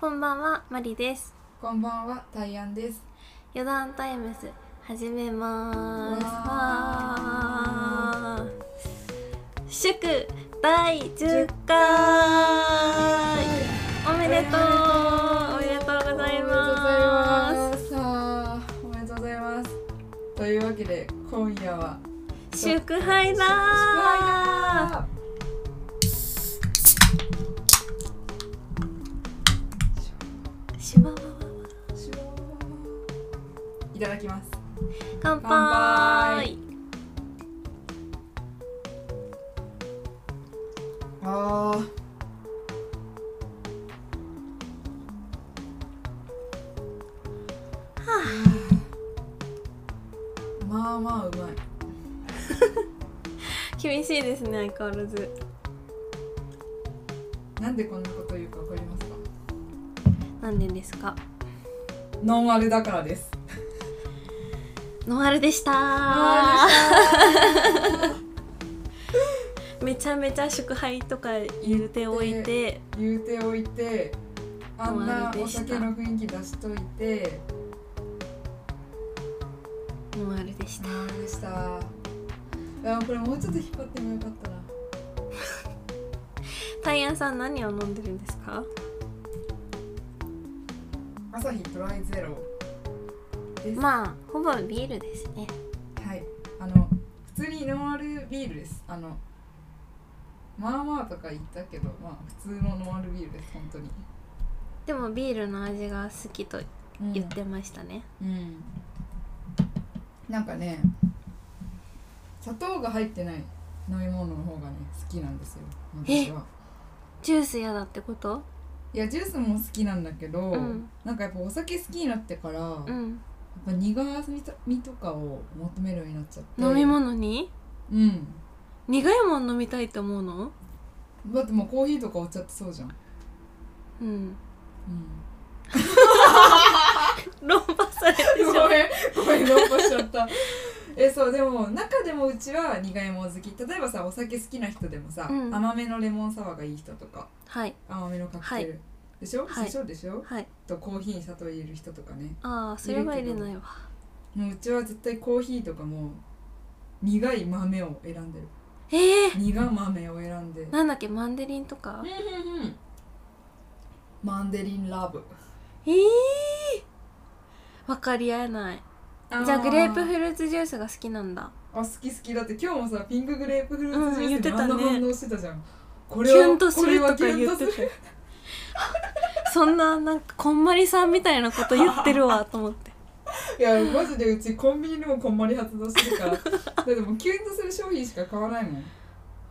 こんばんは、まりです。こんばんは、たいあんです。余談タイムス、始めまわす。祝第10回おめでとうおめでとうございまおめでとうございます。さあ、おめでとうございます。というわけで、今夜はす祝杯だ祝シュワワワいただきます。乾乾杯杯ああ。まあまあうまい。厳しいですね、相変わらずなんでこんなこと言うかわかりますか。なんでですかノンアルだからです。ノンアルでしためちゃめちゃ祝杯とか言っておいて言うておいてあんノンアなルでおした酒の雰囲気出しといてノンアルでしたノンアルでした。あこれもうちょっと引っ張ってもよかったな。タイヤさん何を飲んでるんですか朝日トライゼロです。まあほぼビールですねはい、あの普通にノンアルビールです。あのまあまあとか言ったけど、まあ普通のノンアルビールです本当に。でもビールの味が好きと言っ。てましたね、うん。なんかね、砂糖が入ってない飲み物の方がね好きなんですよ。私は。ジュース嫌だってこといやジュースも好きなんだけど、うんなんかやっぱお酒好きになってかうら、やっんぱ苦味とかを求めるようになっちゃって。飲み。物にうん。苦いもん飲みたいと思うのだってもうコーヒーとかお茶ってそうじ ゃん。うんうん。論破されてしごまうめん、ごめん、論破しちゃった。え、そう、でも、中でもうちは苦いもの好き。例えばさ、お酒好きな人でもさ、うん甘めのレモンサワーがいい人とか、はい甘めのカクテル。でしょ、はいでしょでしょはいとコーヒーに砂糖入れる人とかねああそれは入れないわもううちは絶対コーヒーとかも苦い豆を選んでるええ苦豆を選んでー、なんだっけマンデリンとかマンデリンラブええー、分かり合えないじゃあグレープフルーツジュースが好きなんだあ好き好きだって今日もさピンクグレープフルーツジうん言ューっスてでたあねんな反応してたじゃん、こキれュンはとすこるれとはかキュン言とっすてるてそんななんかこんまりさんみたいなこと言ってるわと思っていやマジでうちコンビニでもこんまり発動し てるからだってもうキュンとする商品しか買わないもん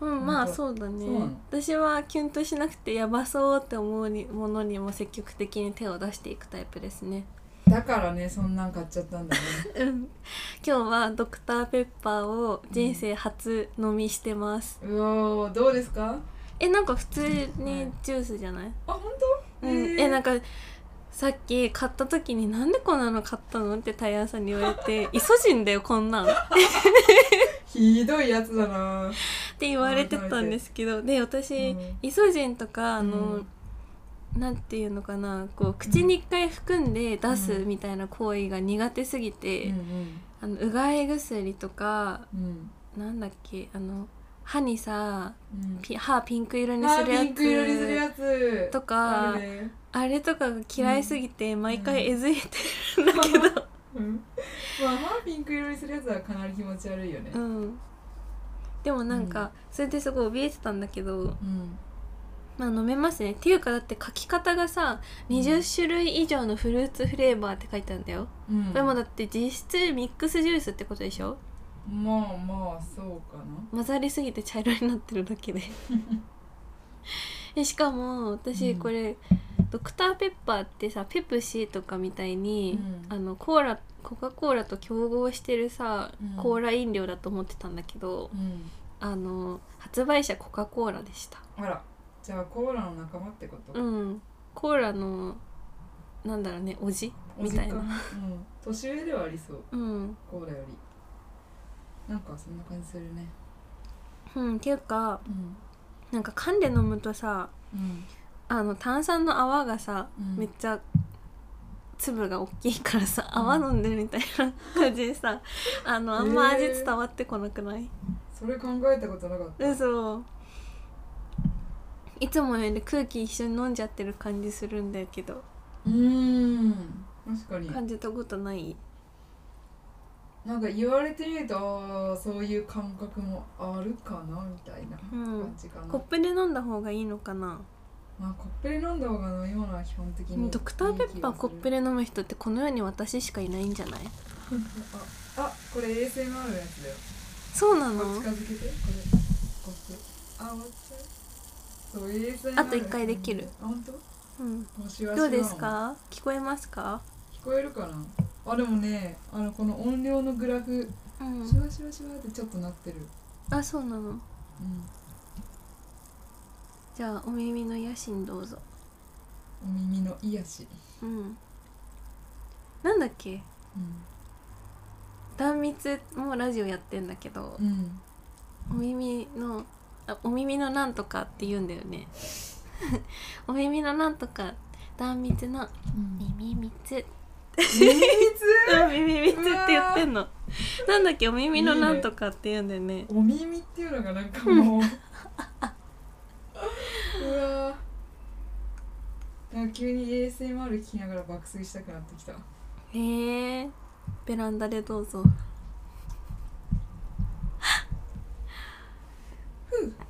うんまあそうだねそうなの私はキュンとしなくてやばそうって思うにものにも積極的に手を出していくタイプですねだからねそんなん買っちゃったんだねうん今日はドクターペッパーを人生初飲みしてます、うおーどうですかえなんか普通にジュースじゃない、あ本当うん、えなんかかさっき買った時に「なんでこんなの買ったの?」ってタイヤさんに言われて「 イソジンだよこんなん」っひどいやつだなて言われてたんですけどで私、うんイソジンとかあうのん、なんていうのかなこう口に一回含んで出すみたいな行為が苦手すぎて、うんあのうがい薬とかうんうなんんだっけあの歯にさうんピ歯ピンク色にあすーるやつピンク色にするやつとかあるねあれとかが嫌いすぎて毎回えずいてるんだけど、うんまあ歯ピンク色にするやつはかなり気持ち悪いよねうん、でもなんか、うんそれですごい怯えてたんだけどうんまあ飲めますねっていうかだって書き方がさうん20種類以上のフルーツフレーバーって書いてあるんだよ、うんこれもだって実質ミックスジュースってことでしょまあまあそうかな混ざりすぎて茶色になってるだけ でえしかも私うんこれ、ドクターペッパーってさペプシーとかみたいに、うんあのコーラコカ・コーラと競合してるさ、うんコーラ飲料だと思ってたんだけど、うんあの発売者コカ・コーラでしたあらじゃあコーラの仲間ってこと、うんコーラのなんだろうねおじみたいおじなかうん、年上ではありそううん、コーラよりなんかそんな感じするねうん、っていうかうんなんか噛んで飲むとさうんあの炭酸の泡がさ、うんめっちゃ粒が大きいからさ泡飲んでるみたいな感じでさ、あのあんま味へー伝わってこなくない、それ考えたことなかった嘘いつもより空気一緒に飲んじゃってる感じするんだけどうーん確かに感じたことないなんか言われてみるとあーそういう感覚もあるかなみたいなうん感じかな、コップで飲んだ方がいいのかな、まあ、コップで飲んだ方が飲み物は基本的にドクターペッパーコップでで飲む人ってこの世に私しかいないんじゃないああこれ ASMR のやつだよそうなこれの近づけてこれコップあ終わっちゃうそう ASMR あと一回できるあ本当うんわしわしどなうですか聞こえますか聞こえるかなあでもねあのこの音量のグラフうシュんワシュワシュワってちょっとなってるあそうなのうんじゃあお耳の野心どうぞお耳の癒しうんなんだっけう壇蜜もラジオやってんだけどん、うん、お耳のあお耳のなんとかって言うんだよ ねお耳のなんとか壇蜜のうん、耳蜜って耳蜜 耳蜜って言ってんのなんだっけお耳のなんとかって言うんだよねお耳っていうのがなんか もううわーなんか急に ASMR 聞きながら爆睡したくなってきたへえベランダでどうぞ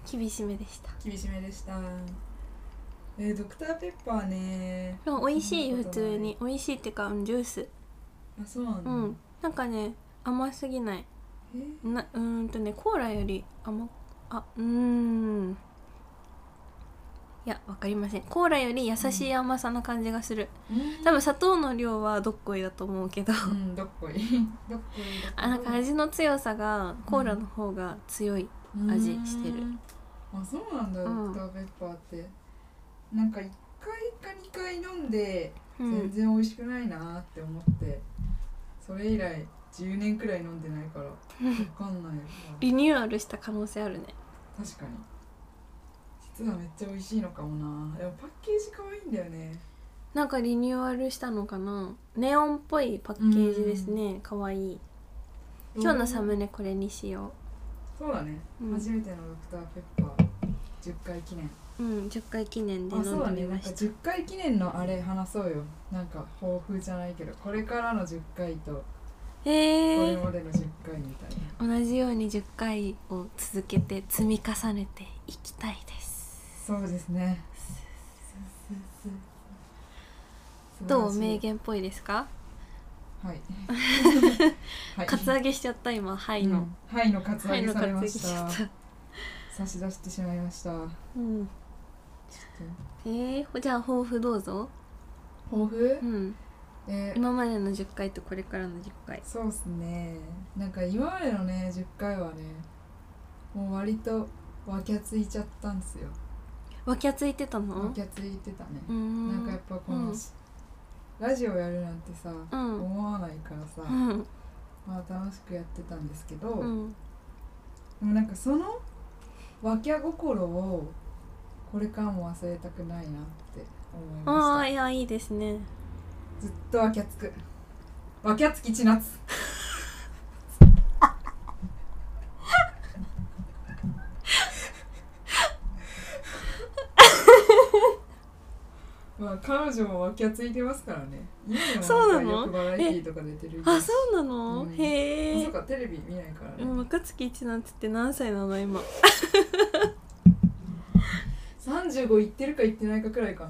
厳しめでした厳しめでしたえー、ドクターペッパーねでも美味しいよそ普んなことない通に美味しいっていうかうんジュースあそうなんだ、うんなんかね甘すぎないえなうーんとねコーラより甘あうーんいやわかりませんコーラより優しい甘さな感じがする、うん多分砂糖の量はどっこいだと思うけどうん どっこいどっこいどっこいあなんか味の強さがコーラの方が強い、味してるうんあそうなんだ、うんドクターペッパーってなんか1回か2回飲んでう全ん、然美味しくないなーって思って、それ以来10年くらい飲んでないから分かんないわリニューアルした可能性あるね確かに実はめっちゃ美味しいのかもなでもパッケージ可愛いんだよねなんかリニューアルしたのかなネオンっぽいパッケージですね可愛い今日のサムネこれにしよそうだね、うん初めてのドクターペッパー10回記念ううん10回記念であそう飲だんでねみなんまかした、 10回記念のあれ話そうよなんか抱負じゃないけどこれからの10回とえーこれまでの10回みたいな、同じように10回を続けて積み重ねていきたいですそうですねどう名明言っぽいですか、はいはいカツアゲしちゃった今「はい」のうんはいのカ「ツはアい」ゲのカさツれアまゲししちたゃった差し出してしまいましたちょっうんえー、じゃあ抱負どうぞ、と抱負うん、えー今までの10回とこれからの10回そうですねなんか今までのね10回はねもう割とわきゃついちゃったんですよわきゃついてたわのきゃついてたねうーんなんかやっぱこの、うんラジオやるなんてさ、ん思わないからさ、うんまあ楽しくやってたんですけど、うんでもなんかそのわきゃ心をこれからも忘れたくないなって思いああましいやいいですねたずっとわきゃつくわきゃつきち なつまあ彼女もわきゃついてますからね今でもそうななんかのよくバラエティーとか出てるあそうなの、うんへあえそうかテレビ見ないからね、若月一なんつって何歳なの今35いってるかいってないかくらいかな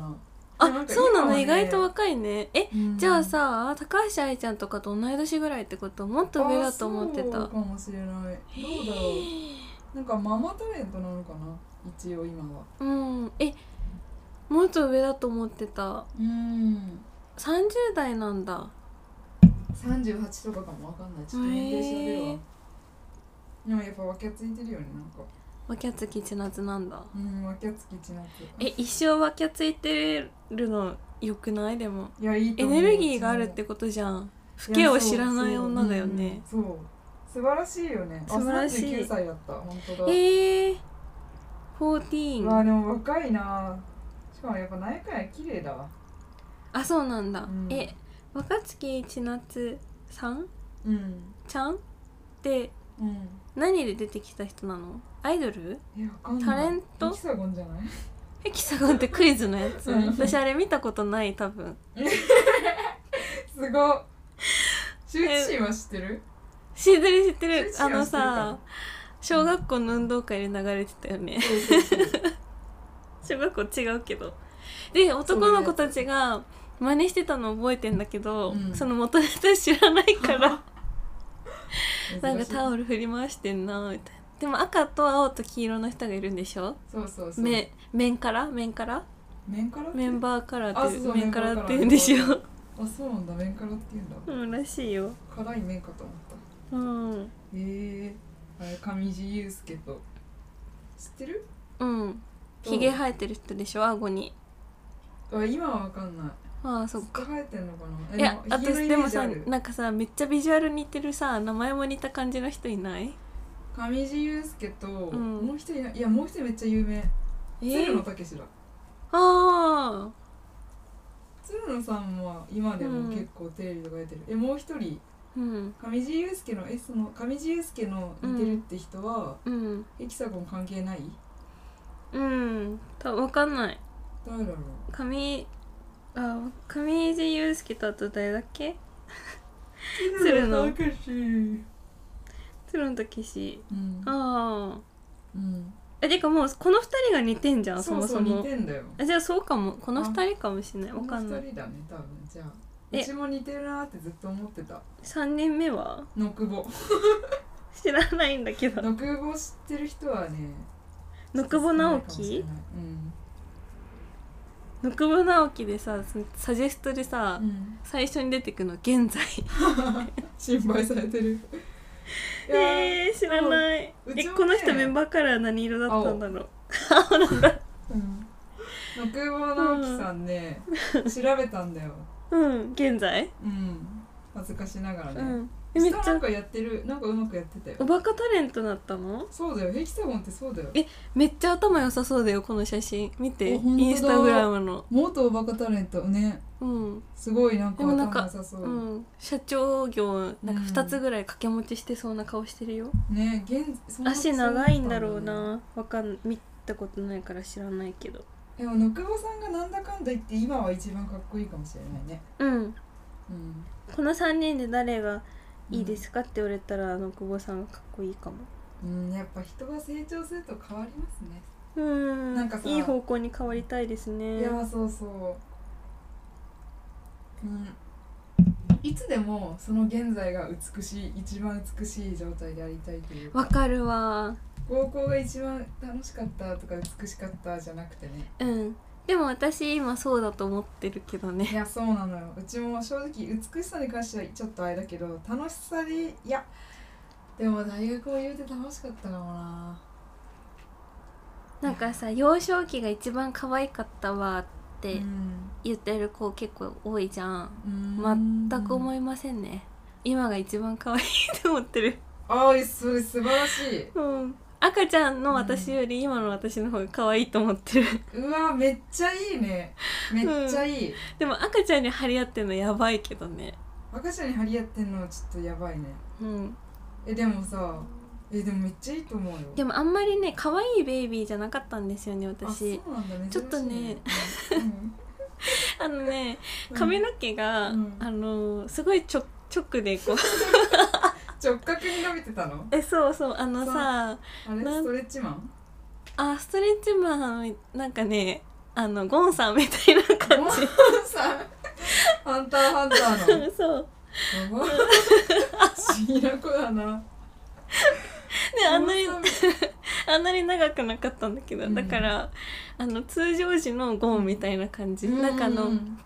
でもあんかそうな今はのね意外と若いねえうんじゃあさ高橋愛ちゃんとかと同い年ぐらいってこともっと上だと思ってあそうたかもしれないどうだろうなんかママタレントなのかな一応今はうんえもっと上だと思ってたうん30代なんだ38とかかもわかんないちょっと年齢調べるわ、へーでもやっぱわきゃついてるよねなんか若月千夏なんだうんわきゃつきちなくえ一生若ついてるのよくないでもいやいいとエ思ネうルギーがあるってことじゃん老けを知らない女だよねそうそう,うん、そう素晴らしいよねあ素晴らしい39歳だった本当えだー、うわ14でも若いなしかもやっぱ何やかんや綺麗だわあそうなんだ、うんえ若槻千夏さんうんちゃんってうん何で出てきた人なのアイドルいやわかんないタレントミキサゴンじゃない ヘキサゴンってクイズのやつうん私あれ見たことない多分すごっ周知心は知ってる知ってる知ってシュるッシュあはの知ってさるか小学校の運動会で流れてたよねそうそうそう小 学校違うけどで男の子たちが真似してたの覚えてんだけど、うんその元ネタ知らないから なんか珍しいタオル振り回してんなみたいなでも赤と青と黄色の人がいるんでしょそうそうそうめ面から面から面からってメンバーカラーっていあうそう面からって言うんでしょあそうなんだ面からって言うんだうんらしいよ辛い麺かと思ったうんへえあれ上地雄介と知ってるうんひげ生えてる人でしょ顎にあ今はわかんないああそっずっとか生えてんのかないやえも私ひでげのイメもージあさるなんかさめっちゃビジュアル似てるさ名前も似た感じの人いない上地雄介と、んもう一人いないいやもう一人めっちゃ有名え鶴野ー、武志だあ鶴野さんは今でうんも結構テレビとか出てる、えもう一人ーうん上地雄介の S の上地雄介の似てるって人は、うんエキサゴン関係ないうんたわかんない誰だろう上あ上地雄介とあと誰だっけ鶴野武志鶴の時しうんああうんえてかもうこの二人が似てんじゃんそそうもそそう似もてんだよあじゃあそうかもこの二人かもしれないわこかのんない二人だね多分じゃあえうちも似てるなってずっと思ってた三人目はのく ぼ知らないんだけど のくぼ知ってる人はねのくぼ直ちょっと少ない樹かもしれないのくぼ直樹でさそのサジェストでさ、うん、うん、最初に出てくの現在心配されてるいやー えー、知らない、そううえちもねこの人メンバーカラー何色だったんだろう青なんだうんのくぼ直樹さんね、調べたんだようん現在、うん恥ずかしながらうね、んえうめっちなんゃかやってるなんかうまくやってたおよバカタレントだったのそうだよヘキサゴンってそうだよえめっちゃ頭良さそうだよこの写真見てあ本当だインスタグラムの元おバカタレントねうん、すごいなんかでもなんか頭良さそうう、ん、社長業なんかうん2つぐらい掛け持ちしてそうな顔してるよ、ね現そんな足長いんだろうそうだねなわかん見たことないから知らないけどでも野久保さんがなんだかんだ言って今は一番かっこいいかもしれないねうんうんこの3人で誰がいいですかって言われたら、あの久保さんがかっこいいかもうんやっぱ人が成長すると変わりますね、うんなんかさいい方向に変わりたいですねいやーそうそううんいつでもその現在が美しい一番美しい状態でありたいというわかるわ高校が一番楽しかったとか美しかったじゃなくてねうんでも私今そうだと思ってるけどいねやそうなのようちも正直美しさに関してはちょっとあれだけど楽しさでいやでも大学も言うて楽しかったかもななんかさ幼少期が一番可愛かったわってうん言ってる子結構多いじゃんうん全く思いませんね今が一番可愛いと思って るああそれ素晴らしいうん赤ちゃんの私より今の私の方が可愛いと思ってる うわめっちゃいいねめっちゃいい、でも赤ちゃんに張り合ってるのやばいけどね若者に張り合ってんのはちょっとやばいねうんえでもさえでもめっちゃいいと思うよでもあんまりね可愛いベイビーじゃなかったんですよね私あそうなんだ珍しいちょっとねうんあのねうん髪の毛が、うんあのすごいちょ直で こう直角に伸びてたのえそうそうあのさあれなんストレッチマンあストレッチマンなんかねあのゴンさんみたいな感ゴンじさんハンターハンターのそうやば不思議な子だなであんなにゴンあんなに長くなかったんだけど、うんだからあの通常時のゴンみたいな感じ、なんかあの,、うん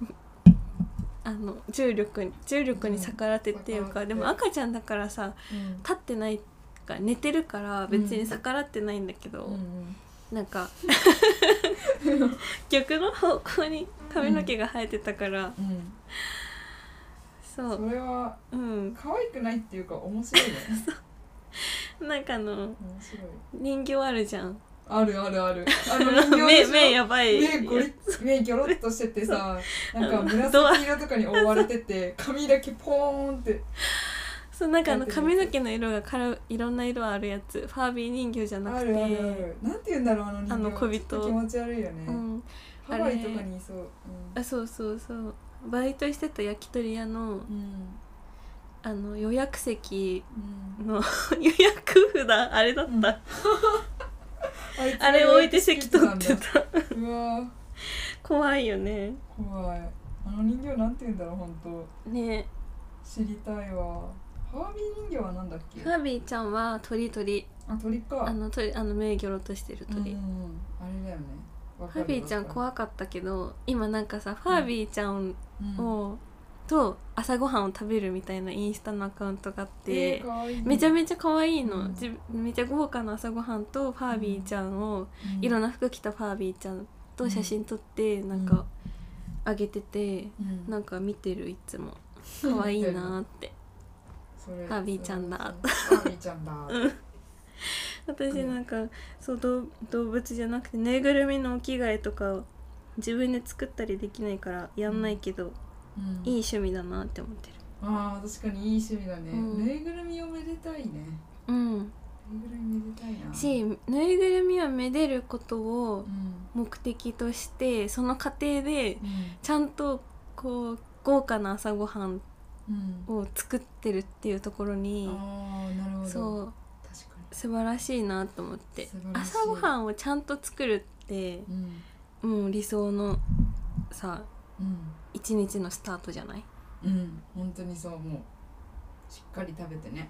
あの重力に重力に逆らってっていうか、うんでも赤ちゃんだからさ立ってないから寝てるから別に逆らってないんだけど、うんうんなんか 逆の方向に髪の毛が生えてたから、うんそそうれはうん可愛くな いっていうか面白いねなんかあの面白い人形あるじゃんあるあるあるあの人形で 目しょ目やばい目ゴリッ目ギョロッとしててさなんかドア紫色とかに覆われてて髪だけポーンってそうなんかあの髪の毛の色がからいろんな色あるやつファービー人形じゃなあくるあるあてるなんて言うんだろうあの人形あの小人ちょっと気持ち悪いよね、うんハワイとかにいそう、うんあそうそうそうバイトしてた焼き鳥屋のうんあの予約席うんの 予約札あれだった、うんいつがあれ置いて席取ってたたうわー 怖いよね怖いあの人形なんて言うんだろう本当ね知りたいわハービー人形はなんだっけファービーちゃんは鳥鳥あ鳥かあの鳥あの目ギョロっとしてるうんうん鳥、うんあれだよねわかファるービーちゃんわ怖かったけど今なんかさファービーちゃんかるうんを、と朝ごはんを食べるみたいなインスタのアカウントがあって、えー可愛いめちゃちめちゃ可愛いの、うんじめちゃ豪華な朝ごはんとファービーちゃんを、ゃいろんなな服着たファービーちゃんと写真撮ってなんかあげてて、なんか見てるいつも可愛いなーってファービーちゃんだハービーちゃんだ私なんかそう動動物じゃなくてぬいぐるみのお着替えとかを自分で作ったりできないからやんないけど、うんいい趣味だなって思ってるあー確かにいい趣味だねうんぬいぐるみをめでたいねうんぬいぐるみめでたいなしぬいぐるみはめでることをうん目的としてその過程でうんちゃんとこう豪華な朝ごはんうんを作ってるっていうところにああなるほどそう確か素晴らしいなと思って素晴らしい朝ごはんをちゃんと作るってにうんもう理想のさうん一日のスタートじゃないうん本当にそうもうしっかり食べてね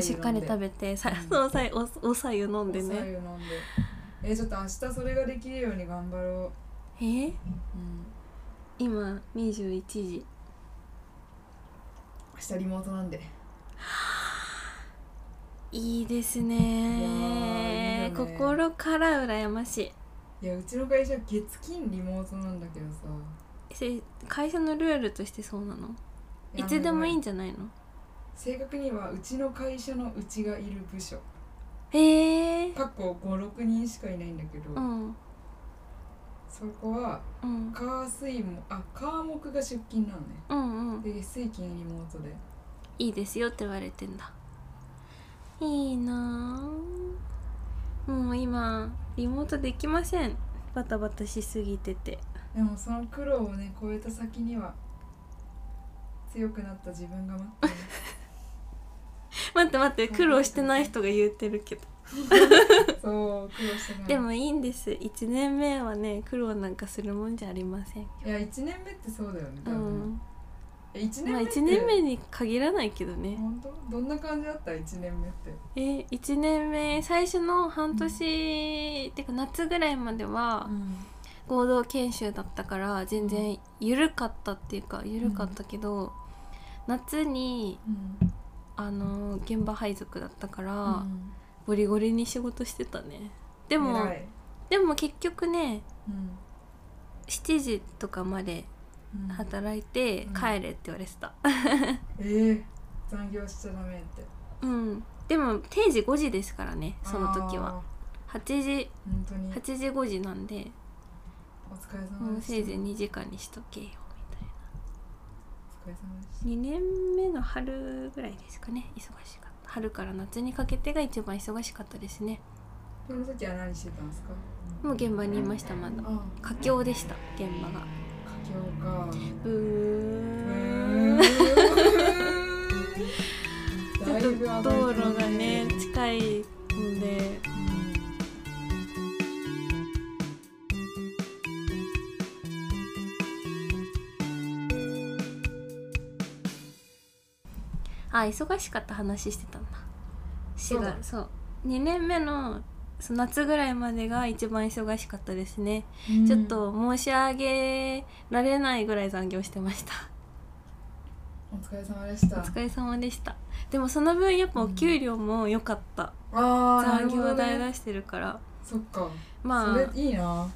しっかり食べてさ、うんその際おおさゆ飲んべでてねお白ね湯飲んでえーちょっと明日それができるように頑張ろえーう、うん、今21時明日リモートなんでいいですやーいねいよね心から羨ましいやうちの会社月金リモートなんだけどさいせ会社のルールとしてそうなのいつでもいいんじゃないの正確にはうちの会社のうちがいる部署へえ過去56人しかいないんだけど、うんそこはうん火水もあ火木が出勤なのねうんうんで水金リモートでいいですよって言われてんだいいなあもう今リモートできませんバタバタしすぎててでもその苦労をね超えた先には強くなった自分が待ってる 待って待って苦労してない人が言ってるけどそう苦労してないでもいいんです1年目はね苦労なんかするもんじゃありませんいや1年目ってそうだよねう多分、んえ1年目まあって、 1年目に限らないけどね本当どんな感じだった1年目ってえ1年目最初の半年ってか夏ぐらいまではん合同研修だったから全然緩かったっていうか緩かったけど夏にうんあの現場配属だったからゴリゴリに仕事してたねででもでも結局ねうん7時とかまでうん働いてうん帰れって言われてたえー、残業しちゃダメってうんでも定時5時ですからねその時は8時あー本当に8時5時なんでお疲れ様もうでしたせいぜい2時間にしとけよみたいなお疲れ様でした2年目の春ぐらいですかね忙しかった春から夏にかけてが一番忙しかったですねその時は何してたんですかもう現場にいましたまだあ佳境でした現場があ佳境かうーんち ちょっと道路がね近いんであ忙しかった話してたんだそう違だうそう2年目のその夏ぐらいまでが一番忙しかったですね、ちょっと申し上げられないぐらい残業してましたお疲れ様でしたお疲れ様でしたでもその分やっぱお給料も良かった、ああ残業代ね、出してるからそっかまそあれいいな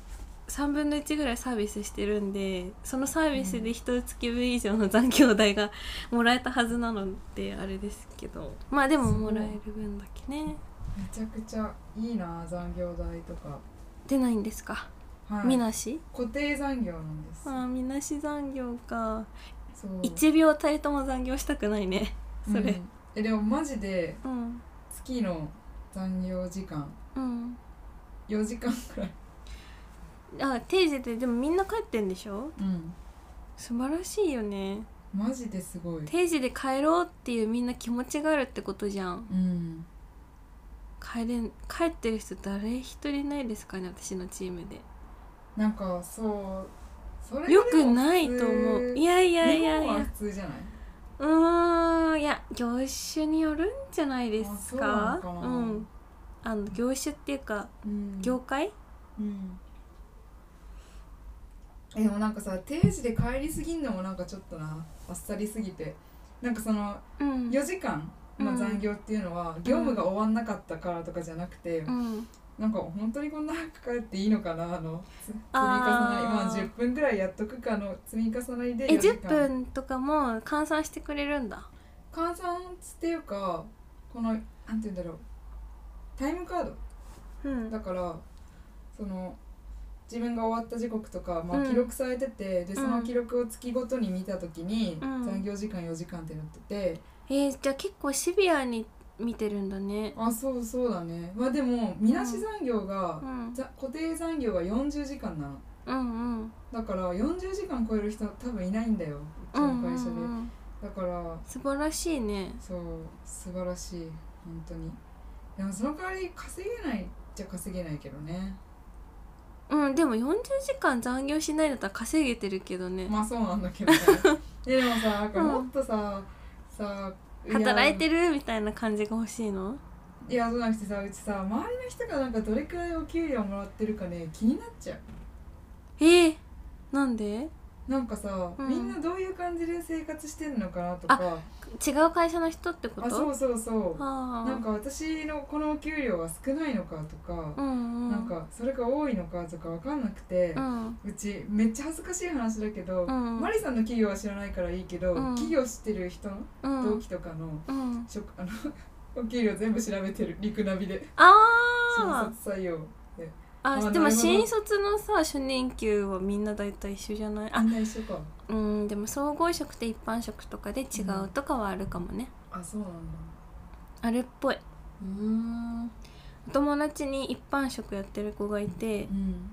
3分の1ぐらいサービスしてるんでそのサービスで1月分以上の残業代がもらえたはずなのであれですけどまあでももらえる分だけねえめちゃくちゃいいな残業代とか、出ないんですか、はい、みなし固定残業なんです、あーみなし残業かそう1秒たりとも残業したくないねそれうんえでもマジでうん月の残業時間うん4時間くらい、あ定時ででもみんな帰ってんでしょうん、素晴らしいよねマジですごい定時で帰ろうっていうみんな気持ちがあるってことじゃんうん帰れん帰ってる人誰一人いないですかね私のチームでなんかそうそれがでもよくないと思普う通いやいやいやい日本はや普通じゃないうーんいや業種によるんじゃないですかあそうなのかなうんあの業種っていうかうん業界うんえでもなんかさ定時で帰りすぎんのもなんかちょっとなあっさりすぎてなんかそのうん4時間の残業っていうのは、業務が終わんなかったからとかじゃなくて、うんなんか本当にこんな早く帰っていいのかなあのつ積み重なりあーまあ10分ぐらいやっとくかの積み重なりでえ4時間10分とかも換算してくれるんだ換算っていうかこのなんて言うんだろうタイムカードうんだからその自分が終わった時刻とか、まうあ、ん記録されてて、でそのうん記録を月ごとに見た時に、うん残業時間4時間ってなってて、えーじゃあ結構シビアに見てるんだねあそうそうだねまあでもみなし残業がう、んざ固定残業が40時間なのうんうんだから40時間超える人多分いないんだよううちのんう会社で、んうんだから素晴らしいねそう素晴らしい本当にでもその代わり稼げないじゃ稼げないけどねうんでも40時間残業しないんだったら稼げてるけどね、まあそうなんだけ どねででもさなんかもっとさ、さ働いてるるみたいな感じが欲しいのいやそうじゃなくてさうちさ周りの人がなんかどれくらいお給料もらってるかね気になっちゃえー、なんでうなんかさ、うんみんなどういう感じで生活してんのかなとか違う会社の人ってこあとそうそうそうあーなんか私のこのお給料は少ないのかとかう、んうんなんかそれが多いのかとか分かんなくてう、んうちめっちゃ恥ずかしい話だけど、うんマリさんの企業は知らないからいいけど、うん企業知ってる人のうん同期とかの,、うん職あのお給料全部調べてるリクナビで新あー卒採用でああでなもるほど新卒のさ初任給はみんな大体一緒じゃないあみんな一緒かうんでも総合職と一般職とかで違うとかはあるかもね、あそうなんだあるっぽいうーんお友達に一般職やってる子がいてうん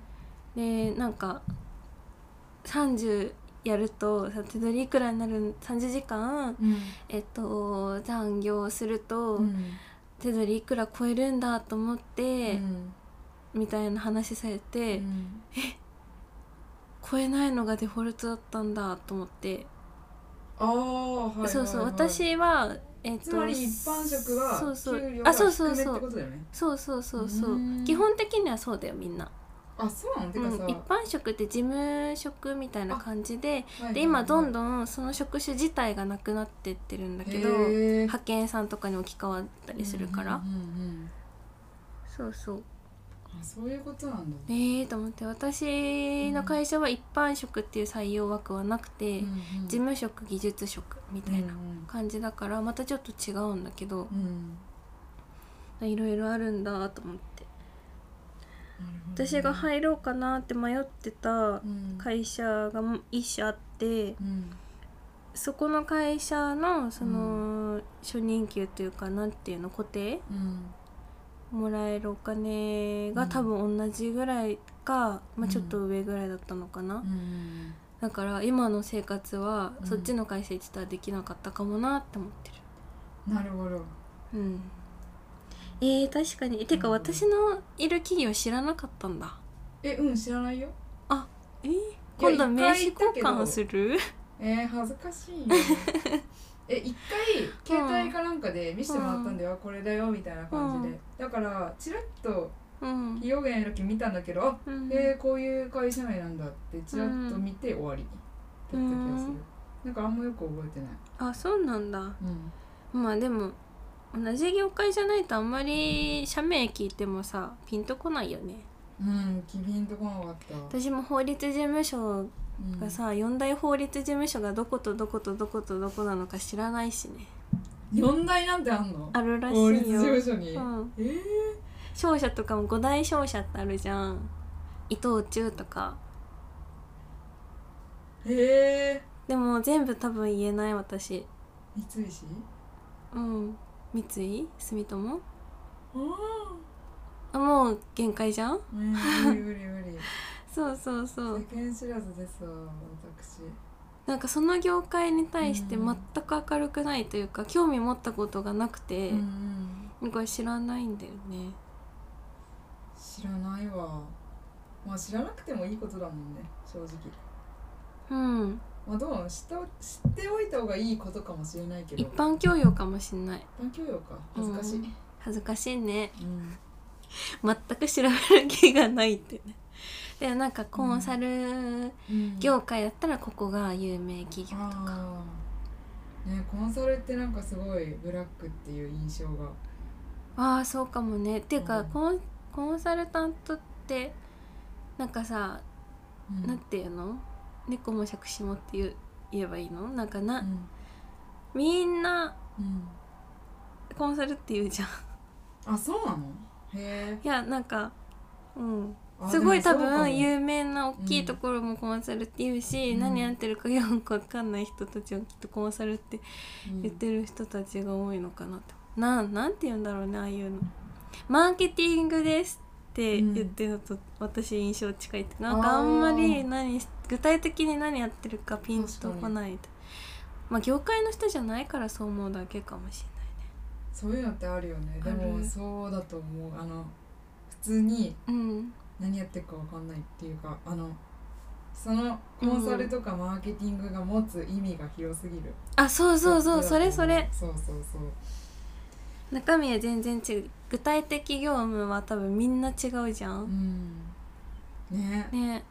でなんか30やるとさ手取りいくらになるん30時間うんえっと残業するとうん手取りいくら超えるんだと思って、うんみたいな話されて、うん超えないのがデフォルトだったんだと思って、ああはいはい、はい、そうそう私はえっとつまり一般職はそうそう給料があそうそう低めってそこうとだよねそうそうそうそううーん基本的にはそうだよみんな、あそうなのてうかん、さ、一般職って事務職みたいな感じではいで今どんんどんその職種自体がなくなってってるんだだけど派遣さんとかに置き換わったりするから、うんうんうんうんそうそうあそういうことなんだ、ええと思って私の会社は一般職っていう採用枠はなくて、うんうん事務職技術職みたいなうん感じだからまたちょっと違うんだけどうん、うんいろいろあるんだと思ってなるほどね私が入ろうかなって迷ってたうん会社が一社あってうんそこの会社のその初任給というかなんていうの固定うんもらえるお金が多分同じぐらいか、まあ、ちょっと上ぐらいだったのかな、うんだから今の生活はうんそっちの会社行ってたらできなかったかもなって思ってなるほどるうんえー、確かにてかうん私のいる企業知らなかったんだえうん知らないよえー、今度名刺交換をするえー、恥ずかしいよ え一回携帯かなんかで見せてもらったんだよ、これだよみたいな感じうで、んだからちらっとうん企業外の時見たんだけどあうんえー、こういう会社名なんだってちらっと見て終わりだった気がする、うんなんかあんまよく覚えてない、あそうなんだうん、まあでも同じ業界じゃないとあんまり社名聞いてもさピンとこないよねうん、機敏とこなかった。私も法律事務所うんがさ四大法律事務所がどことどことどことどこなのか知らないしね四大なんてあんのあるらし法律い事よ、務所に、うん、えー、商社とかも五大商社ってあるじゃん伊藤忠とかえでも全部多分言えない私ー、三石うん三井住友ああもう限界じゃんあ、ね無理無理無理そうそうそう世間知らずですわ私なんかその業界に対してう全んく明るくないというか興味持ったことがなくて、うんうんなんか知らないんだよね知らないわまあ知らなくてもいいことだもんね正直うんまあどうなの知った知っておいた方がいいことかもしれないけど一般教養かもしんない一般教養か恥ずかしい、恥ずかしいねうん全く調べる気がないってね でもなんかコンサルうん業界だったらここが有名企業とかあーねコンサルってなんかすごいブラックっていう印象がああそうかもねっていうか、うんコンコンサルタントってなんかさ、うんなんていうの猫も杓子もっていう言えばいいのなんかな、うんみんなうんコンサルって言うじゃんあそうなのへえいやなんかうんあすごいでも多そうかも分有名な大きういんところもコンサルって言うし、うん何やってるかよくわかんない人たちはきっとコンサルってうん言ってる人たちが多いのかなと、なんなんて言うんだろうねああいうのマーケティングですって言ってるのと私印象近いってなんかあーあんまり何し具体的に何やってるかピンとこないとまあ業界の人じゃないからそう思うだけかもしそういうのってあるよねあでるもそうだと思うあの普通にれないうん何やってるかわかんないっていうかあのそのコンサルとかマーケティングが持つ意味が広すぎる、あそうそうそうそれそれそうそうそう中身は全然違う具体的業務は多分みんな違うじゃ、うんんねね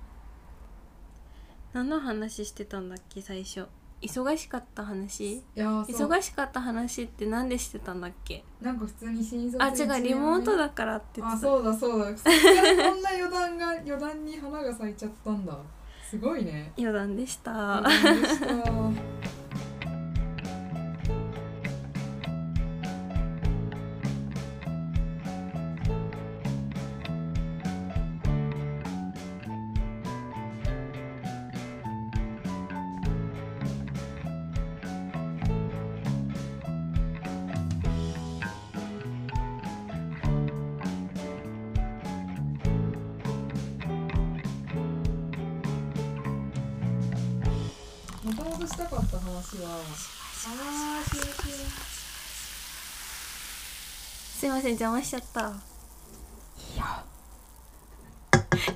何の話してたんだっけ最初忙しかった話いやーそう忙しかった話ってなんでしてたんだっけなんか普通に新卒あ違うリモートだだからって言あってたそうだそうだそっからこんな余談が余談に花が咲いちゃったんだすごいね余談でした余談でしたもともとしたかった話はあーしみし すいません邪魔しちゃったみい や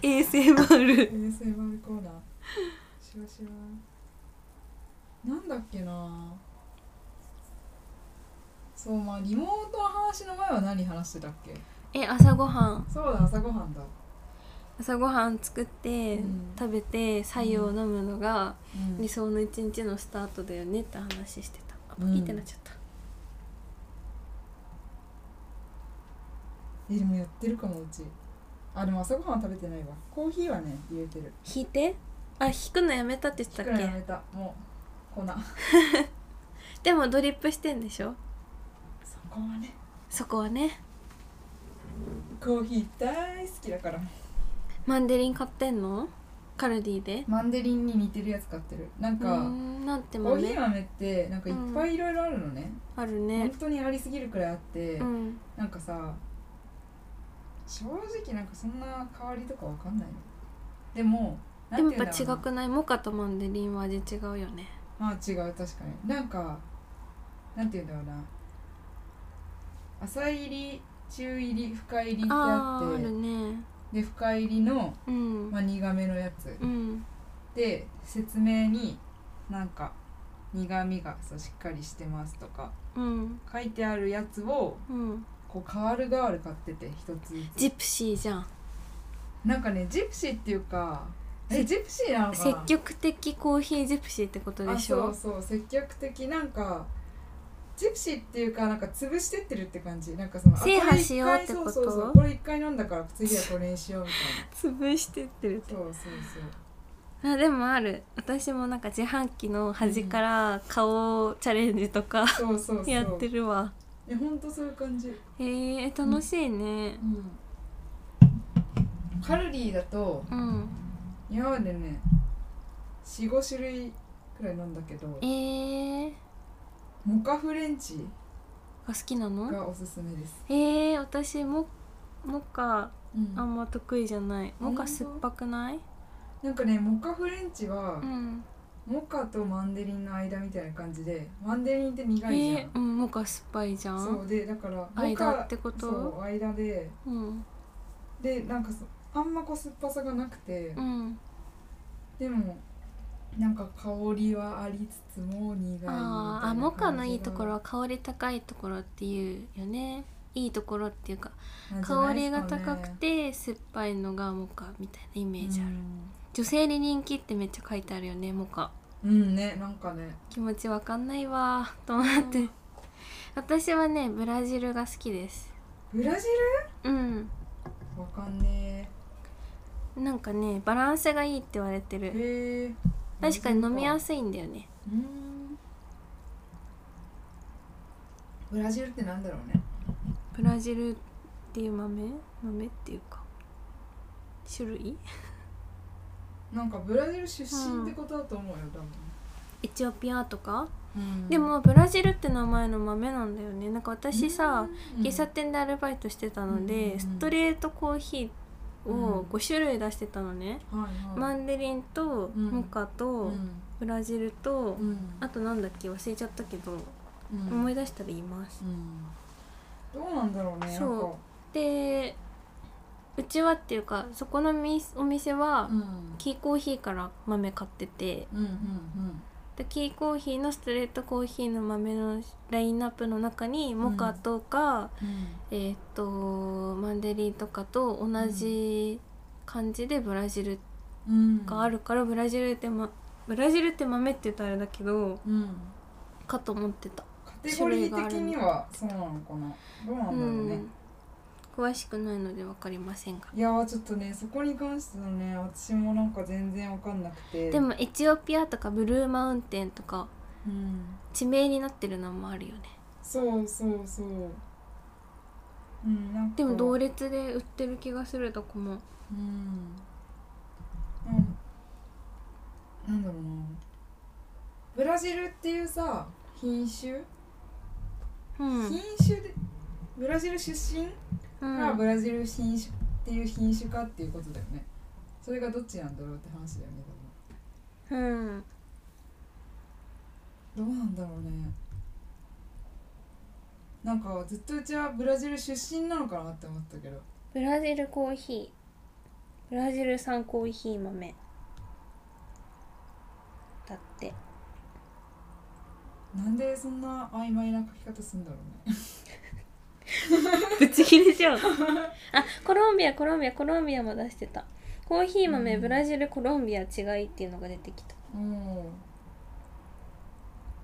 ASMR ASMR コーナーしわしわなんだっけなそうまあリモートの話の前は何話してたっけえ朝ごはんそうだ朝ごはんだ、朝ごはん作って、うん食べて白湯を飲むのがうん理想の一日のスタートだよねって話してたあ、うんいいってなっちゃったえでもやってるかもうちあでも朝ごはんは食べてないわコーヒーはね入れてる引いてあ引くのやめたって言ってだたかっらけやめたもう粉でもドリップしてんでしょそこはねそこはねコーヒー大好きだからマンデリン買ってんのカルディでマンデリンに似てるやつ買ってるなんうか、ーんなんてコーヒー豆豆ってなんかいっぱいいろいろあるのね、ある本ね当にありすぎるくらいあって、うんなんかさ正直なんかそんな変わりとかわかんないのでもなでんもて言やっぱ違うんだろうなくないモカとマンデリンは味違うよねまあ違う確かになんかなんて言うんだろうな浅入り中入り深入りってああーあってるねで深入りの、うんまあ、苦めのやつうんで説明になんか苦みがそうしっかりしてますとかうん書いてあるやつをうんこうカールガール買ってて一つずジプシーじゃんつなんかねジプシーっていうかえジプシーなのか積な極的コーヒージプシーってことでしあょそうそう積極的なんかジプシーっていうかなんか潰してってるって感じなんかそのあ制覇しようってことれ一回そうそうそうこれ一回飲んだから次はこれにしようみたい な潰してってるそうそうそうあでもある私もなんか自販機の端から顔チャレンジとかそうそうそうやってるわえ本当そういう感じ、へえ楽しいねカルリーだとうん今までね45種類くらい飲んだけどえー、モカフレンチが好きなのがおすすめです、えー、私もモカうんあんま得意じゃないモカ酸っぱくないなんかねモカフレンチはう、んモカとマンデリンの間みたいな感じでマンデリンってえ苦いじゃー、ん、うんモカ酸っぱいじゃそんうでだからモ間っカてことそう間でうんでなんかそあんまこう酸っぱさがなくて、うんでもなんか香りはありつつも苦いみたいなあー感じあがモカのいいところは香り高いところっていうよねいいところっていうかなんじゃな香いでりすかがね高くて酸っぱいのがモカみたいなイメージある、うん女性に人気ってめっちゃ書いてあるよねモカうんねなんかね気持ちわかんないわーと思って、私はねブラジルが好きですブラジうんルわかんねなんかねバランスがいいって言われてえるへえ確かに飲みやいすいんだよねうんブラジルってなんだろうねブラジルっていう豆豆っていうか種類なんかブラジル出身ってことだと思うよ多分、エチオピアとかうんでもブラジルって名前の豆なんだよねなんか私さ、うん喫茶店でアルバイトしてたのうんうで、んうんストレートコーヒーうをん5種類出してたのね、はいはいマンデリンとうんモカうとんブラジルと、うんあとなんだっけ忘れちゃったけど、うん思い出したら言いますうんどうなんだろうねそうでうちはっていうかそこのみお店は、なんかうんキーコーヒーから豆買っててうんうんでキーコーヒーのストレートコーヒーの豆のラインナップの中にモカとか、うんえーっとマンデリンとかと同じ感じでブラジルうんがあるから、ブラジルって、ま、ブラジルって豆って言ったらあれだけどうんかと思ってた、カテゴリー的にはそうなのかなどうなんだろううね、ん、詳しくないので分かりませんがいやーちょっとねそこに関してはね私もなんか全然わかんなくてで、もエチオピアとかブルーマウンテンとかうん、地名になってるのもあるよねそうそうそううんなんかでも同れ列で売ってる気がするとこもうん、うん、なんだろうなブラジルっていうさ品種、うん、うん品種でブラジル出身がブラジル品種っていう品種かっていうことだよねそれがどっちなんだろうって話だよねうん、多分どうなんだろうねなんかずっとうちはブラジル出身なのかなって思ったけどブラジルコーヒーブラジル産コーヒー豆だってなんでそんな曖昧な書き方するんだろうねぶち切れじゃん あコロンビアコロンビアコロンビアも出してたコーヒー豆、うんブラジルコロンビア違いっていうのが出てきたう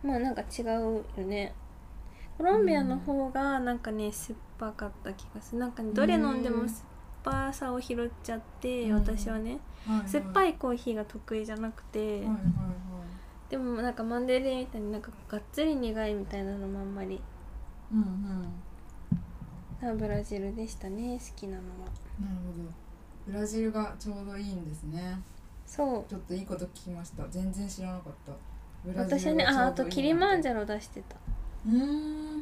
まあなんか違うよねコロンビアの方がなんかね酸っぱかった気がするなんかねどれ飲んでも酸っぱさを拾っちゃって、うん私はねん、はいはい、酸っぱいいコーヒーが得意じゃなくて、はいはいはいでもなんかマンデリンみたいになんかがっつり苦いみたいなのもあんまりうんうんなるあブラジルでしたね好きなのはほどブラジルがちょうどいいんですねそうちょっといいこと聞きました全然知らなかったブラジル私はねああとキリマンジジャロ出してたうーん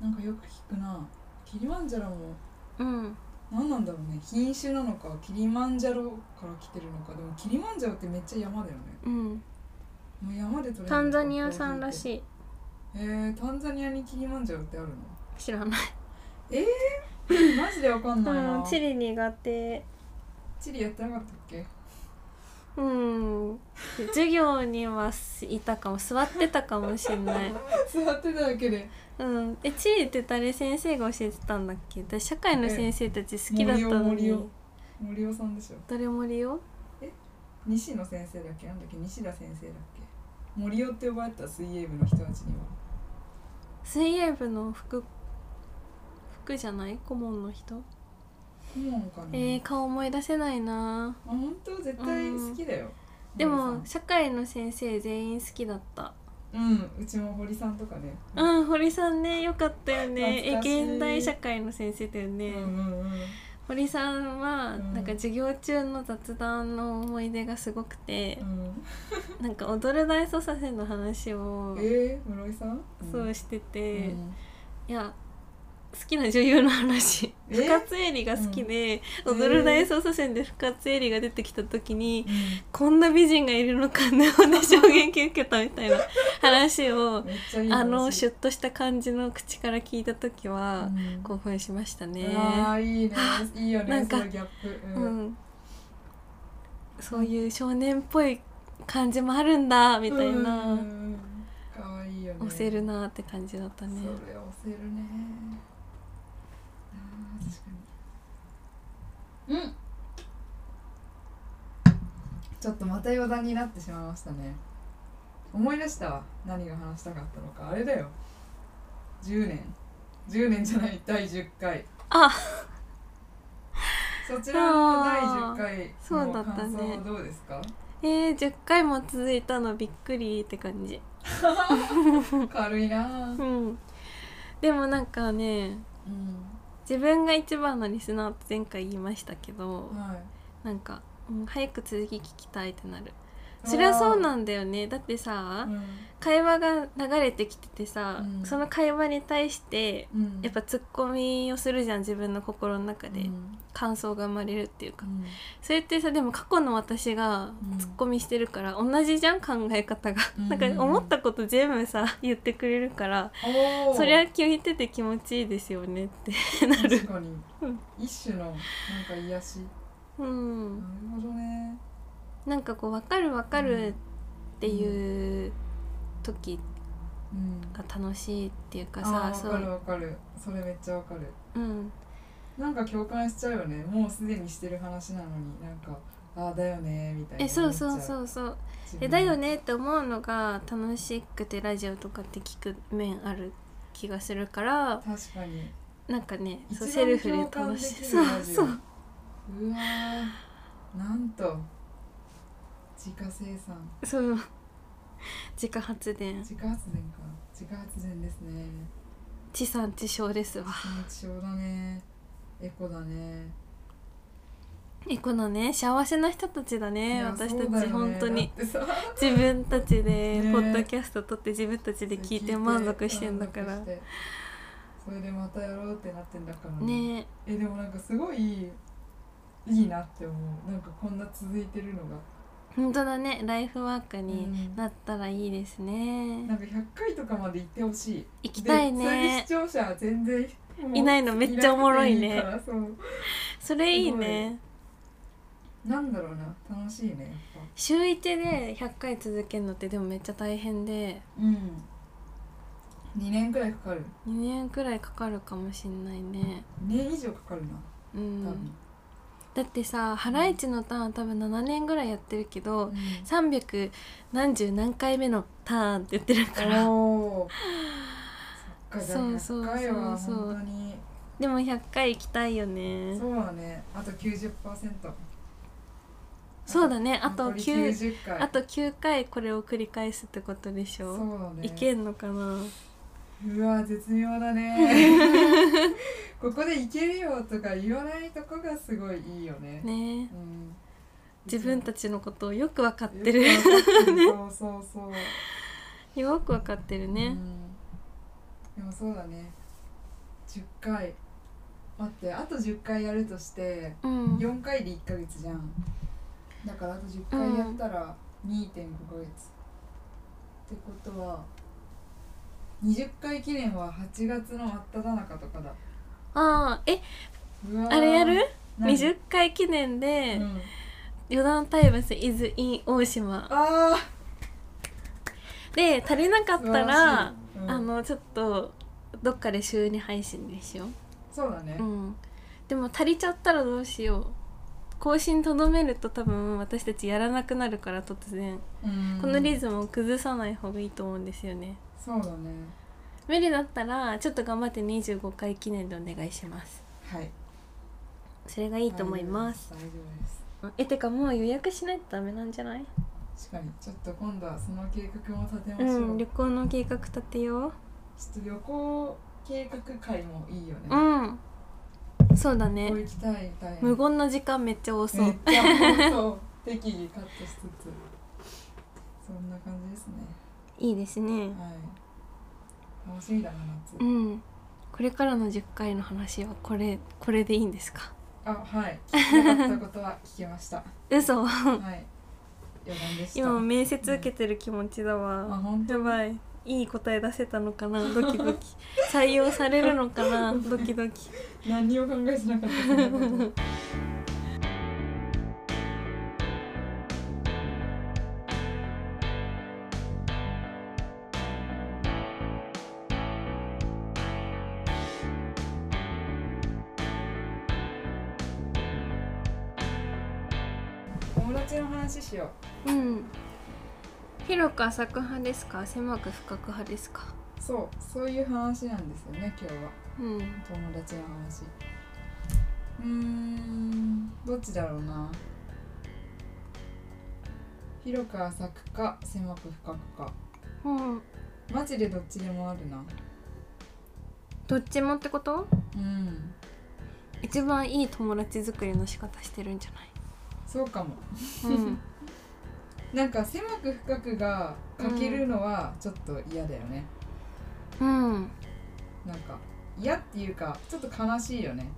なんかよく聞くなキリマンジャロもうん何なんだろうね品種なのかキリマンジャロから来てるのかでもキリマンジャロってめっちゃ山だよねうんもう山で取れるのかタンザニア産らしいえー、タンザニアにキリマンジャロってあるの知らないマジでわかんないな、うんチリ苦手チリやってなかったっけ うん授業にはいたかも座ってたかもしんない 座ってただけでうんえチリって誰先生が教えてたんだっけ私社会の先生たち好きだったの森尾森に尾森尾さんでしょ誰森よ西野先生だっけなんだっけ西田先生だっけ森尾って呼ばれてた水泳部の人たちには水泳部の服服じゃない顧問の人そうなのかな、えー、顔思い出せないなあ本当絶対好きだよ、で堀もさ社会の先生全員好きだったんうんうちも堀さんとかねうん堀さんねよかったよねえ懐かしい現代社会の先生だよね、うんうんうん堀さんは、うんなんか授業中の雑談の思い出がすごくてう、んなんか踊る大捜査線の話を、えー、室井さんそううんしてうて、んいや好きな女優の話え深津絵里が好きで、うん踊る大捜査線で深津絵里が出てきた時に、うこんな美人がいるのかね私衝撃受けたみたいな話をんめっちゃいい話あのシュッとした感じの口から聞いた時はうん興奮しましたね。ああいいねいいよねなんかそのギャップううんん、そういう少年っぽい感じもあるんだみたいな、かわいいよね押せるなって感じだったね。それ押せるねあー確かにうんちょっとまた余談になってしまいましたね思い出したわ何が話したかったのかあれだよ10年10年じゃない第10回あそちらの第10回そうだのったね感想はどうですか、えー、10回も続いたのびっくりって感じ。軽いなぁうん、でもなんかねうん自分が一番のリスナーって前回言いましたけどはいなんか、うん、早く続き聞きたいってなる。そりゃそうなんだよねだってさ、うん会話が流れてきててさ、うんその会話に対してうんやっぱツッコミをするじゃん自分の心の中で、うん感想が生まれるっていうかうんそれってさでも過去の私がうんツッコミしてるから、同じじゃん考え方が、うんなんか思ったこと全部さ言ってくれるから、おーそりゃ聞いてて気持ちいいですよねって な確るかにうん一種のなんか癒しうなんるほどねなんかこう分かる分かるっていう時うんが楽しいっていうかあさ、そーわかるうわかるそれめっちゃわかるうんなんか共感しちゃうよねもうすでにしてる話なのになんかああだよねみたいなえそうそううそうそうえだよねって思うのが楽しくてラジオとかって聞く面ある気がするから確かになんかね一そう番セルフで楽しいそうそうううわーなんと自家生産そう自家発電自家発電か自家発電ですね地産地消ですわ気持ちようだねエコだねえこのね幸せな人たちだいねや私そうただよちね本当にだってさ自分たちでねポッドキャスト撮って自分たちで聞いて満足してんだか満ら足してそれでまたやろうってなってんだからねえでもなんかすごいいいなって思うなんかこんな続いてるのが、本当だねライフワークうにんなったらいいですねなんか100回とかまで行ってほしい行きたいでそれでね視聴者全然もういないのめっちゃおもろいねいなくていいからそうそれいいねなんだろうな楽しいねやっぱ週1で100回続けるのってでもめっちゃ大変でうん2年くらいかかる2年くらいかかるかもしんないね2年以上かかるなう多ん分、だってさハライチのターン多分7年ぐらいやってるけど、うん300何十何回目のターンって言ってるからおお。そっかじゃあそうそう100回はそうそう本当にでも100回行きたいよねそうだね。あと90%。そうだねあと残り9 90回。あと9回これを繰り返すってことでしそょうだね。いけんのかなうわ絶妙 だね。ここでいけるよとか言わないとこがすごいいいよね。ねうん。自分たちのことをよく分かっちてるよ そうそうそう。く分かってるうねんでもそうだね。10回。待ってあと10回やるとして。うん4回で1ヶ月じゃんだからあと10回やったら2.5ヶ月、ってことは20回記念は8月の真っ只中とかだああえうわーあれやる何20回記念で、うん、余談タイムス is in 大島あで足りなかあったら、うんあのちょっとどっかで週に配信にしよそうだねう、うん、でも足りちゃったらどうしよう更新とどめると多分私たちやらなくなるから突然うんこのリズムを崩さない方がいいと思うんですよねそうだね無理だったらちょっと頑張って25回記念でお願いしますはいそれがいいと思います、大丈夫ですえてかもう予約しないとダメなんじゃない確かにちょっと今度はその計画も立てまうしょう、ん旅ちょっ行の計画立てようと旅行計画会もいいよね、こうんそうだこね行きたいみたいな無言の時間めっちゃ多そう、めっちゃそう適宜カットしつつそんな感じですねいいですねはい楽しみだなう夏、んこれからの10回の話はこれこれでいいんですかあはい聞きたかったことは聞けましたは嘘い余談でした今面接受けてる気持ちだわ、あ本当やばいいい答え出せたのかなドキド キ採用されるのかなドキドキ何にも考えてなかったそんなこと友達の話しよううん広く浅く派ですか狭く深く派ですかそうそういう話なんですよね今日はうん友達の話うーんどっちだろうな広く浅くか狭く深くかうんマジでどっちでもあるなどっちもってことうん一番いい友達作りの仕方してるんじゃそうかもない、うん、なんか狭く深くが欠けるのはちょっと嫌だよね、うん、なんか嫌っていうかちょっと悲しいよね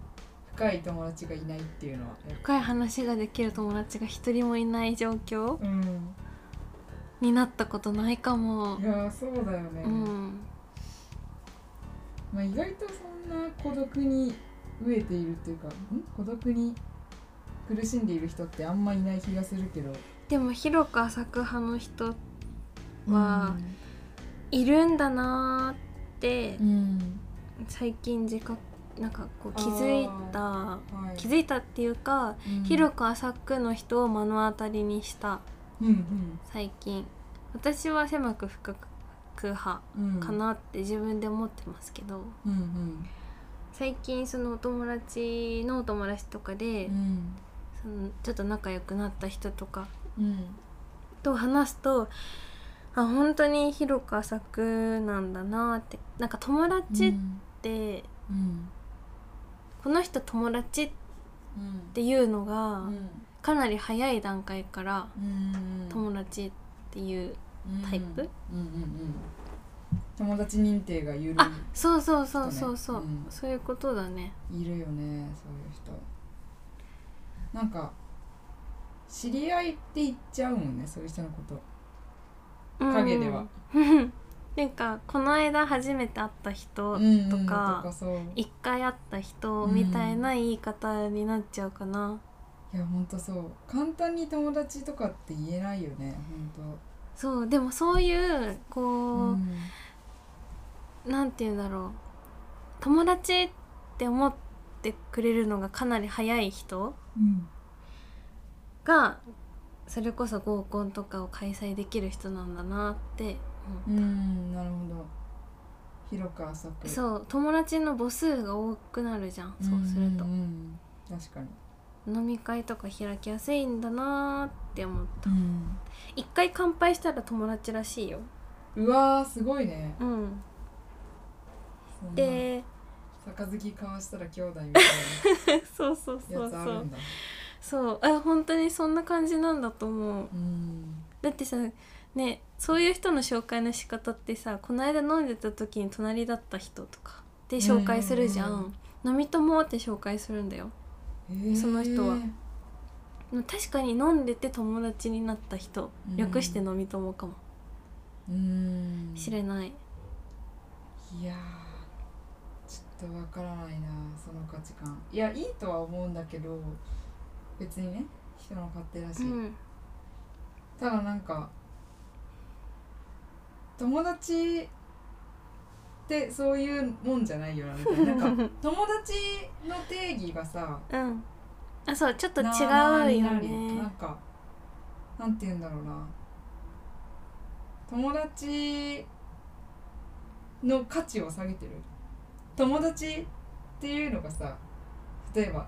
深い友達がいないっていうのは深い話ができる友達が一人もいない状況うんになったことないかもい、やーそうだよね、うん、まあ、意外とそんな孤独に飢えているっていうかん孤独に苦しんでいる人ってあんまいない気がするけどでも広く浅く派の人わあいるんだなーってうん、最近自覚なんかこう気づいたうんはい、気づいたっていうか、うん広く浅くの人を目の当たりにしたうん最近私は狭く深く派うんうんかなって自分で思ってますけどうんうん最近そのお友達のお友達とかで、うんそのちょっと仲良くなった人とかうんと話すとあ本当に広く浅くなんだなってなんか友達って、うんこの人友達っうんていうのが、うんかなり早い段階からうん友達っていう、タイプうんうんうん友達認定が緩あそうそうそうそうそそうう、ねうんそういうことだねいいるよねそういう人なんか知り合いって言っちゃうもんねそういう人のこと影では、うんなんかこの間初めて会った人うんうん、ととかかそうい一回会った人みたいな言い方になっちゃうかな、やほんとそう簡単に友達とかって言えないよねほんそうでもそういうと、こうう、んなんて言うんだろう友達って思ってくれるのがかなり早い人うんがそれこそ合コンとかを開催できる人なんだなってうんなるほど広く浅思うくうそう友達の母数が多くなるじゃんそうするとんうんうん確かに、飲み会とか開きやすいんだなって思ったうん、一回乾杯したら友達らしいようわーすごいねうんそんなで杯交わしたら兄弟みたい そうそうなそやうつそあるうんだそうあ本当にそんな感じなんだと思ううんだってさねそういう人の紹介の仕方ってさこの間飲んでた時に隣だった人とかで紹介するじゃうんうんん「飲み友」って紹介するんだよえーその人はでも確かに飲んでて友達になった人うん略して飲み友かもうんしれないいやーちょっとわからないなその価値観いやいいとは思うんだけど別にね人の勝手だし、うんただなんか友達ってそういうもんじゃないよなみたいなな んか友達の定義がさうんあそうちょっと違なうよなりなんねかなんて言うんだろうな友達の価値を下げてる友達っていうのがさ例えば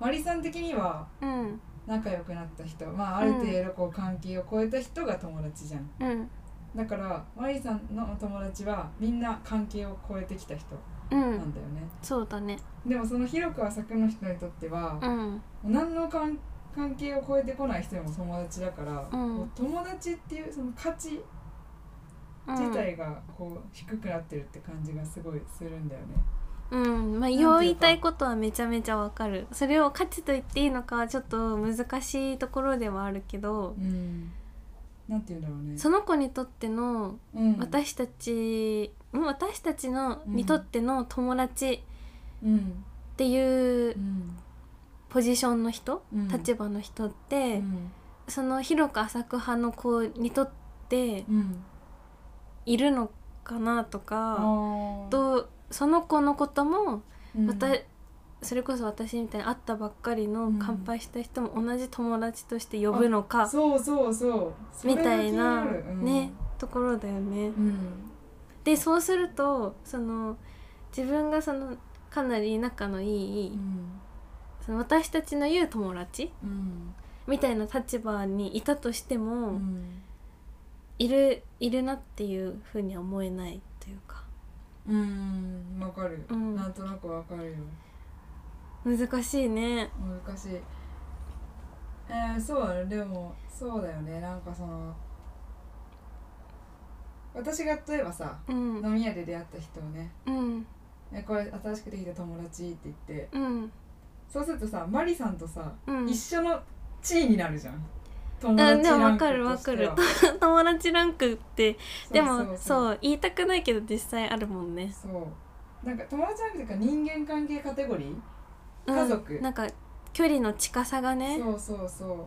マリさん的にはうん仲良くなった人、まあ、ある程度こう関係を超えた人が友達じゃん、うんだからマリさんのお友達はみんな関係を超えてきた人うなんんだよね、そうだねでもその広く浅くの人にとってはう、ん何の関関係を超えてこない人でも友達だから、うんこう友達っていうその価値うん自体がこう低くなってるって感じがすごいするんだよね。うんまあなんていうかよう言いたいことはめちゃめちゃわかるそれを価値と言っていいのかはちょっと難しいところではあるけどうん、なんて言うんだろうね。その子にとってのうん、私たち、うん、私たちのうんにとっての友達うんっていううんポジションの人、うん立場の人っうて、んその広く浅く派の子にとってうん、いるのかなとあか、ーとその子のこともうんまた、それこそ私みたいに会ったばっかりのうん乾杯した人も同じ友達として呼ぶのか、そうそうそうそれみが気たいにな、るうんねところだよね。うんでそうするとその自分がそのかなり仲のいい、うんその私たちの言う友達うんみたいな立場にいたとしても、うんいるいるなっていうふうには思えないというかうんわかる、うんなんとなくわかるよ難しいね。難しいえー、そうだねでもそうだよねなんかその私が例えばさうん飲み屋で出会った人をねうんえこれ新しくできた友達って言ってうんそうするとさマリさんとさ、うん一緒の地位になるじゃん友あでもランわクかるわかるとしては友達ランクってでもそうそう言いたくないけど実際あるもんね。そうそうなんか友達ランクというか人間関係カテゴリーうん家族なんか距離の近さがね。そうそうそ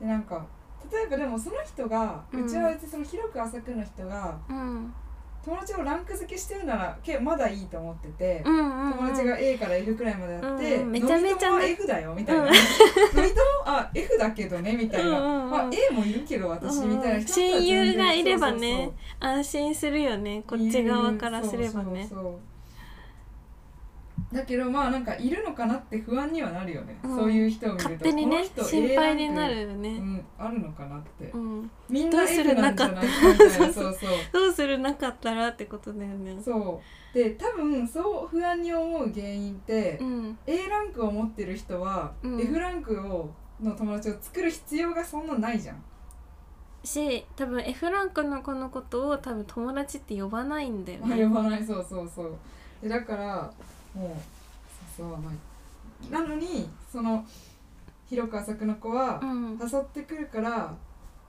うでなんか例えばでもその人が、ううんちは別にその広く浅くの人がうん友達をランク付けしてるならけまだいいと思ってて、うんうんうん友達が A から F くらいまでやって、うんうんめちゃめちゃね飲み友は F だよみたいな、うん飲み友あ F だけどねみたいな、うんうんうんまあ、A もいるけど私みたいな人だったら親友がいれば全然ねそう安心するよねこそうそうっち側からすればねそうそうそうだけどまあなんかいるのかなって不安にはなるよね、うんそういう人を見ると勝手にねこの人 A 心配になランクるようね、ん、あるのかなって、うん、みんなどうす F るなんじゃななかいっかみたいなそうそうどうするなかったらってことだよねそうで多分そう不安に思う原因って、うん A ランクを持ってる人は、うん F ランクをの友達を作る必要がそんなないじゃんし多分 F ランクの子のことを多分友達って呼ばないんだよまあね呼ばないそうそうそうでだからもう誘わないなのにその広く浅くの子はうん誘ってくるから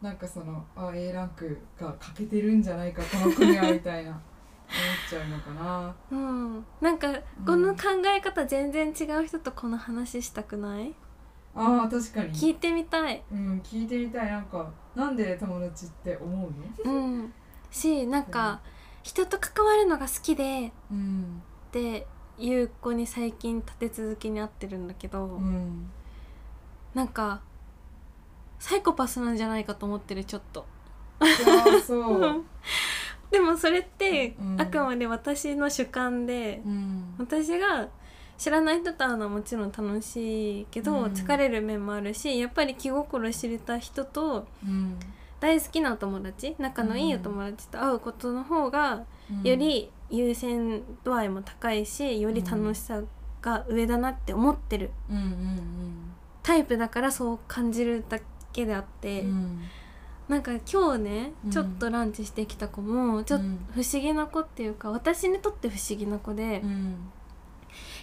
なんかそのあ A ランクが欠けてるんじゃないかこの組はみたいな思っちゃうのかなうんなんかこの考え方全然違う人とこの話したくないあー確かに聞いてみたいうん、聞いてみたいなんかなんで友達って思うのうんしなんか人と関わるのが好きでうんっていう子に最近立て続けに会ってるんだけど、うんなんかサイコパスなんじゃないかと思ってるちょっといや ーそう、でもそれって、うんあくまで私の主観で、うん、私が知らない人と会うのはもちろん楽しいけど、うん疲れる面もあるしやっぱり気心知れた人とうん大好きなお友達仲のいいお友達と会うことの方がうんより優先度合いも高いしより楽しさが上だなって思ってるうんうんタイプだからそう感じるだけであって。うんうんなんか今日ねうんちょっとランチしてきた子も、ちょっとうん不思議な子っていうか私にとって不思議な子で、うん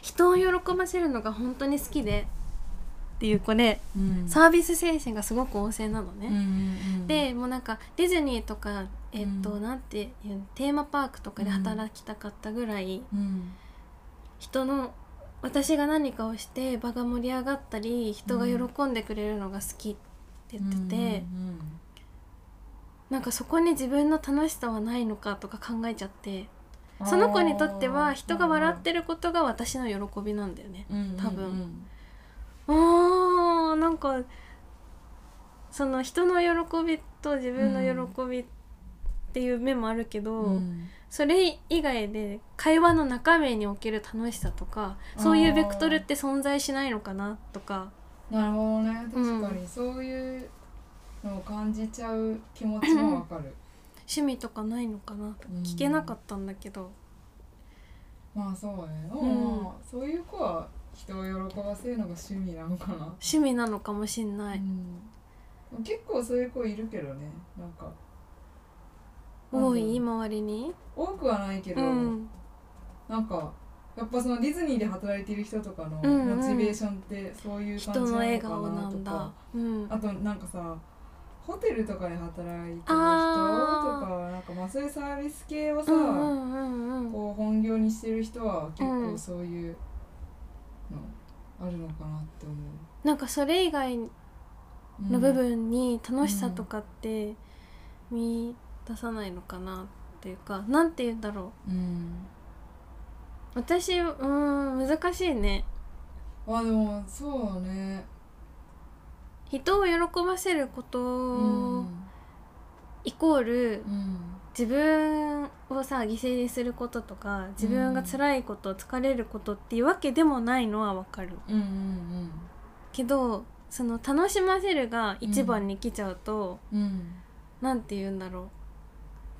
人を喜ばせるのが本当に好きでっていう子でうんサービス精神がすごく旺盛なのうんうね。んうん、でもうなんかディズニーとか、えっとうんなんていうのテーマパークとかで働きたかったぐらい、うん人の私が何かをして場が盛り上がったり人が喜んでくれるのが好きって言ってて。うんなんかそこに自分の楽しさはないのかとか考えちゃってうんその子にとっては人が笑っるてることが私の喜びなんだよね。多分うんあーなんかその人の喜びと自分の喜びっていう面もあるけど、うんそれ以外で会話の中身における楽しさとかそういうベクトルって存在しないのかなとかなるほどねうん確かにそういうのを感じちゃう気持ちもわかる趣味とかないのかなとかうん聞けなかったんだけど、まあそうねでもうんまあそういう子は人を喜ばせるのが趣味なのかな、趣味なのかもしんない、うん結構そういう子いるけどねなんか多いなんだろ周りに、う多くはないけうど、ん、なんかやっぱそのディズニーで働いている人とかのうんうんモチベーションってそういう感人じのなのかな笑とか、顔なんだうんあとなんかさホテルとかで働いてる人とかあーなんかまあそういうサービス系をさ、うんうんうんうんこう本業にしてる人は結う構んそういうのあるのかなって思う。なんかそれ以外うんの部分に楽しさとかって見出さないのかなっていうかなんて言うんだろうんう私うーん難しいねあでもそうね、人を喜ばせること、うんイコールうん自分をさ犠牲にすることとか自分が辛いこと疲れることっていうわけでもないのはわかるうんうんけどその楽しませるが一番に来ちゃうと、うんうんなんて言うんだろう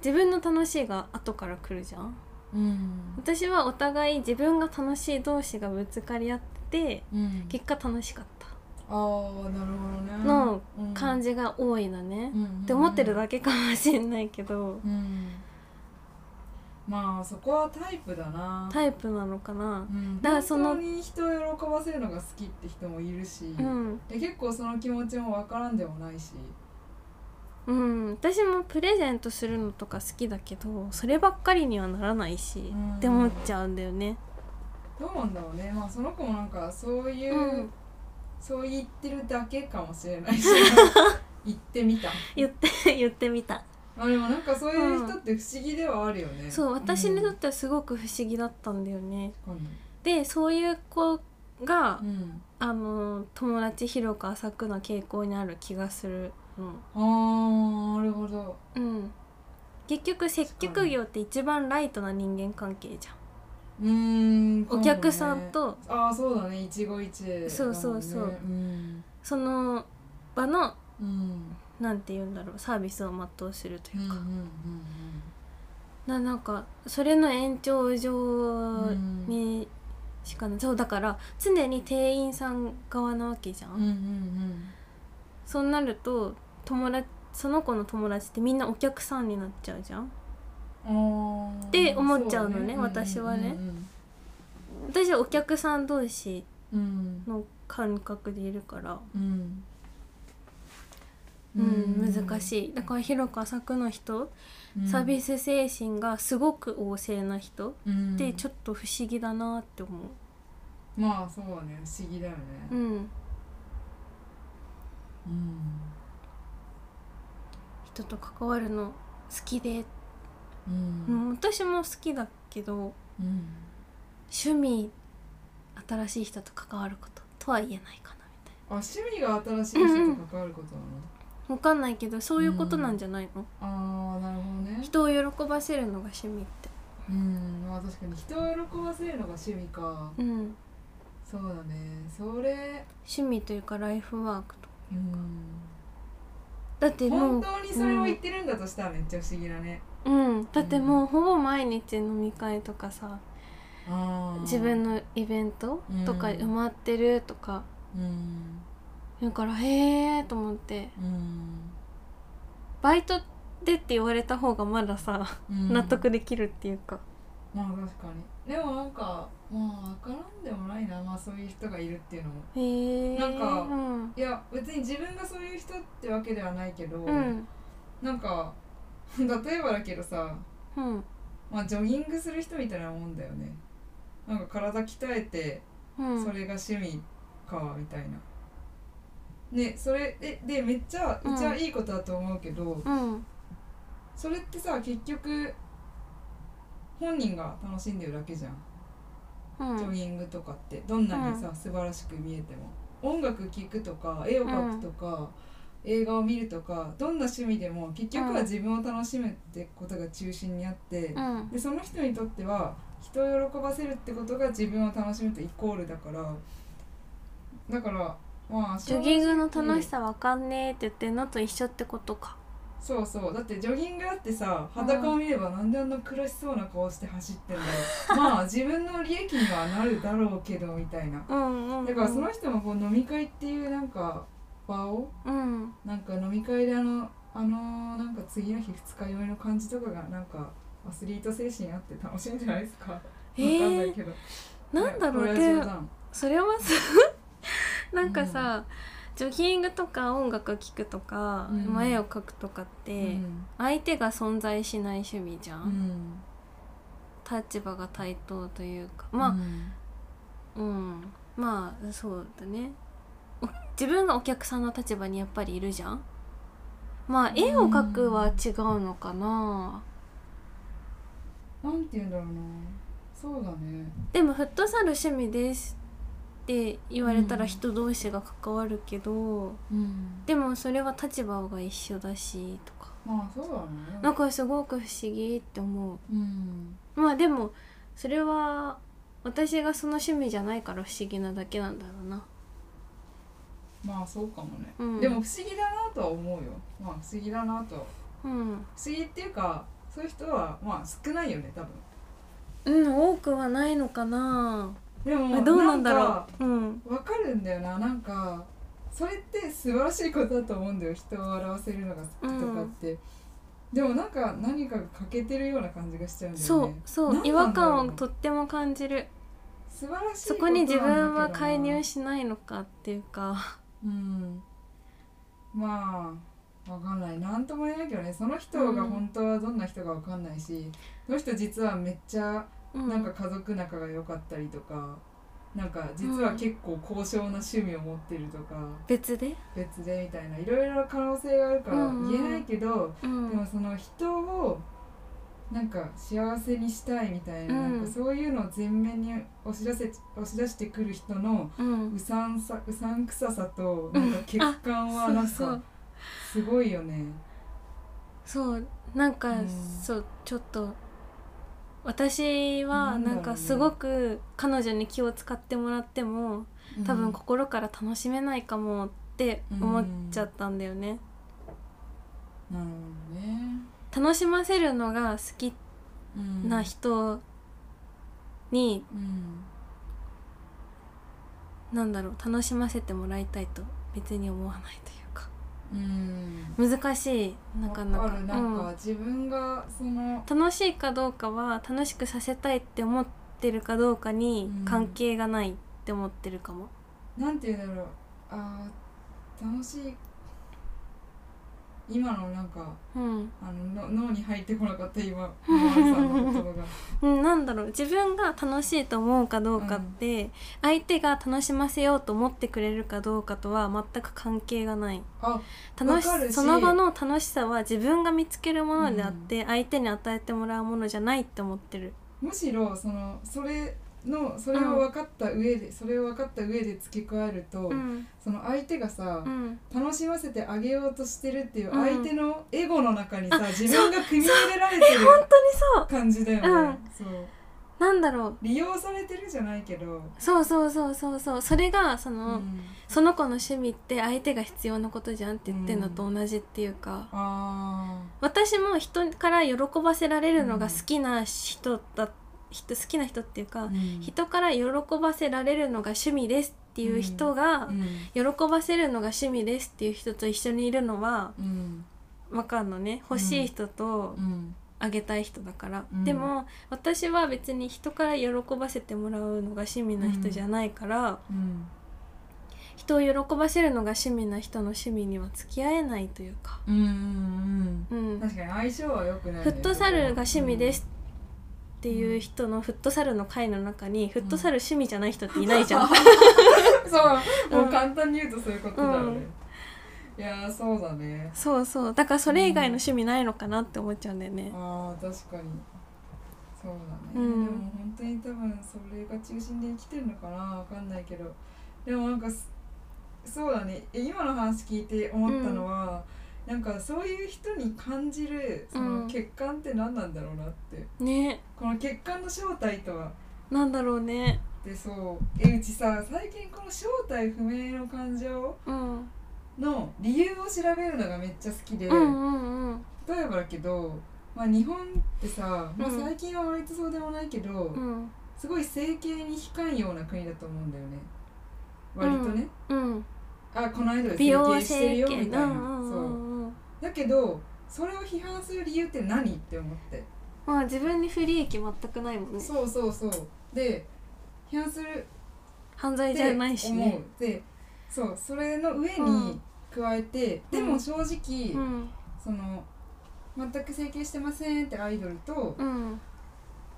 自分の楽しいが後から来るじゃんうん私はお互い自分が楽しい同士がぶつかり合っててうん結果楽しかったああなるほどのね。の感じじが多いのね、っって思ってるだけかもしれないけどうんまあそこはタイプだなタイプなのかなうん、だからその本当に人を喜ばせるのが好きって人もいるし、うん、で結構その気持ちもわからんでもないしうん、私もプレゼントするのとか好きだけどそればっかりにはならないし、うんって思っちゃうんだよね。どうなんだろうねまあその子もなんかそういう、うん そう言ってるだけかもしれないし言ってみた言って言ってみたまあでもなんかそういう人って不思議ではあるよね、そう私にとっ確てはすごく不思議だったんだよね。かにでそういう子が、うんあの友達広く浅くな傾向にある気がするの。あーなるほどうん結局接客業って一番ライトな人間関係じゃん、うーんかもおね客さんとああそうだね一期一会だもんねそうそうそううんその場のうんなんて言うんだろうサービスを全うするとうんういんううか、んななんかそれの延長うんう上んにしかない、そうだから常に店員さん側なわけじゃん、うんうんうんそうなると友達その子の友達ってみんなお客さんになっちゃうじゃんって思っちゃうのね私はね私はお客さん同士うんの感覚でいるからうんうん難しいだから広く浅くの人、いサービス精神がすごく旺盛な人っってちょょっと不思議だなって思うまあそうね不思議だよねうんうん人と関わるの好きで、ううんん、私も好きだけどうん趣味新しい人と関わることとは言えないかなみたいあ趣味が新しい人と関わることなのなわかんないけどそういうことなんじゃないの、ああなるほどね人を喜ばせるのが趣味ってうんまあ確かに人を喜ばせるのが趣味かうんそうだねそれ趣味というかライフワークとうんだっても本う当にそれを言ってるんだとしたらめっちゃ不思議だねうんだってもうほぼ毎日飲み会とかさあー自分のイベントとかうん埋まってるとか、うんだからへえと思ってうんバイトでって言われた方がまださ、うん納得できるっていうかまあ確かにでもなんかまあ分からんでもないなまあそういう人がいるっていうのもへえなんかうんいや別に自分がそういう人ってわけではないけど、うんなんか例えばだけどさうんまあジョギングする人みたいなもんだよねなんか体鍛えてうんそれが趣味かみたいな、ねそれででめっちゃうんうちはいいことだと思うけど、うんそれってさ結局本人が楽しんでるだけじゃんうジョんギングとかってどんなにさ、素晴らしく見えても音楽聴くとか絵を描くとか、映画を見るとかどんな趣味でも結局は自分を楽しむってことが中心にあってう、んでその人にとっては人を喜ばせるってことが自分を楽しむとイコールだからだからまあジョギングの楽しさわかんねえって言ってんのと一緒ってことかそうそうだってジョギングだってさ裸を見ればなんであんな苦しそうな顔して走ってんだろうまあ自分の利益にはなるだろうけどみたいなうんうん、うん、だからその人もこう飲み会っていうなんか場をうんなんか飲み会であのあのなんか次の日二日酔いの感じとかがなんかアスリート精神あって楽しいんじゃないですかわかえんないー、けど、なんだろうねねこれは冗談それはさ なんかさ、ジョギングとか音楽聴くとか、うんまあ絵を描くとかって、うん相手が存在しない趣味じゃん、うん立場が対等というかまうんあうん、まあそうだねお自分がお客さんの立場にやっぱりいるじゃんまあ絵を描くは違うのかな、なんて言うんだろうなそうだねでもフットサル趣味ですって言われたうらん人同士が関わるけど、うんでもそれは立場が一緒だしとかまあそうだねなんかすごく不思議って思うんうまあでもそれは私がその趣味じゃないから不思議なだけなんだろうなまあそうかもね、うんでも不思議だなとは思うよまあ不思議だなとうん、不思議っていうかそういう人はまあ少ないよね多分うん、多くはないのかなであもどうなんだなろかううんわかるんだよななんかそれって素晴らしいことだと思うんだよ人を笑わせるのが好きとかって、でもなんか何かが欠けてるような感じがしちゃうんだよそうねそう何なんだろ違和う感をとっても感じる素晴らしいそこに自分は介入ししないのかっていうかうんまあわかんないなんとも言えないけどねその人が本当はどんな人かわかんないし、その人実はめっちゃうんなんか家族仲が良かったりとか、なんか実は結構高尚な趣味を持ってるとか、別で別でみたいないろいろ可能性があるからうんうん言えないけど、うんでもその人をなんか幸せにしたいみたいな,、うんなんかそういうのを前面に押し出せ押し出してくる人のうんうさんさうさんくささとなんか欠陥はそなうんそかうすごいよね。そうなんか、うんそうちょっと私はなんだなろうんねかすごく彼女に気を使ってもらっても多分心から楽しめないかもって思っちゃったんだよね、なるほどね。楽しませるのが好きうんな人にうんなんだろう楽しませてもらいたいと別に思わないというかうん難しいなかなかわるなんうかん自分がその楽しいかどうかは楽しくさせたいって思ってるかどうかにうん関係がないって思ってるかも、なんて言うんだろうあー楽しい今のなんかうんあのの脳に入ってこなかった今ママさんの言葉がうん、なんだろう自分が楽しいと思うかどうかって、相手が楽しませようと思ってくれるかどうかとは全く関係がないあ楽しわかるしその場の楽しさは自分が見つけるものであって、相手に与えてもらうものじゃないって思ってるむしろそのそれのそれを分かった上で、それを分かった上で付け加えると、うんその相手がさ、うん楽しませてあげようとしてるっていううん相手のエゴの中にさ、自分が組み入れられてる本当にそう感じだよね、うんそうなんだろう利用されてるじゃないけど、そうそうそうそうそうそれがその、うんその子の趣味って相手が必要なことじゃんって言ってんのと同じっていうか、あ私も人から喜ばせられるのが好きな人だ、人好きな人っていうか、ー、うん人から喜ばせられるのが趣味ですっていう人が、うん喜ばせるのが趣味ですっていう人と一緒にいるのはうんわかんのね欲しい人とうんあげたい人だから、うんでも私は別に人から喜ばせてもらうのが趣味な人じゃないから、うん人を喜ばせるのが趣味な人の趣味には付き合えないというか、うんうんううんん、フ確かに相性は良くないね、ットサルが趣味ですっていう人のフットサルの会の中にフットサル趣味じゃない人っていないじゃん。うんそうもう簡単に言うとそういうことだよね、いやーそうだね そうそうだからそれ以外の趣味ないのかなって思っちゃうんだよね。あー確かにそうだね、うんでも本当に多分それが中心で生きてるのかなわかんないけどでもなんかすそうだねえ今の話聞いて思ったのは、なんかそういう人に感じるそうんの血管って何なんだろうなってねこの血管の正体とはなんだろうねでそうえうちさ最近この正体不明の感情うん、の理由を調べるのがめっちゃ好きで、うんうんうん例えばだけど、まあ、日本ってさ、まあ、うん最近は割とそうでもないけど、うんすごい整形に非寛容な国だと思うんだよね割とね、うんあこの間美で整容形して整るよ形みたいな、うんうそうんうんうんだけどそれを批判する理由って何って思って、まあ自分に不利益全くないもんねそうそうそうで批判する犯罪じゃないしって思ねうでそうそれの上うんに加えて、でうもん正直、うんその全く整形してませんってアイドルと、うん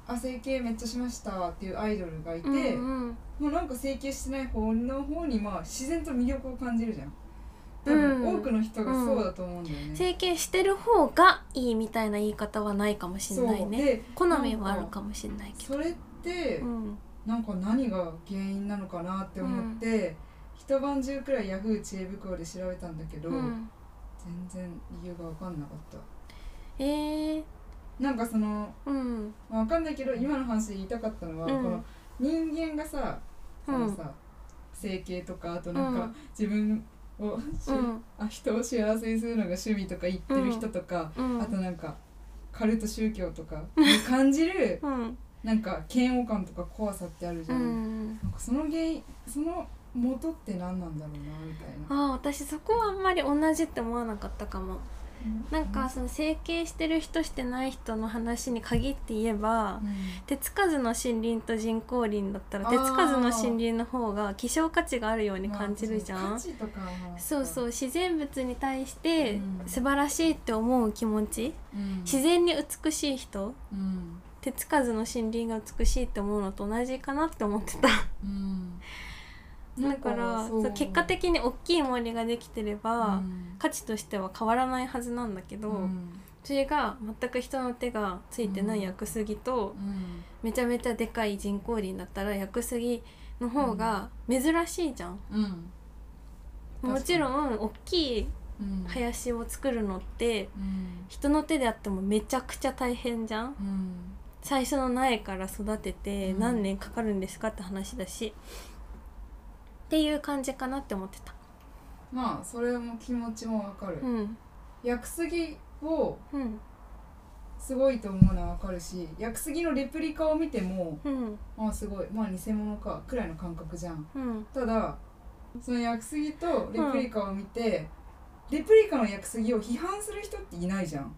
あ整形めっちゃしましたっていうアイドルがいて、うんうんもうなんか整形してない方の方にまあ自然と魅力を感じるじゃん多う分ん多くの人がそうだと思うんだよね、整形してる方がいいみたいな言い方はないかもしれないそうねで好みはあるかもしれないけどそれってうんなんか何が原因なのかなって思って、一晩中くらいヤフー知恵袋で調べたんだけど、うん全然理由が分かんなかったえーなんかその、うんまあ、分かんないけど今の話で言いたかったのは、うんこの人間がさそのうんさ、整形とかあとなんか、うん自分を、うんあ人を幸せにするのが趣味とか言ってる人とか、うんあとなんかカルト宗教とかに感じ るうんなんか嫌悪感とか怖さってあるじうゃんん、なんかその原因その元って何なんだろうなみたいあなー私そこはあんまり同じって思わなかったかもなんか、その整形してる人してない人の話に限って言えばうん手つかずの森林と人工林だったら手つかずの森林の方が希少価値があるように感じるじゃまあん価値とかはそうそう、自然物に対してうん素晴らしいって思う気持ちうん自然に美しい人うん手つかずの森林が美しいって思うのと同じかなって思ってたうんだからそうそう結果的に大きい森ができてれば、うん価値としては変わらないはずなんだけど、うんそれが全く人の手がついてない屋久杉と、うんめちゃめちゃでかい人工林だったら屋久杉の方が珍しいじゃん、うんうんもちろん大きいうん林を作るのってうん人の手であってもめちゃくちゃ大変じゃんうん最初の苗から育ててうん何年かかるんですかって話だし、っていう感じかなって思ってたまあそれも気持ちもわかるうん屋久杉をうんすごいと思うのはわかるし屋久杉のレプリカを見てもうんまあすごいまあ偽物かくらいの感覚じゃんうんただその屋久杉とレプリカを見て、レプリカの屋久杉を批判する人っていないじゃん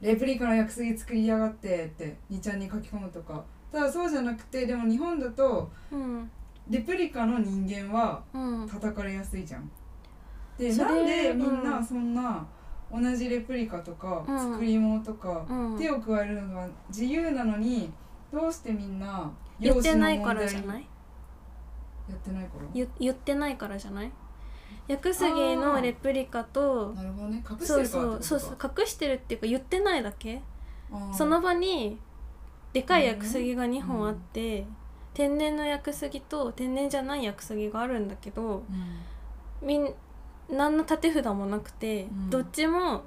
レプリカの屋久杉作りやがってって2ちゃんに書き込むとかただそうじゃなくてでも日本だとうんレプリカの人間はうん叩かれやすいじゃん。でそれなんでみんうなんそんな同じレプリカとかうん作り物とかうん手を加えるのが自由なのにどうしてみんな言ってない容か姿の問ら題じゃないやってないから言言ってないからじゃない屋久杉のレプリカとなるほどね隠してそうるからそうってことかそうそう隠してるっていうか言ってないだけあーその場にでかい屋久杉が2本あって、天然の屋久杉と天然じゃない屋久杉があるんだけどうんみん何の立て札もなくて、うんどっちも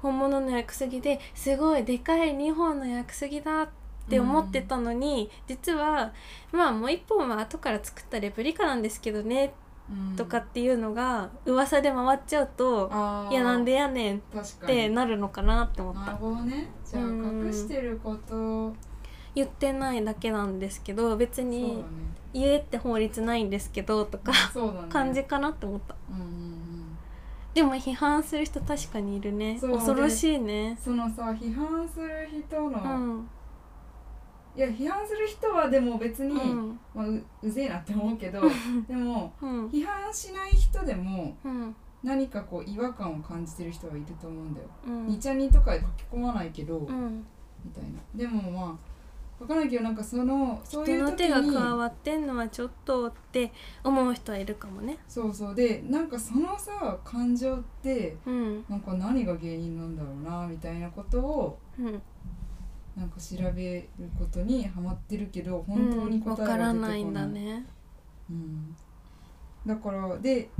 本物の屋久杉ですごいでかい2本の屋久杉だって思ってたのに、実はまあもう1本は後から作ったレプリカなんですけどねうんとかっていうのが噂で回っちゃうと、あーいやなんでやねんっ確かてになるのかなって思っなたるほどねじゃあうん隠してること言ってないだけなんですけど別そうだにね言えって法律ないんですけどとかそうだね感じかなって思ったうんうんうんでも批判する人確かにいるねそう恐ろしいねそのさ批判する人うのんいや批判する人はでも別うにんまあ、ううぜえなって思う けどでもうん批判しない人でもうん何かこう違和感を感じてる人はいると思うんだよ。うんにちゃにとか書き込まないけど、うんみたいなでもまあ分からないけどなんかそのそうい人うの時手がに加わってんのはちょっとって思う人はいるかもねそうそうでなんかそのさ感情ってうんなんか何が原因なんだろうなみたいなことをうんなんか調べることにハマってるけど本当うにんわ答えかがら出てこな,、ないいんだねうん、だからで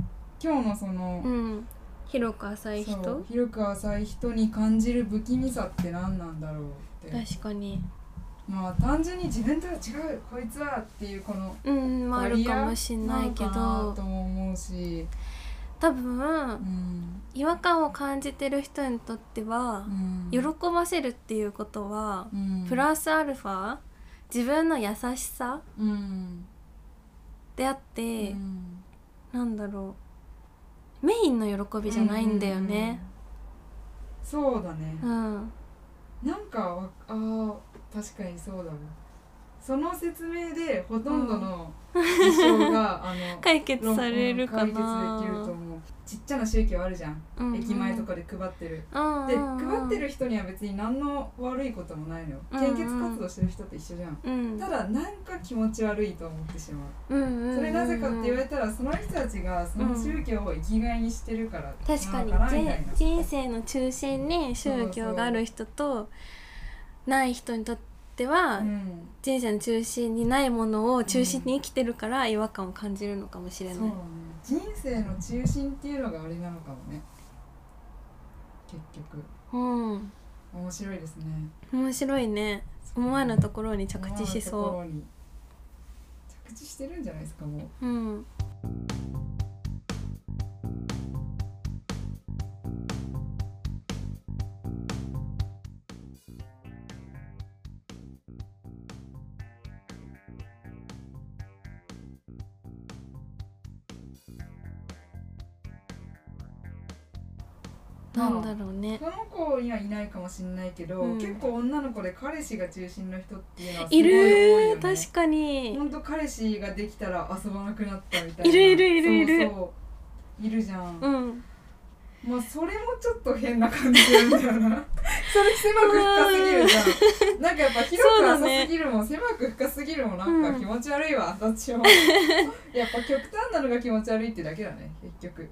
今日のその、うん広く浅いそ人う広く浅い人に感じる不気味さって何なんだろうって確かにまあ単純に自分とは違うこいつはっていうこのうんまああるかもしんないけ割合なのかなどとも思うし、多う分ん違和感を感じてる人にとってはうん、喜ばせるっていうことはうんプラスアルファ自分の優しさうんであって、うんなんだろうメインの喜びじゃないんだよね。そうだねう、ん、なんかわあー確かにそうだわその説明でほとんどの事象が、あの解決されるかうんな。解決できると思うちっちゃな宗教あるじゃん、うんうん駅前とかで配ってるうんうんで配ってる人には別に何の悪いこともないのようん献血活動してる人と一緒じゃんうん、ただなんか気持ち悪いと思ってしまううんうんうんうんそれなぜかって言われたらその人たちがその宗教を生きがいにしてるから確かになのかなみたい人な人生の中心に宗教がある人とない人にとっては、うん人生の中心にないものを中心に生きてるから違和感を感じるのかもしれない。そうね人生の中心っていうのがあれなのかもね結局うん、面白いですね面白いね思わぬところに着地し思わぬとそころに着地してるんじゃないですかもうう。うん、なんだろうね。この子にはいないかもしれないけど、うん結構女の子で彼氏が中心の人っていうのはすごいい多いよねるー確かに。本当彼氏ができたら遊ばなくなったみたいないるいるいるいるそうそういるじゃん、うん。まあそれもちょっと変な感じな んだよなそれ狭く深すぎるじゃんなんかやっぱ広そうくだ浅ねすぎるも、ん狭く深すぎるもなんうかん気持ち悪いわ、ど っちもやっぱ極端なのが気持ち悪いってだけだね結局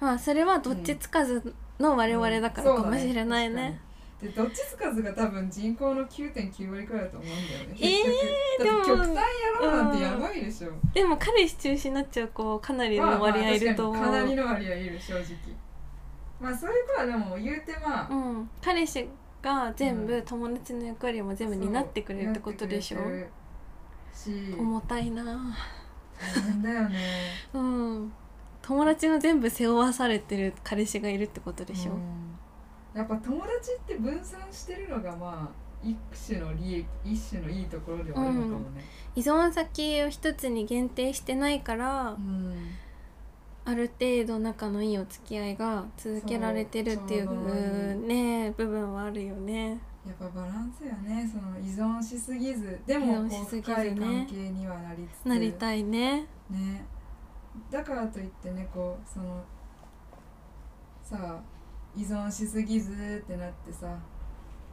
まあそれはどっちつかずの我々だからかもしれないね。そうだね確かにでどっちつかずが多分人口の9.9割くらいだと思うんだよねえー結局でだっても極端やろうなんてやばいでしょ、でも彼氏中心になっちゃう子かなりまあの割合いると思う。まあ、確かにかなりの割合いる正直まあそういう子はでも言うてまあ、うん、彼氏が全部友達の役割も全部担ってくれるってことでしょそうやってくれてるし重たいな大変だよねうん友達の全部背負わされてる彼氏がいるってこと でしょ、うんやっぱ友達って分散してるのがまあ一種の利益一種のいいところではあるのかもね、依存先を一つに限定してないから、うんある程度仲のいいお付き合いが続けられてるっていそうちょうどいうね部分はあるよねやっぱバランスよねその依存しすぎずで依も存こしうすぎず深いね関係にはなりつつなりたいねねだからといってねこうそのさあ依存しすぎずってなってさ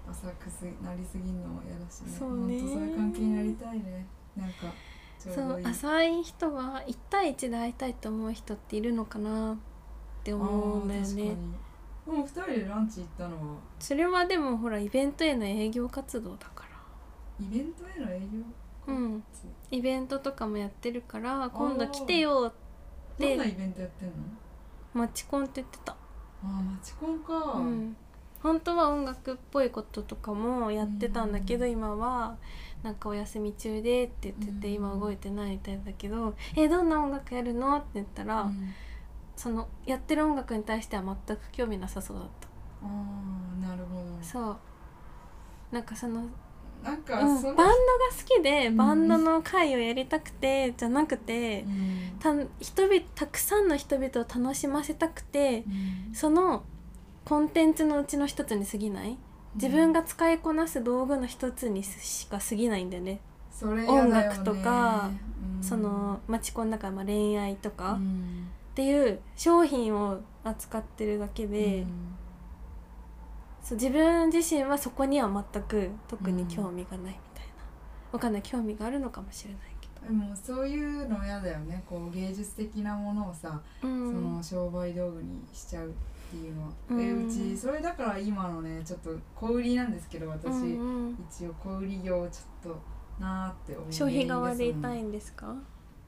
浅くすなりすぎんのも嫌だしねそうねほんとそういう関係になりたいねなんかちょうそどういい浅い人は1対1で会いたいと思う人っているのかなって思うんだよあーね確かにもう二人でランチ行ったのはそれはでもほらイベントへの営業活動だかイベントへの営業らうんイベントとかもやってるから今度来てよどでんなイベントやってんのマチコンって言ってた、ああマチコンか、うん、本当は音楽っぽいこととかもやってたんだけど、今はなんかお休み中でって言ってて、うん今動いてないみたいだけど「えどんな音楽やるの?」って言ったら、うんそのやってる音楽に対しては全く興味なさそうだった、あーなるほどそうなんかそのなんかうん、そバのンドが好きでうんバンドの会をやりたくて、じゃなくてうんた人々たくさんの人々を楽しませたくてうんそのコンテンツのうちの一つに過ぎない自分が使いこなす道具の一つにしか過ぎないんだよね、それ嫌だよね音楽とか、うんそのマチコンだからまあ恋愛とか、うっんていう商品を扱ってるだけで、うんそう自分自身はそこには全く特に興味がないみたいな、わかんない興味があるのかもしれないけでもそういうの嫌だよねこう芸術的なものをさ、ど、うんその商売道具にしちゃうっていうのは、うんでうちそれだから今のねちょっと小売りなんですけど私、うんうん一応小売業ちょっとなーって思う消費側でい原たい因んですか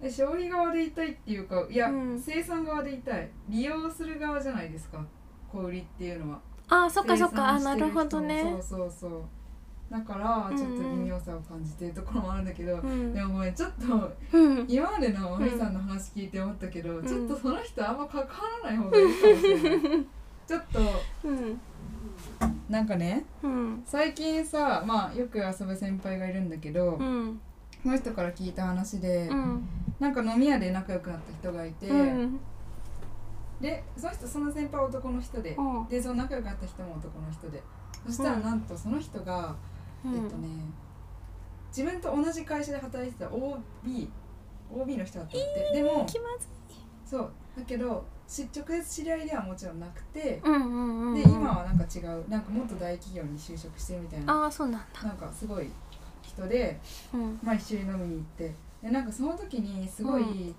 え消費側で痛いっていうかいや、うん生産側で痛い利用する側じゃないですか小売りっていうのはあーそっかそっ生かあ産しなて人るほどねそうそうそうだからちょっと微妙さを感じてるところもあるんだけど、うんでもごめんちょっとうん今までのマリさんの話聞いて思ったけど、んちょっとその人あんま関わらない方がいいかもしれないちょっとうんなんかねうん最近さまあよく遊ぶ先輩がいるんだけど、うんその人から聞いた話で、うんなんか飲み屋で仲良くなった人がいて、うんでその人その先輩は男の人で、うんでその仲良くなった人も男の人でそしたらうんなんとその人が、うんえっとね自分と同じ会社で働いてた OBOB の人だったんだって、でも気まずいそうだけどし直接知り合いではもちろんなくて、うんうんうんうんで今はなんか違うなんかもっと大企業に就職してるみたいなああそうなんだなんかすごい人で。うんまあ、一緒に飲みに行ってでなんかその時にすごい、うん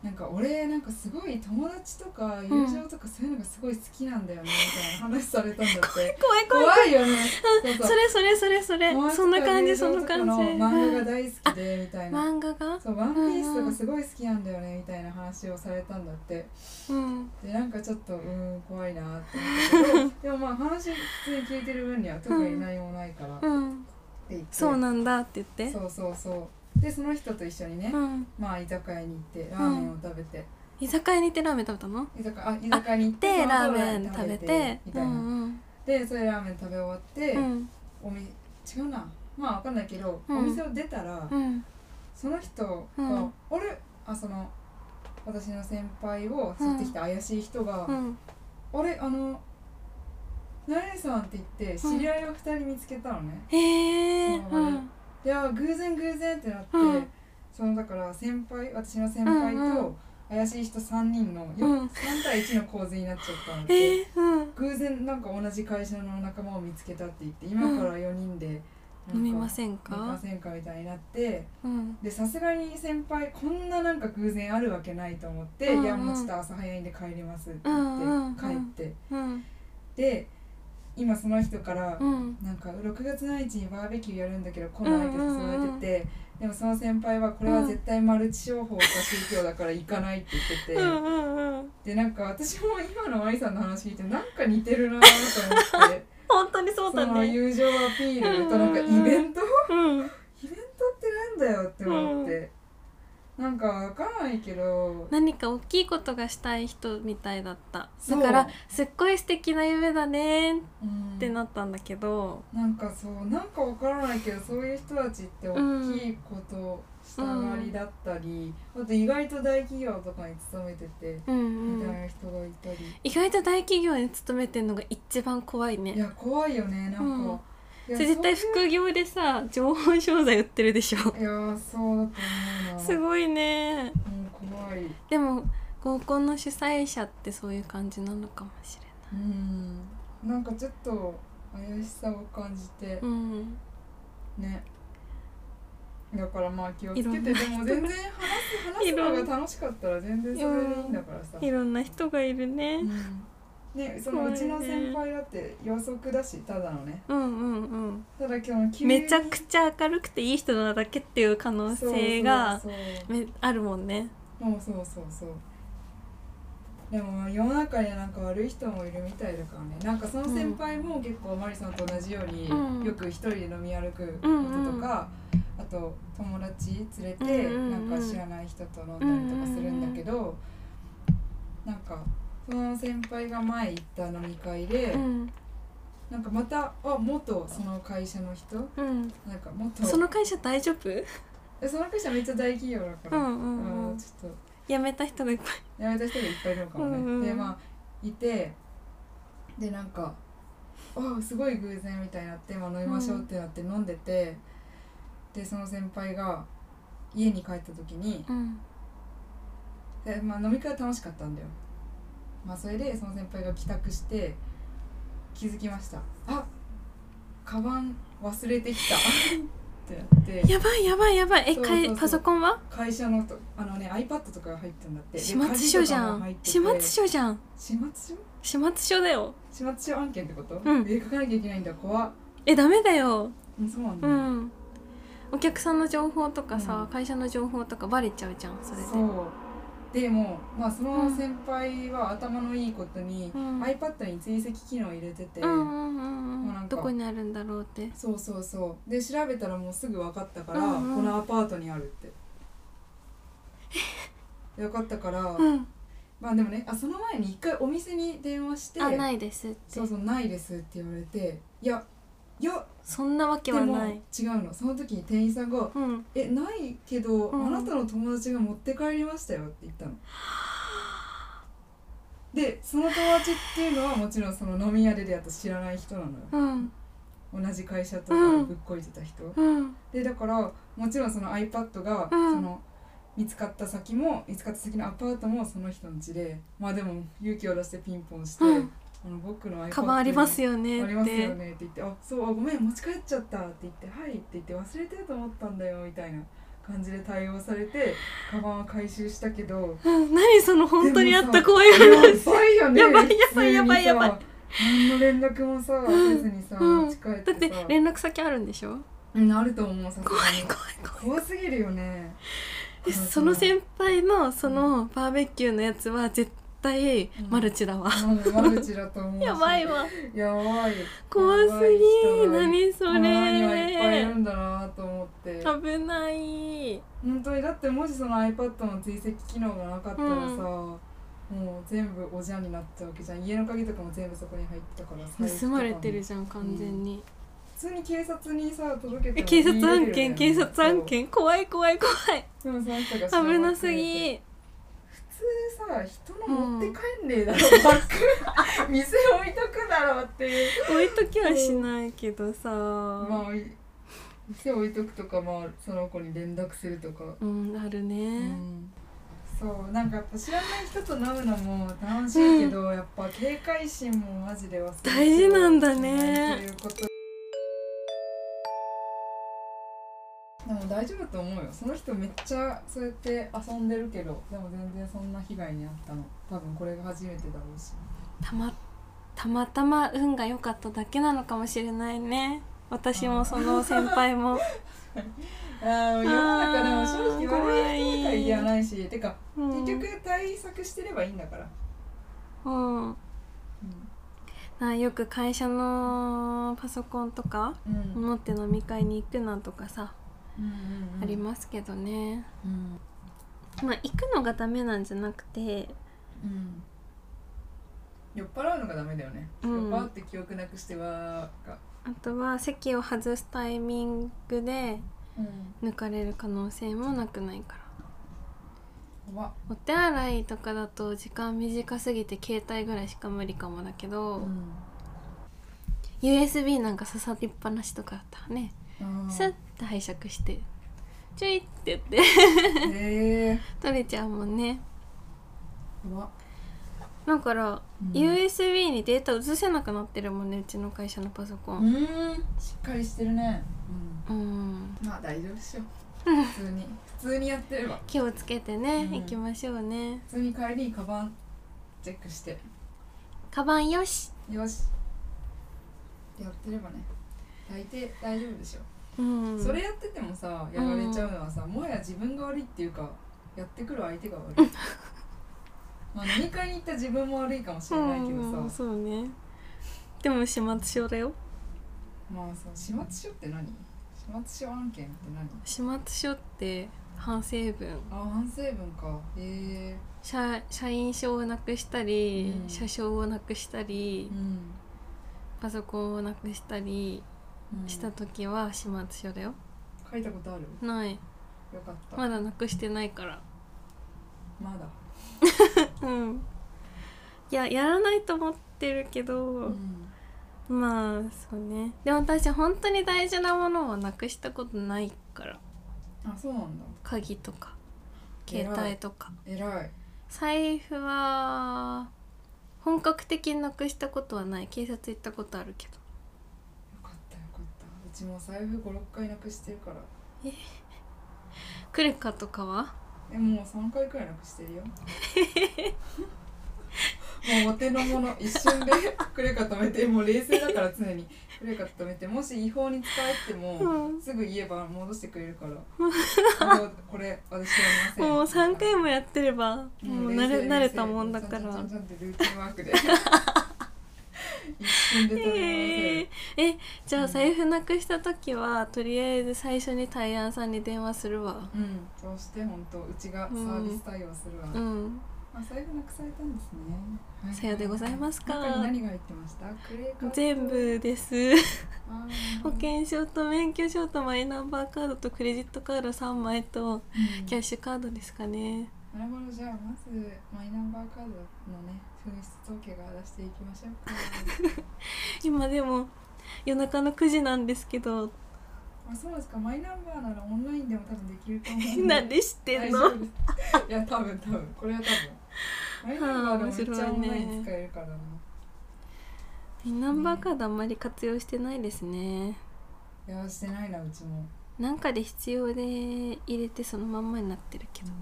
なんか俺なんかすごい友達とか友情とかそういうのがすごい好きなんだよねみたいな話されたんだって怖い怖い怖いよねそうそそうれそれそれそれ友達そんとかな感友じ情そんなとか感じの漫画漫が大好きでみたいな画がそう「ワンピースとかすごい好きなんだよねみたいな話をされたんだってうんでなんかちょっとうーん怖いなーって思ったけど でもまあ話普通に聞いてる分には特に何もないからってうん言ってそうなんだって言ってそうそうそうでその人と一緒にね、うんまあ居酒屋に行ってラーメンを食べて、居酒屋に行ってラーメン食べたの居酒あ居酒屋に行ってでそのラー後メン食べてみうたいな、んでそれラーメン食べ終わって、うんうんおみ違うなまあわかんないけど、うんお店を出たら、うんその人が、うんあれあその私の先輩を吸ってきた怪しい人が、うんあれあの何々さんって言って知り合いを2人見つけたのね、へえそううんであ偶然偶然ってなって、うんそのだから先輩私の先輩うんうと怪しい人3人の、ようん3対1の構図になっちゃったんで、えーうん偶然なんか同じ会社の仲間を見つけたって言って今から4人で飲みまんせんか飲みまかせんかみたいになってうんでさすがに先輩こんななんか偶然あるわけないと思って「うんうんいやもうちょっと朝早いんで帰ります」って言って、うんうんうん帰ってうんで今その人から、うんなんか6月7日にバーベキューやるんだけど来ないって誘われてて、でもその先輩はこれは絶対マルチ商法か宗教だから行かないって言ってて、うんうんうんでなんか私も今のマリさんの話聞いてなんか似てるなと思って本当に そうだのね友情アピールとなんかイベントうんイベントってなんだよって思って、なんかわからないけど何か大きいことがしたい人みたいだったそだうからすっごい素敵な夢だねっうんてなったんだけどなんかそうなんかわからないけどそういう人たちって大きいことしたがりだったり、あと意外と大企業とかに勤めてて、うんうみたいんな人がいたり意外と大企業に勤めてるのが一番怖いいねや怖いよねなんか、うんいやそれ絶対そう副業でさ情報商材売ってるでしょいやーそうだと思うなすい、ごいねうん、怖いでも合コンの主催者ってそういう感じなのかもしれなうんなんかちょっと怪しさを感じてい、うんねだからまあ気をつけいてろんなで人も全然話す話すいろのんが楽しかったら全然それでいいんだからさ、いろんな人がいるねね、その怖いうねちの先輩だって予測だし、ただのね。うんうんうんただ今日急にめちゃくちゃ明るくていい人なだけっていう可能性がそうそうめあるもんねそうそうそうそうでもまあ世の中にはなんか悪い人もいるみたいだからねなんかその先輩も結構マリさんと同じように、うんよく一人で飲み歩くこととか、あと友達連れてうんうんうんなんか知らない人と飲んだりとかするんだけど、なんかその先輩が前行った飲み会で、うんなんかまたあ元その会社の人うんなんか元その会社大丈夫えその会社めっちゃ大企業だかうら、んうんうあーんちょっと辞めた人がいっぱい辞めた人がいっぱいいるのかもね、うんうんでまあいてでなんかあすごい偶然みたいになって、まあ、飲みましょうってなって飲んでて、でその先輩が家に帰った時にうんで、まあ、飲み会は楽しかったんだよ、まあ、それでその先輩が帰宅して気づきましたあカバン忘れてきた ってなってやばいやばいやばいえそうかそうそういパソコンは会社のとあのね iPad とかが入ったんだってで始末書じゃん始鍵とかも入ってて末書じゃん始末書始末書だよ始末書案件ってこと、うんえ書かなきゃいけないんだ怖っえダメだようんそうなんだ、うんお客さんの情報とかさ、うん会社の情報とかバレちゃうじゃんそれでそうでもまあその先輩は頭のいいことに、うん iPad に追跡機能を入れてて、うんうんうんもううなんんかどこにあるんだろうってそうそうそうで調べたらもうすぐ分かったから、うんうんこのアパートにある って分かったから、うんまあでもねあその前に一回お店に電話してあないですってそうそうないですって言われていやいやそんなわけではもない違うのその時に店員さんがうん「えないけど、うんあなたの友達が持って帰りましたよ」って言ったの。でその友達っていうのはもちろんその飲み屋で出会った知らない人なのようん同じ会社とかでぶっこいてた人、うんでだからもちろんその iPad が、うんその見つかった先も見つかった先のアパートもその人の家でまあでも勇気を出してピンポンして「うんあの僕の iPad カバンありますよねありっますよてね」って言って「あそうあごめん持ち帰っちゃった」って言って「はい」って言って「忘れてると思ったんだよ」みたいな感じで対応されてカバンは回収したけど うん何その本当にあった怖いや話ばいよねやばい普通にやさばいやばいやば何の連絡もさせずにさうん持ち帰っ だっててさ、連絡先あるんでしょうん、あると思うさすが怖いに怖い怖い怖すぎるよねえその先輩のそのバーベキューのやつは絶対マルチだわ、うんマルチだと思うしやばいわやばい怖すぎやばい何人そが周りはいっぱいいれるんだなと思って危ない本当にだってもしその iPad の追跡機能がなかったらさ、うんもう全部おじゃんになっちゃうわけじゃん家の鍵とかも全部そこに入ってたから財布とか盗もまれてるじゃん完全に、普通に警察にさ届けてえも警察案件言い出るよね警察案件怖い怖い怖いそうでもその人が知ら危くなてすぎ普通さ人の持って帰んねえだろ、バッグ店置いとくだろうっていう置いときはしないけどさ、まあい店置いとくとかまあその子に連絡するとか、うんあるうね、んそうなんかやっぱ知らない人と飲むのも楽しいけど、やっぱ警戒心もマジで忘れて大事なんだねということでも大丈夫だと思うよその人めっちゃそうやって遊んでるけどでも全然そんな被害に遭ったの多分これが初めてだろうしたまたまたま運が良かっただけなのかもしれないね私もその先輩も、ああ世の中でも正直悪い人なんかいやないしてかうん、結局対策してればいいんだから、うんなよく会社のパソコンとかうんうん持って飲み会に行くなとかさ、うんありますけどねうんまあ行くのがダメなんじゃなくてうん酔っ払うのがダメだよね、うん酔っ払って記憶なくしてはが、あとは席を外すタイミングでうん、抜かれる可能性もなくないから怖っお手洗いとかだと時間短すぎて携帯ぐらいしか無理かもだけど、USB なんか刺さりっぱなしとかだったらねあスッーて拝借してちょいって言って へえ取れちゃうもんね怖っだから、うん USB にデータ移せなくなってるもんねうちの会社のパソコうンーんしっかりしてるね、うん、うんまあ大丈夫っ しょ普通に普通にやってれば気をつけてね、うん行きましょうね普通に帰りにカバンチェックしてカバンよしよしやってればね大抵大丈夫でしょうんそれやっててもさやられちゃうのはさ、もはや自分が悪いっていうかやってくる相手が悪い まあ飲み会に行った自分も悪いかもしれないけどさ、うんそうねでも始末書だよまあさ始末書って何始末書案件って何始末書って反省文あ反省文かへえ社社員証をなくしたり、うん車掌をなくしたり、ん、パソコンをなくしたりうんした時は始末書だよ、書いたことあるないよかったまだなくしてないからまだ、うんいややらないと思ってるけど、うんまあそうねでも私本当に大事なものをなくしたことないからあそうなんだ鍵とか偉い携帯とか偉い財布は本格的になくしたことはない警察行ったことあるけどよかったよかったうちも財布56回なくしてるからクレカとかはえもう3回くらいなくしてるよもうお手の物一瞬でクレカ止めてもう冷静だから常にクレカ止めてもし違法に使えても、うんすぐ言えば戻してくれるからあのこれ私やりませんもう3回もやってればもう慣れ冷静慣れたもんだからちゃんちゃんちゃんちゃんってルーティンワークで一瞬で止めえまーえじゃあ財布なくした時はとりあえず最初にタイヤさんに電話するわせんうんそうして本当うちがサービス対応するわ、うまんあ財布なくされたんですね、はいさようでございますか中に何が入ってましたクレカと全部です あー保険証と免許証とマイナンバーカードとクレジットカード3枚とうんキャッシュカードですかねなるほどじゃあまずマイナンバーカードのね紛失統計から出していきましょう か今でも夜中の9時なんですけどあそうですかマイナンバーならオンラインでも多分できると思う んなんで知ってん大の丈夫です いや多分多分これは多分マイナンバーでもめっちゃオンライン使えるからな、マイナンバーカードあんまり活用してないですねいやしてないなうちもなんかで必要で入れてそのまんまになってるけど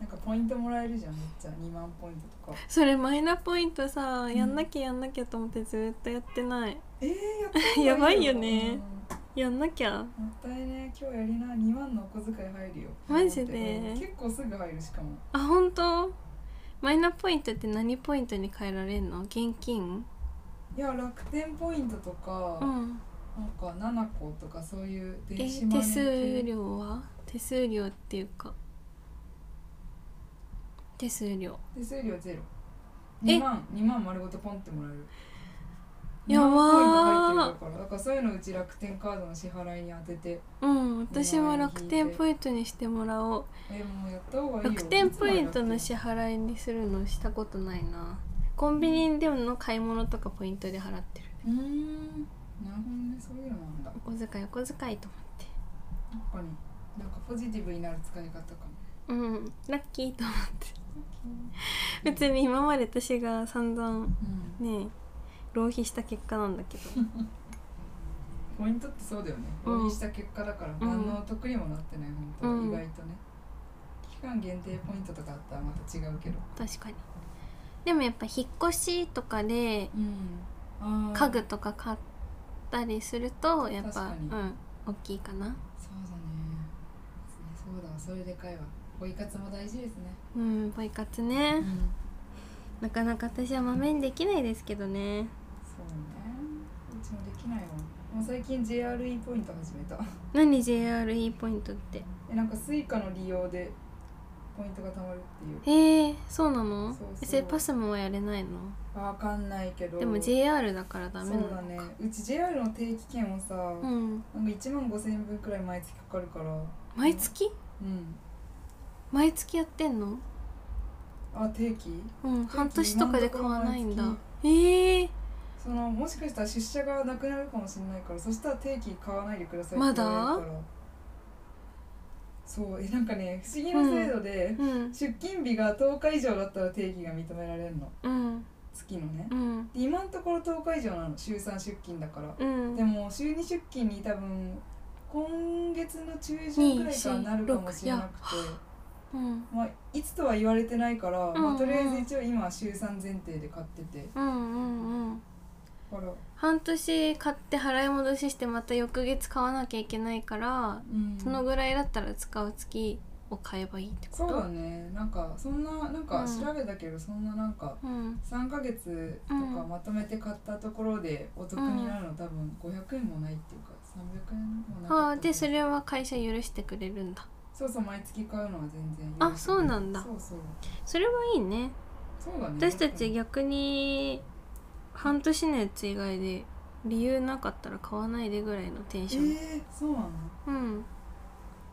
なんかポイントもらえるじゃんめっちゃ2万ポイントとかそれマイナポイントさやんなきゃやんなきゃと思ってずっとやってないえー、やった方がやばいよねやんなきゃうんもったいね今日やりな2万のお小遣い入るよマジでうん結構すぐ入るしかもあ本当マイナポイントって何ポイントに変えられんの現金いや楽天ポイントとか、うんなんか七個とかそういうえ電子マネ手ー数系料は手数料っていうか手数料手数料ゼロえ二万二万丸ごとポンってもらえるやばー二万ポイント入ってるからだからそういうのうち楽天カードの支払いに当ててうん私も楽天ポイントにしてもらおうえもうやった方がいいよ楽天ポイントの支払い払いにするのしたことないなコンビニでの買い物とかポイントで払ってるうーんなるほどねそういうのなんだお小遣いお小遣いと思って確かになんかポジティブになる使い方かもうんラッキーと思って別に今まで私が散々うんね浪費した結果なんだけどポイントってそうだよねうん浪費した結果だから何の得にもなってない本当はうん意外とね期間限定ポイントとかあったらまた違うけど確かにでもやっぱ引っ越しとかでうんあー家具とか買ったりするとやっぱ確うかん大きいかなそうだねそうだわそれでかいわポイ活も大事ですねうんポイ活ねなかなか私はまめにできないですけどねそうねうちもできないわもう最近 JRE ポイント始めた何 JRE ポイントってえなんかスイカの利用でポイントが貯まるっていえうー、そうなのそうそうえそれパスもやれないのわかんないけどでも JR だからそダうメなのだかねうち JR の定期券をさ、うんなんか1万5千円分くらい毎月かかるから毎月うん毎月やってんのあ定期うん半年とかで買わないんだ今のとこええそのもしかしたら出社がなくなるかもしれないからそしたら定期買わないでくださいまだって言われるからそうえなんかね不思議な制度で、うん出勤日が10日以上だったら定期が認められるのうん月のねうんで今のところ10日以上なの週3出勤だから、うんでも週2出勤に多分今月の中旬くらいからなるかもしれなくてうんまあ、いつとは言われてないから、んまあ、とりあえず一応今は週3前提で買っててうんうんうんあら、半年買って払い戻ししてまた翌月買わなきゃいけないからうんそのぐらいだったら使う月を買えばいいってことそうだねなんかそんななんうかん調べたけど、そんななんかうん3ヶ月とかうんまとめて買ったところでお得になるの多分500円もないっていうか300円もなかったああでそれれは会社許してくれるんだそうそう毎月買うのは全然あそうなんだそうそうそれはいいねそうだね私たち逆に半年のやつ以外で理由なかったら買わないでぐらいのテンえション、ー、そうなのうん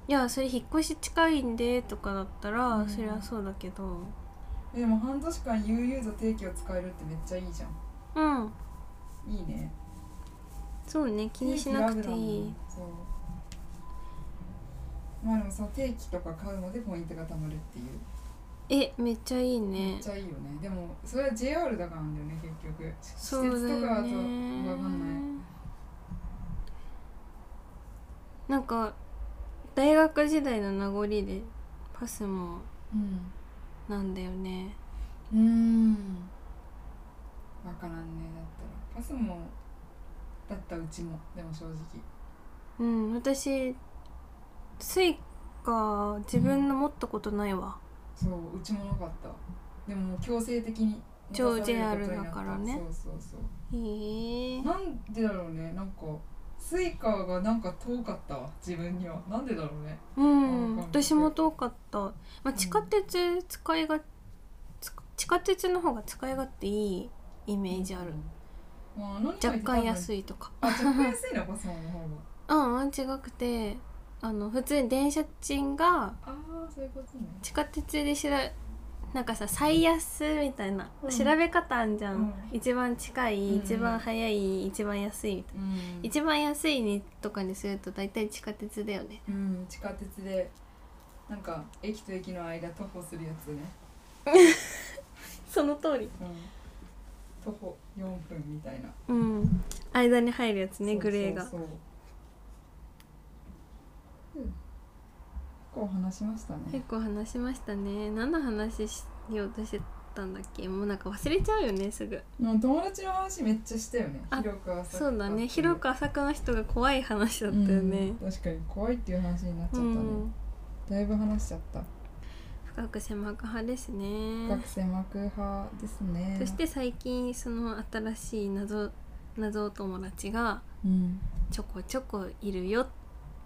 いやそれ引っ越し近いんでとかだったら、うんそりゃそうだけどえでも半年間悠々と定期を使えるってめっちゃいいじゃんうんいいねそうね気にしなくていい定期ラブだもんそうまあでもその定期とか買うのでポイントが貯まるっていうえめっちゃいいめねっちゃいいよねでもそれは JR だからなんだよね結そ局う施だ設とかよあとねわかんないなんか大学時代の名残でパスもうんなんだよねうーんわからんねだったらパスもだったうちもでも正直うん私スイカ自分の持ったことないわ、そううちもなかったでももう強制的に超持たされることになった JR だからねそうそうそうへえなんでだろうねなんかスイカがなんか遠かったわ自分にはなんでだろうねうんあわかんない私も遠かった、まあ、地下鉄使いが、つ地下鉄の方が使い勝手いいイメージある、まあ、何若干い安いとかあ若干安いなパスモの方がうんうん違くてあの普通に電車賃がああそういうことね地下鉄で調べなんかさ最安みたいな、うん調べ方あんじゃん、うん一番近い、うん一番早い一番安いみたいな、うん一番安いにとかにすると大体地下鉄だよねうん地下鉄でなんか駅と駅の間徒歩するやつね、その通りうん、徒歩4分みたいなうん間に入るやつねそうグレーがそうそううん結構話しましたね結構話しましたね何の話しようとしてたんだっけもうなんか忘れちゃうよねすぐうん友達の話めっちゃしたよねあ広く浅くそうだね広く浅くの人が怖い話だだったよね確かに怖いっていう話になっちゃうったね、んだいぶ話しちゃった深く狭く派ですね学生幕派ですねそして最近その新しい謎謎お友達がうんちょこちょこいるよっ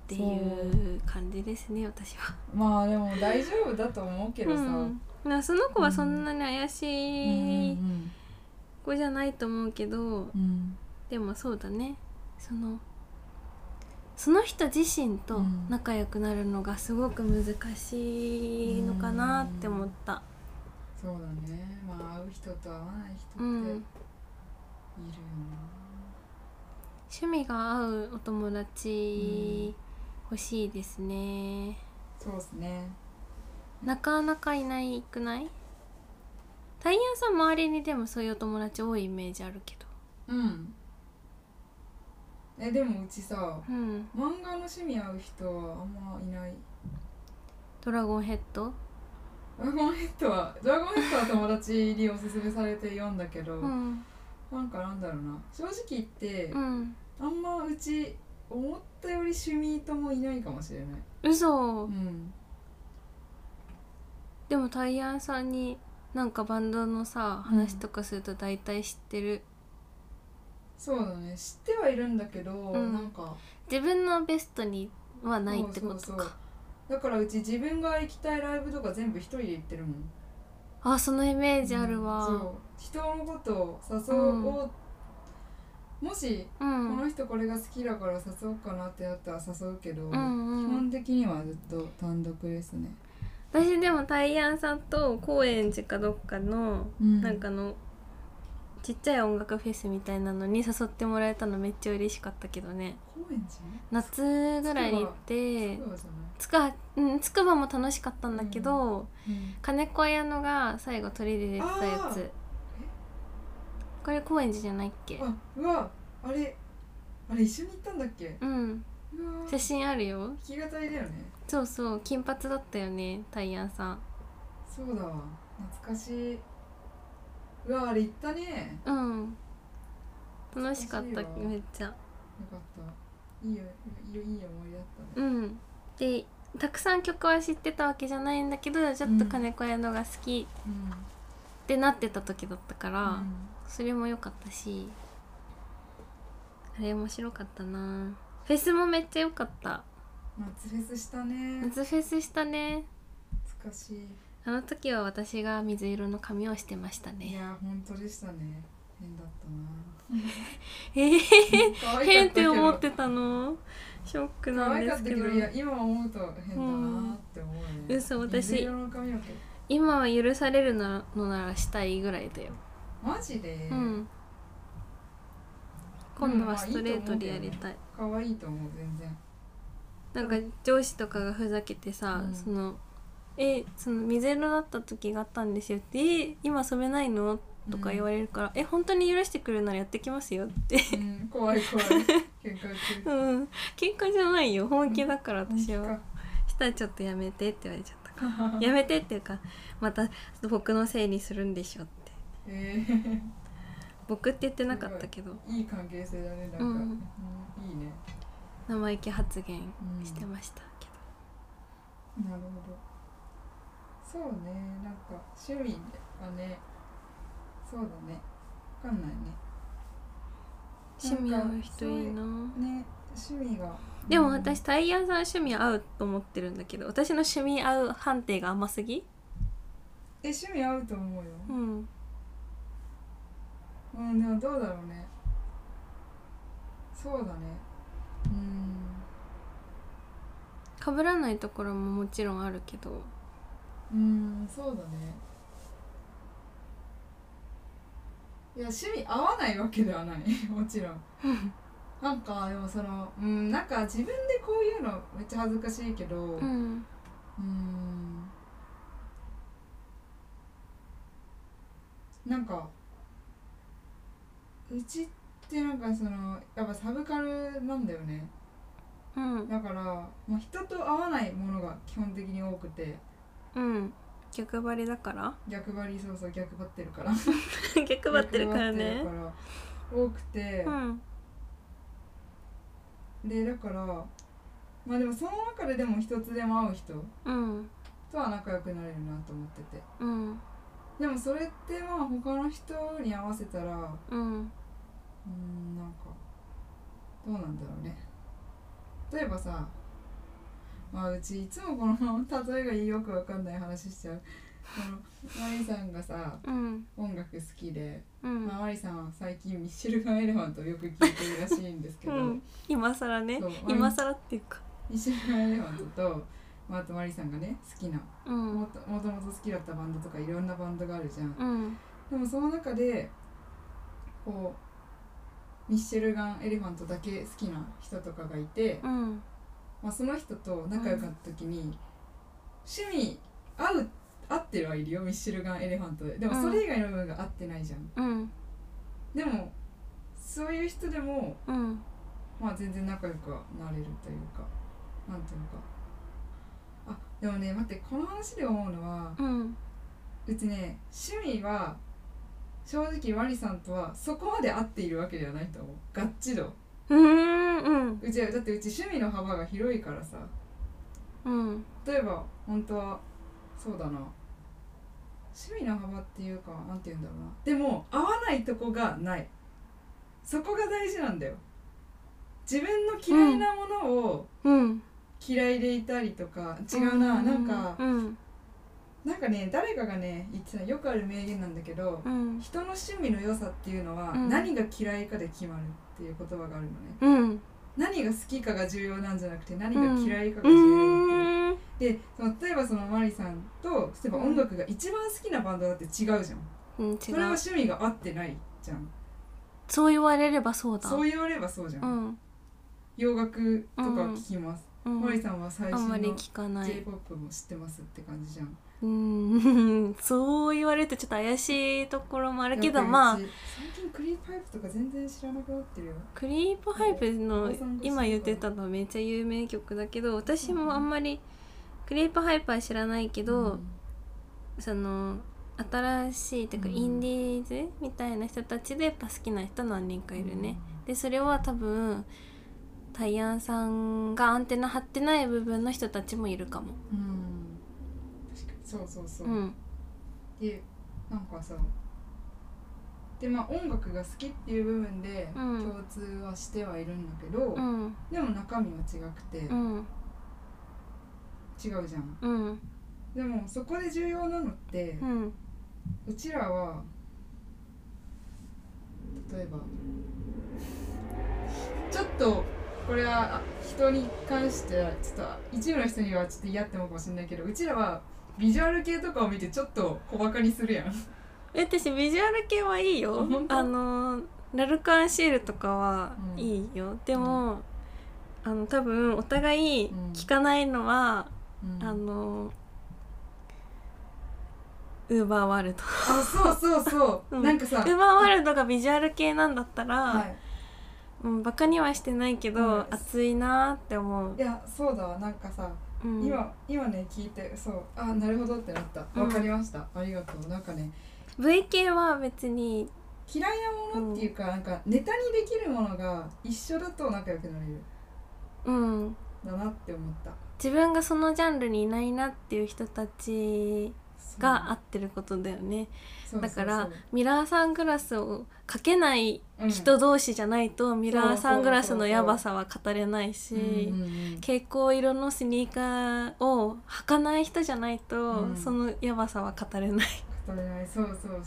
ていう感じですね私は。まあでも大丈夫だと思うけどさ、うんまあその子はそんなに怪しいうん子じゃないと思うけどうんうんでもそうだねそのその人自身と仲良くなるのがすごく難しいのかなって思った。そうだねまあ会う人と会わない人っうているんよな、趣味が合うお友達欲しいですね。そうですねなかなかいないくないタイヤさん周りにでもそういうお友達多いイメージあるけどうんえでもうちさうん漫画の趣味合う人はあんまいないドラゴンヘッドドラゴンヘッドはドラゴンヘッドは友達におすすめされて読んだけど、うんなんかなんだろうな正直言って、うんあんまうち思ったより趣味ともいないかもしれない嘘、うんでもタイヤさんになんかバンドのさうん話とかすると大体知ってる、そうだね知ってはいるんだけど、んなんか自分のベストにはないってことかそうそうそうだからうち自分が行きたいライブとか全部一人で行ってるもんあそのイメージあるうんわそう人のことを誘おう、もし、うん、うこんの人これが好きだから誘おうかなってなったら誘うけど、うん基本的にはずっと単独ですね、私でもタイヤさんと高円寺かどっかのうんなんかのちっちゃい音楽フェスみたいなのに誘ってもらえたのめっちゃ嬉しかったけどね高円夏ぐらいに行って寺そうじゃなつかうんつくばも楽しかったんだけど、い、うん金子綾乃が最後鳥で出てたやあーつこれ高円寺じゃないっけあうわあれあれ一緒に行ったんだっけうんうわ写弾真あるよき語りだよねそうそう金髪だったよねタイヤンさんそうだわ懐かしいうわあれ行ったねうん楽しかっ懐たかしいわめっちゃよかったいいよいいよいい思い出だったねうんでたくさん曲は知ってたわけじゃないんだけどちょっと金子綾乃が好きうんってなってた時だったから、うんそれも良かったしあれ面白かったなフェスもめっちゃ良かった夏フェスしたね夏フェスしたね懐かしいあの時は私が水色の髪をしてましたいねや本当でしたね変だったえー、な可愛変かっけてど思ってたのショック可なん愛でかっすたけけどどいや今思うと変だなって思うね、うん嘘私水色の髪の毛今は許されるのならしたいぐらいだよ、マジで、うん今度はストレートでやりたい可愛いと思う全然なんか上司とかがふざけてさ、うんその「えその水色だった時があったんですよ」って「え今染めないの?」とか言われるから「え本当に許してくれるならやってきますよ」ってうん、怖い怖い。喧嘩売ってうる。ん喧嘩じゃないよ本気だから私喧嘩はしたらちょっとやめてって言われちゃったか「やめて」っていうか「また僕のせいにするんでしょ」ってえー「僕」って言ってなかったけどいい関係性だねなんか、うんうんいいね、生意気発言うんしてましたけど、なるほどそうねなんか趣味はねそうだね分かんない趣味合う人いいなねね趣味がでもうん私タイヤさん趣味合うと思ってるんだけど私の趣味合う判定が甘すぎえ趣味合うと思うようんうんでもどうだろうねそうだねうん被らないところももちろんあるけどうーんそうだねいや趣味合わないわけではない もちろんなんかでもそのうんなんか自分でこういうのめっちゃ恥ずかしいけどううーんんなんかうちってなんかそのやっぱサブカルなんだよねうんだから、まあ、人と合わないものが基本的に多くて、うん逆張りだから 逆張りそうそう逆張ってるから逆張ってるからね逆張ってるから多くてう、んでだからまあでもその中ででも一つでも会う人うんとは仲良くなれるなと思っててうんでもそれってまあ他の人に合わせたらううんーんなんかどうなんだろうね例えばさまあうちいつもこの例えがよくわかんない話しちゃうこのマリさんがさうん音楽好きでうんまあ、アリさんは最近ミッシェルガン・エレファントをよく聴いてるらしいんですけうど、ん今更ねそう今更っていうかミッシェルガン・エレファントと、まあ、あとマリさんがね好きなうもんともともと好きだったバンドとかいろんなバンドがあるじゃんうんでもその中でこうミッシェルガン・エレファントだけ好きな人とかがいて、うんまあ、その人と仲良かった時に、趣味合う合ってるはいるよミッシェルガン・エレファントででもそれ以外の部分が合ってないじゃん、うんでもそういう人でもうんまあ全然仲良くはなれるというかなんていうのかあでもね待ってこの話で思うのはうんうちね趣味は正直ワリさんとはそこまで合っているわけではないと思うガッチ度うんうんうちはだってうち趣味の幅が広いからさうん例えば本当はそうだな趣味の幅っていうかなんて言うんだろうなでも合わないとこがないそこが大事なんだよ自分の嫌いなものを、うん嫌いでいたりとか違うな、なんかうんなんかね誰かがね言ってたよくある名言なんだけど、うん人の趣味の良さっていうのは、うん何が嫌いかで決まるっていう言葉があるのねうん何が好きかが重要なんじゃなくて何が嫌いかがう重要っていう、んでその例えばそのマリさんと例えば音楽が一番好きなバンドだって違うじゃん、うん違それはう趣味が合ってないじゃんそう言われればそうだそう言わればそうじゃん、うん洋楽とか聴きます、うんマリさんは最あん新のまり聞かない j p o p も知ってますって感じじゃんうんそう言われるとちょっと怪しいところもあるけどまあ最近クリープハイプとか全然知らなくなってるよクリープハイプのお父さんが今言ってたのめっちゃ有名曲だけど私もあんまりクリープハイプは知らないけど、その新しいというかうんインディーズみたいな人たちでやっぱ好きな人何人かいるね。でそれは多分タイヤンさんがアンテナ張ってない部分の人たちもいるかも。うん確かにそうそうそう、うんでなんかさでまあ音楽が好きっていう部分でうん共通はしてはいるんだけど、うんでも中身は違くて、う違んうじゃんうんでもそこで重要なのってう、んうちらは例えばちょっとこれはあ人に関してはちょっと一部の人にはちょっと嫌って思うかもしれないけどうちらはビジュアル系とかを見てちょっと小バカにするやんえ私ビジュアル系はいいよあ本当あのラルカンシールとかはうんいいよ、でも、あの多分お互い聞かないのは、あのウーバーワールドあそうそうそ う、うんなんかさ、ウーバーワールドがビジュアル系なんだったら、はいうん、バカにはしてないけど、うん熱いなーって思うい、やそうだわなんかさ、うん、今今ね聞いてそうあなるほどってなったうんわかりました、ありがとうなんかね V 系は別に嫌いなものっていうか、なんかネタにできるものが一緒だと仲良くなれるうんだなって思った自分がそのジャンルにいないなっていう人たちそうが合ってることだよねそうそうそうだからミラーサングラスをかけない人同士じゃないと、ミラーサングラスのやばさは語れないし、うんうんうん蛍光色のスニーカーを履かない人じゃないと、うんそのやばさは語れないっ語れないそうそうそう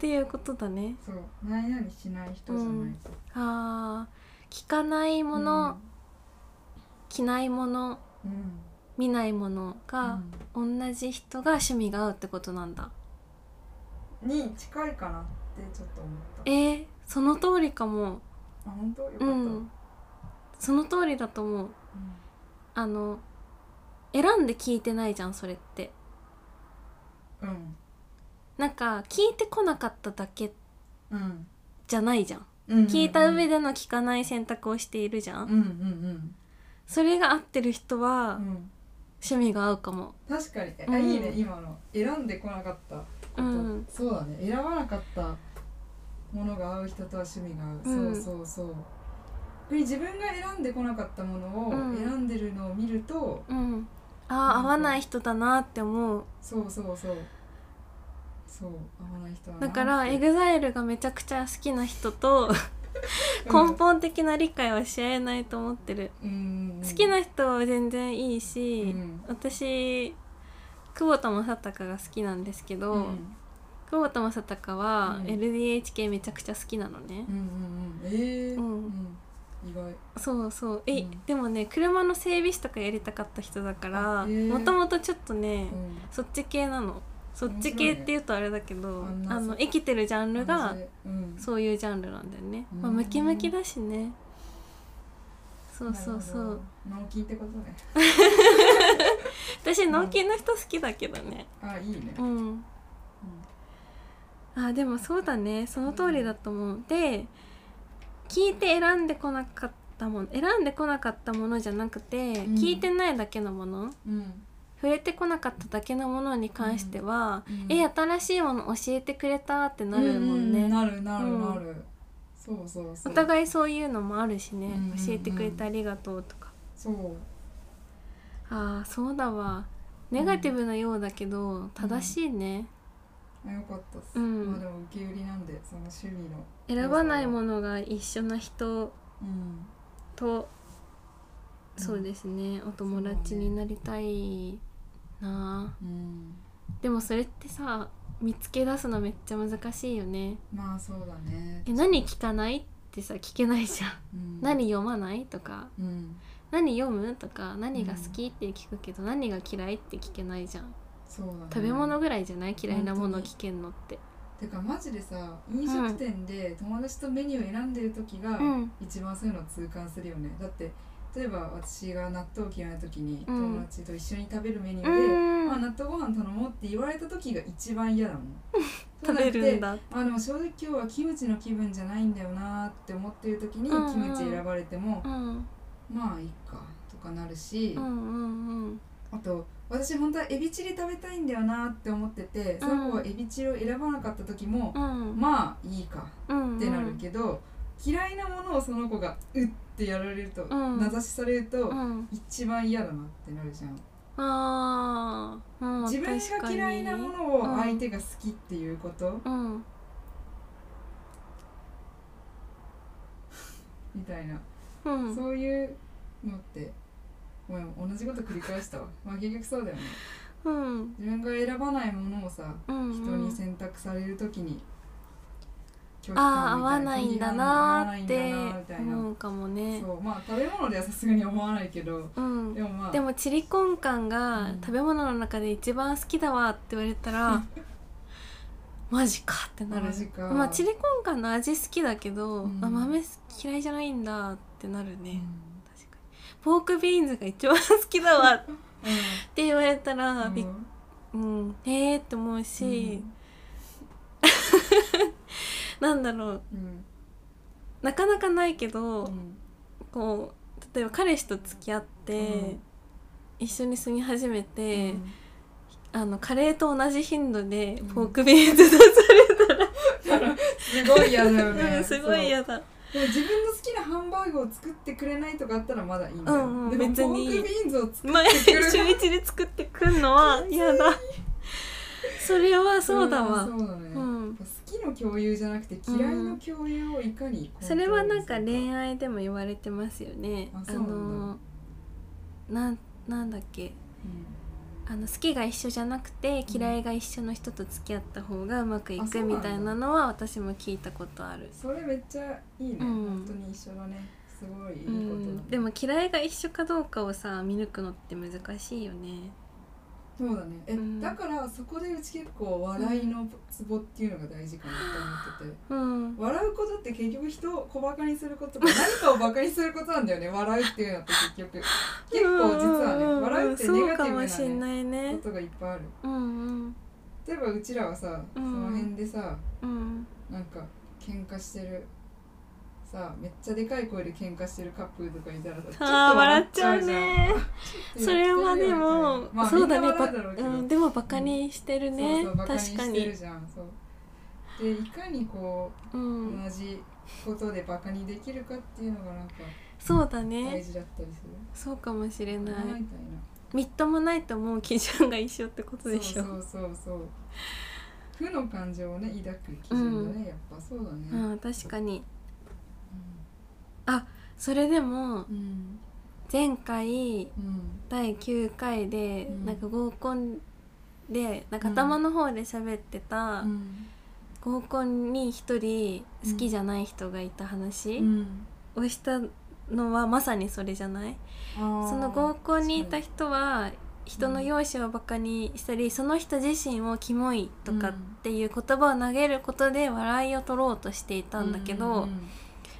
ていうことだね。そうそう何々しない人じゃないと、あー聞かないもの、着ないものうん、うん見ないものうがん同じ人が趣味が合うってことなんだ。に近いかなってちょっと思ったえー、その通りかも。あ本当よかった、ううんん、その通りだと思う。あの選んで聞いてないじゃんそれって。うんなんか聞いてこなかっただけうんじゃないじゃん。うん聞いた上ででの聞かない選択をしているじゃん。うんうんそれが合ってる人うはんうん趣味が合うかも。確かにうあんいいね今の選んでこなかったこと、うんそうだね選ばなかったものが合う人とは趣味が合う、うんそうそうそう逆に自分が選んでこなかったものをうん選んでるのを見ると、うん。ああうん合わない人だなって思う。そうそうそうそう合わない人はだからえエグザイルがめちゃくちゃ好きな人と根本的な理解はし合えないと思ってる。うん好きな人は全然いい人し、私久保田正孝が好きなんですけど、うん久保田正孝はうん LDHK めちゃくちゃ好きなのねう、んうんうんえーううんん、意外そうそうえ、うんでもね車の整備士とかやりたかった人だからあへーもともとちょっとね、うんそっち系なのそっち系って言うとあれだけど、面白いねああんなの生きてるジャンルが感じうんそういうジャンルなんだよね、まあ、うんムキムキだしねそうそうそなるほうど脳筋ってことね私脳筋の人好きだけどねあいいねう、んあでもそうだねその通りだと思うで聞いて選んでこなかったもの選んでこなかったものじゃなくて、ん聞いてないだけのものうん触れてこなかっただけのものに関しては、うんえ新しいもの教えてくれたってなるもんね、ううなるなるうんなる、そうそうそおう互いそういうのもあるしね、うんうんうん教えてくれてありがとうとかそうあーそうだわネガティブなようだけど正しいね、あよかったっす、うんまあでも受け売りなんでその趣味の選ばないものが一緒な人うんと、うんそうですねお友達になりたいなあ、うんでもそれってさ見つけ出すのめっちゃ難しいよねまあそうだねえ何聞かないってさ聞けないじゃんうん何読まないとかうん何読むとか何が好きって聞くけど、何が嫌いって聞けないじゃんそうだね食べ物っぐらいじゃない嫌いなもの本当に聞けんのっててかマジでさ飲食店で友達とメニュー選んでる時がうん一番そういうの痛感するよね、だって例えば私が納豆嫌いな時にうん友達と一緒に食べるメニューうで、ん、まあ、納豆ご飯頼もうって言われた時が一番嫌だもん 食べるんだだあでも正直今日はキムチの気分じゃないんだよなーって思ってる時にうんうんキムチ選ばれても、うんまあいいかとかなるし、うんうんうんあと私本当はエビチリ食べたいんだよなーって思ってて、その子はエビチリを選ばなかった時も、うんまあいいかうんってなるけど、嫌いなものをその子がうってやられると、ん名指しされると、うん一番嫌だなってなるじゃんあーうん、自分確がかに嫌いなものを相手が好きっていうことうんみたいな、うんそういうのってごめん同じこと繰り返し たわまあ結局そうだよねうん自分が選ばないものをさうん人に選択されるときに拒否ああ合みわたないんだ合わななーっいんだてなみたいな、思うかもねそうまあ食べ物ではさすがに思わないけどうんでもまあでもチリコンカンがうん食べ物の中で一番好きだわって言われたらマジかってなるマジかまあチリコンカンの味好きだけど、うんあ豆嫌いじゃないんだってなるうね、ん確かにポークビーンズが一番好きだわっうて言われたら、んびっうんうん、えーって思うし、なんだろううんなかなかないけど、うんこう例えば彼氏と付き合って、うん一緒に住み始めて、うんあのカレーと同じ頻度でうんポークビーンズ出されたら、すごい嫌だようねん すごい嫌だそうでも自分の好きなハンバーグを作ってくれないとかあったらまだいいんだよ、うんうんでも別にポークビーンズを作毎ってくれない週一で作ってくんの は嫌だそれはそうだわ、んそうだね、うやっんぱ好きの共有じゃなくて嫌いの共有をいかにコントロールすそるれはなんか恋愛でも言われてますよねああそうなんだのなんなんだっけあの好きが一緒じゃなくてうん嫌いが一緒の人と付き合った方がうまくいあそくうなんだみたいなのは私も聞いたことある、それめっちゃいいね、うん本当に一緒だねすごいいいこうとだ、ん、でも嫌いが一緒かどうかをさ見抜くのって難しいよねそうだねえ、うんだからそこでうち結構笑いのツボっていうのが大事かなって思ってて、うん笑うことって結局人を小バカにすることか何かをバカにすることなんだよね笑うっていうのって結局結構実はねうんうんうん笑うってネガティブそうかもしんな、ね、ないねことがいっぱいあるうんうん例えばうちらはさ、うんその辺でさうんなんか喧嘩してるさめっちゃでかい声で喧嘩してるカップルとかいたらさちょっとあー笑っちゃうじんねそれはでも、まあ、そうだみんねなば笑うだろうけど、うん、でもバカにしてるね、そうそうバカに確かしてにるじゃんそうでいかにこうう、ん同じことでバカにできるかっていうのがなんかそうだね大事だったりするそうかもしれないなみたいみっともないと思う基準が一緒ってことなでしょそうそうそうそう負の感情をね抱く基準だね、やっぱそうだねうん確かにそれでもうんうん、前回うん第9回で、うんなんか合コンでなんかうん頭の方で喋ってた、うん合コンに一人好きじゃない人がいた話うんをしたのはまさにそれじゃない、あーその合コンにいた人は人の容姿をバカにしたり、その人自身をキモいとかっていう言葉を投げることで笑いを取ろうとしていたんだけど、うんうん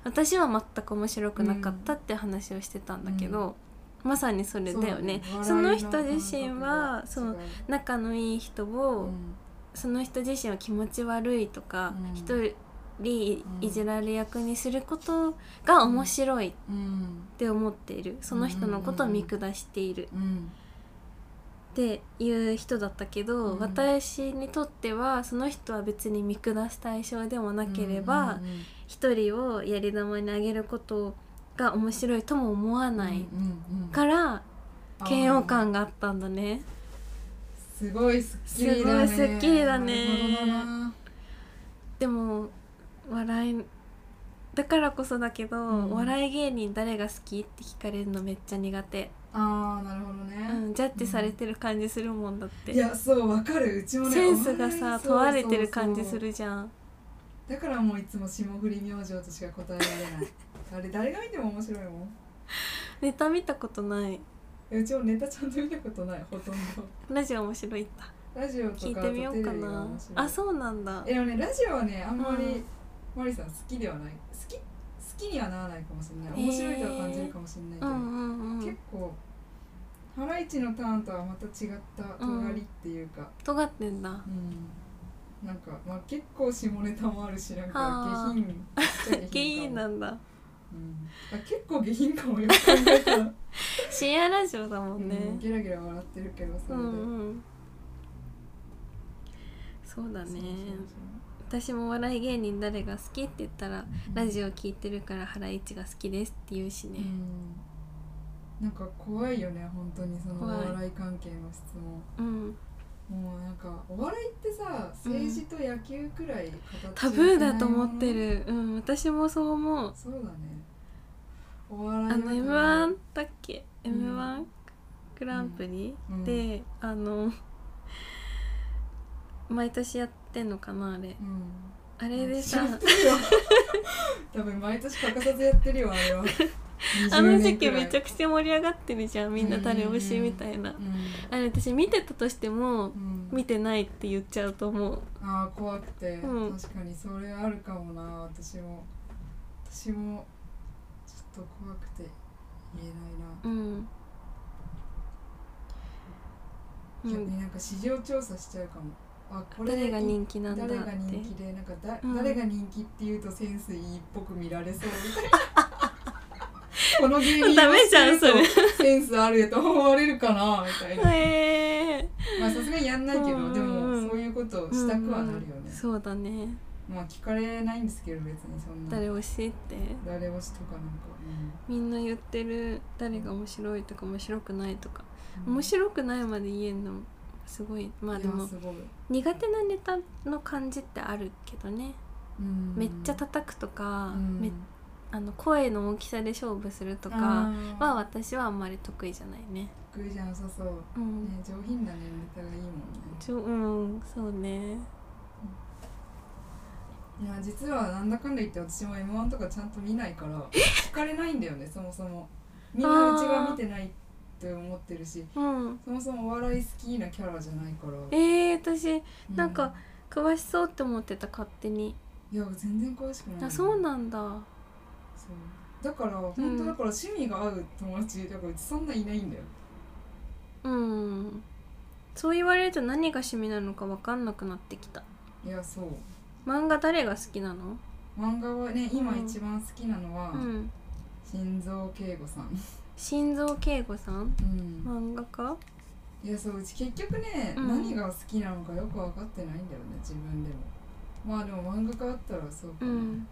私は全く面白くなかったって話をしてたんだけど、まさにそれだよねその人自身はその仲のいい人うを、んその人自身を気持ち悪いとか、うん一人いじられ役にすることが面白いっうんて思っているその人のことを見下しているうんっていう人だったけど、うん私にとってはその人は別に見下す対象でもなければ、うんうんうん一人をやり玉にあげることが面白いとも思わないうんうんからあー嫌悪感があったんだねすごいすっきりだねすごいすっきりだねなるほどなでも笑いだからこそだけど、うん笑い芸人誰が好きって聞かれるのめっちゃ苦手、あーなるほどねう、ん、ジャッジされてる感じするもんだって、いやそうわかるうちもねセンスがお笑さい問われてる感じそうそすうそうるじゃんだからもういつも霜降り明星としか答えられないあれ誰が見ても面白いもんネタ見たことないえうちもネタちゃんと見たことないほとんどラジオ面白いったラジオとか聞いてみようかあとテレビがな面白いあそうなんだえでもねラジオはねあんまり、うんマリさん好きではない好き好きにはならないかもしれないへー面白いとは感じるかもしれないけうど、んうんうん結構ハライチのターンとはまた違った尖りっていうか、尖ってんだうんなんか、まあ、結構下ネタもあるしなんあか下ー品っちゃ下品かも、なんだうん、あ結構下品かもよく考えたら、深夜ラジオだもうんね、ん、ゲラゲラ笑ってるけどそれで、うんうんそうだそうねそう私もお笑い芸人誰が好きって言ったら、そうラジオ聞いてるからハライチが好きですって言うしうね、んなんか怖いよね本当にその怖いお笑い関係の質問うん、もうなんかお笑いってさ政治と野球くらい形タブーだと思っなていものる、うん、私もそう思うそうだねお笑いはあの m 1だっけ、ん m 1グランプリ、うんであの 毎年やってんのかなあれうんあれでやさってるよ多分毎年欠かさずやってるよ あれはあの時期めちゃくちくちゃ盛り上がってるじゃんみんな誰推しみたいな、ゃうんあれ私見てたとしてもうん見てないって言っちゃうと思うああ怖くて、うん確かにそれあるかもな私も私もちょっと怖くて言えないなうん、う逆ん、になんか市場調査しちゃうかもあこれ誰が人気なんだっ誰てが人気でなんかだ、うん誰が人気っていうとセンスいいっぽく見られそうみ たいなこの芸人ダメじゃをんするとセンスあると思われるかなみた いなえまあさすがにやんないけうんうんうどんでもそういうことをーしたくはなるよねうんうん、そうだねまあ聞かれないんですけど別にそんな誰推しって誰推しとかなんか、みんな言ってる誰が面白いとか面白くないとかうん、面白くないまで言えんのもすごいまあでいやもすごい、苦手なネタの感じってあるけどねうんめっちゃ叩くとかうんめあの声の大きさで勝負するとかあーは私はあんまり得意じゃないね得意じゃなさそう、ね、うん上品だねネタがいいもんねちょうんそうねいや実はなんだかんだ言って私も m 1とかちゃんと見ないから聞かれないんだよねそもそもみんなうちが見てないって思ってるしうんそもそもお笑い好きなキャラじゃないからえー、私うなんか詳しそうって思ってた勝手にいや全然詳しくないあそうなんだそうだから本当だから趣味が合う友達だからうちそんないないんだようんそう言われると何が趣味なのか分かんなくなってきたいやそう漫画誰が好きなの漫画はね今うん一番好きなのは、うん心臓敬吾さん、心臓敬吾さんう漫ん画家いやそううち結局ね、うん何が好きなのかよく分かってないんだよね自分でもまあでも漫画家あったらそうかうな、ん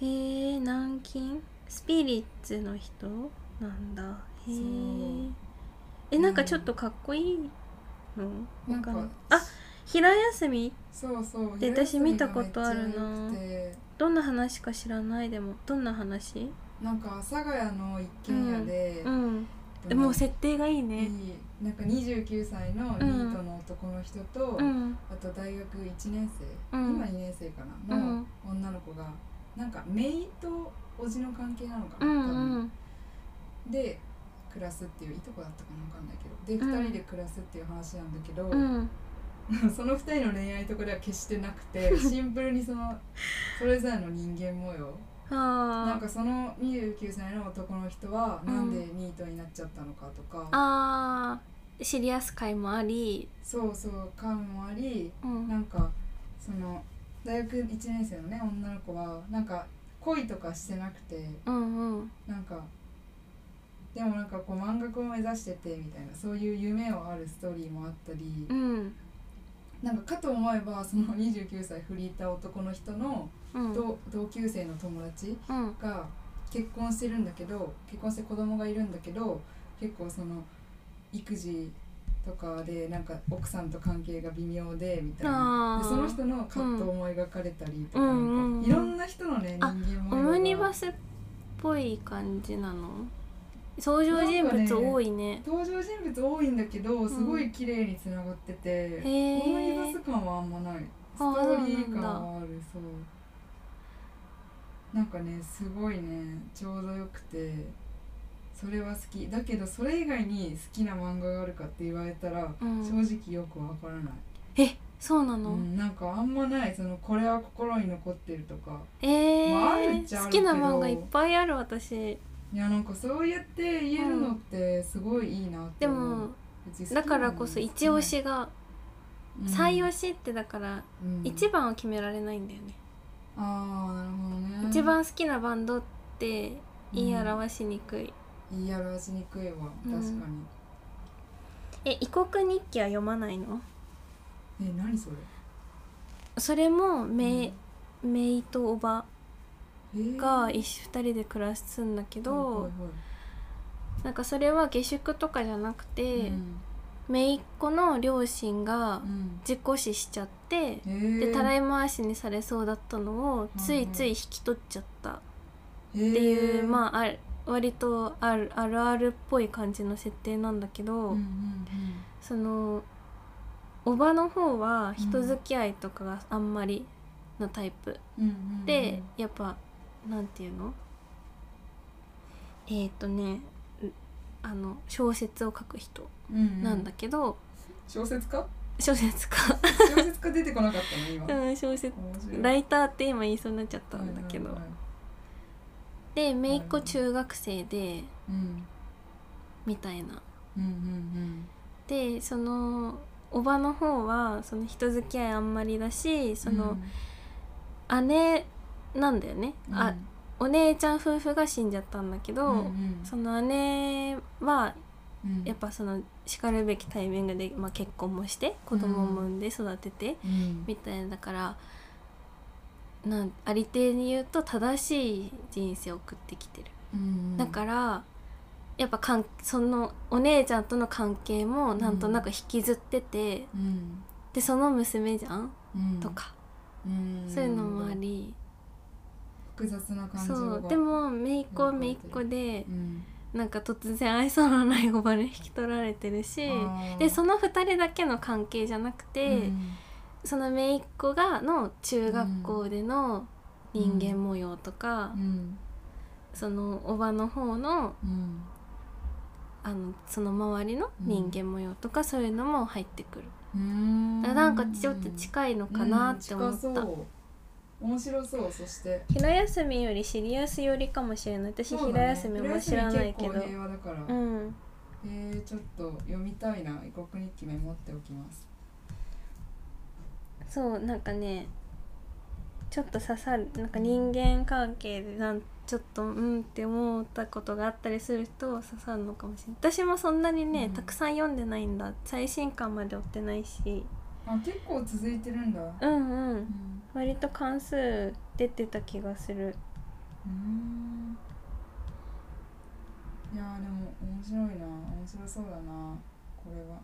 へえ南京スピリッツの人なんだへそうええなんかちょっとかっこいいのなわんかかんないあ平休みそうそうで昼休み私見たことあるながめっちゃ良くてどんな話か知らないでもどんな話なんか阿佐ヶ谷の一軒家でう、んでもう設定がいいいいねなんか29歳のニートの男の人と、うんあと大学1年生、うん今2年生かうなの、ん女の子がなんか姪と叔父の関係なのかうな、ん多う分んで暮らすっていういとこだったかなわかんないけどで、うん2人で暮らすっていう話なんだけど、うん その2人の恋愛とかでは決してなくてシンプルにそのそれぞれの人間模様なあんかその29歳の男の人はなんでニートになっちゃったのかとか、ーあーシリアス会もありそうそう感もありうんなんかその大学1年生のね女の子はなんか恋とかしてなくてうんうんなんかでもなんかこう漫画家を目指しててみたいなそういう夢をあるストーリーもあったりうんなんかかと思えばその29歳フリーター男の人のうん同同級生の友達うんが結婚してるんだけど結婚して子供がいるんだけど結構その育児とかでなんか奥さんと関係が微妙でみたいなあーでその人の葛藤も描かれたりとか,、うんうんうんいろんな人のね人あ間オ模様ムニバスっぽい感じなの登場人物多いね登場人物多いんだけどすごい綺麗につながってて、へーオムニバス感はあんまないストあーーリー感そうはあるそうなんかねすごいねちょうどよくてそれは好きだけどそれ以外に好きな漫画があるかって言われたら、うん正直よくわからない、えそうなうの、ん、なんかあんまないそのこれは心に残ってるとかえまああるっーちゃあ好るきけどな漫画いっぱいある私いやなんかそうやって言えるのってすごいいいなっでて思う、も別に好きなだのからこそ一押、しがうん最推しってだからうん一番は決められないんだよね、ああなるほどね一番好きなバンドって言い表しにくい、言い表しにくいわうん確かに、え異国日記は読まないのえ何それそれもめ、めいとおばえーが一緒二人で暮らすんだけど、なんかそれは下宿とかじゃなくて、はいはいはいうん姪っ子の両親がうん事故死しちゃって、えーでたらい回しにされそうだったのをうんついつい引き取っちゃったっていう、えーまあある割とあるあるあるっぽい感じの設定なんだけど、うんうんそのおばの方は人付き合いとかがあんまりのタイプ、うんうんうんでやっぱなんていうのえー、っとねうあの小説を書く人うんうんなんだけど、小説家小説家小説家出てこなかったの今うん小説面白いライターって今言いそうになっちゃったんだけど、はいはいはいで姪っ子中学生でうんみたいなうんうんでそのおばの方はその人付き合いあんまりだしそのうん、姉なんだよね、うあんお姉ちゃん夫婦が死んじゃったんだけど、うんうんその姉はうんやっぱそのしかるべきタイミングで、まあ、結婚もして子供も産んで育てて、うんみたいなだからなんありていに言うと正しい人生を送ってきてる、うんだからやっぱかんそのお姉ちゃんとの関係もなんとなく引きずってて、うんでその娘じゃん、うんとかうんそういうのもあり、複雑な感じそうでも姪っ子はうん姪っ子でうんなんか突然愛想のないおばに引き取られてるしあーでその2人だけの関係じゃなくて、うんその姪っ子がの中学校での人間模様とか、うんそのおばの方のうんあのその周りの人間模様とかそういうのも入ってくる、うんだからなんかちょっと近いのかなって思った、うん近そう面白そうそして平休みよりシリアス寄りかもしれない私、そうだ平ね休みあんま知らないけ平ど休み結構平和だから、うえんー、ちょっと読みたいな異国日記メモっておきますそうなんかねちょっと刺さるなんか人間関係でなんちょっとうんって思ったことがあったりすると刺さるのかもしれない私もそんなにね、うんたくさん読んでないんだ最新刊まで追ってないしあ結構続いてるんだうんううんん割と関数出てた気がするうんいやーでも面白いな面白そうだなこれは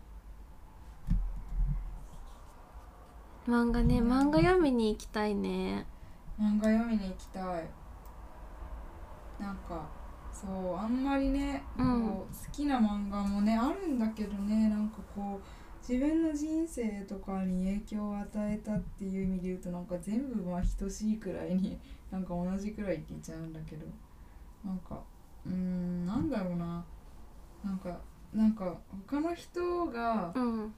漫画ねうん漫画読みに行きたいね漫画読みに行きたいなんかそうあんまりね、うんこう好きな漫画もねあるんだけどねなんかこう自分の人生とかに影響を与えたっていう意味で言うとなんか全部まあ等しいくらいに なんか同じくらいって言っちゃうんだけどなんかうーんなんだろうななんかなんか他の人がうん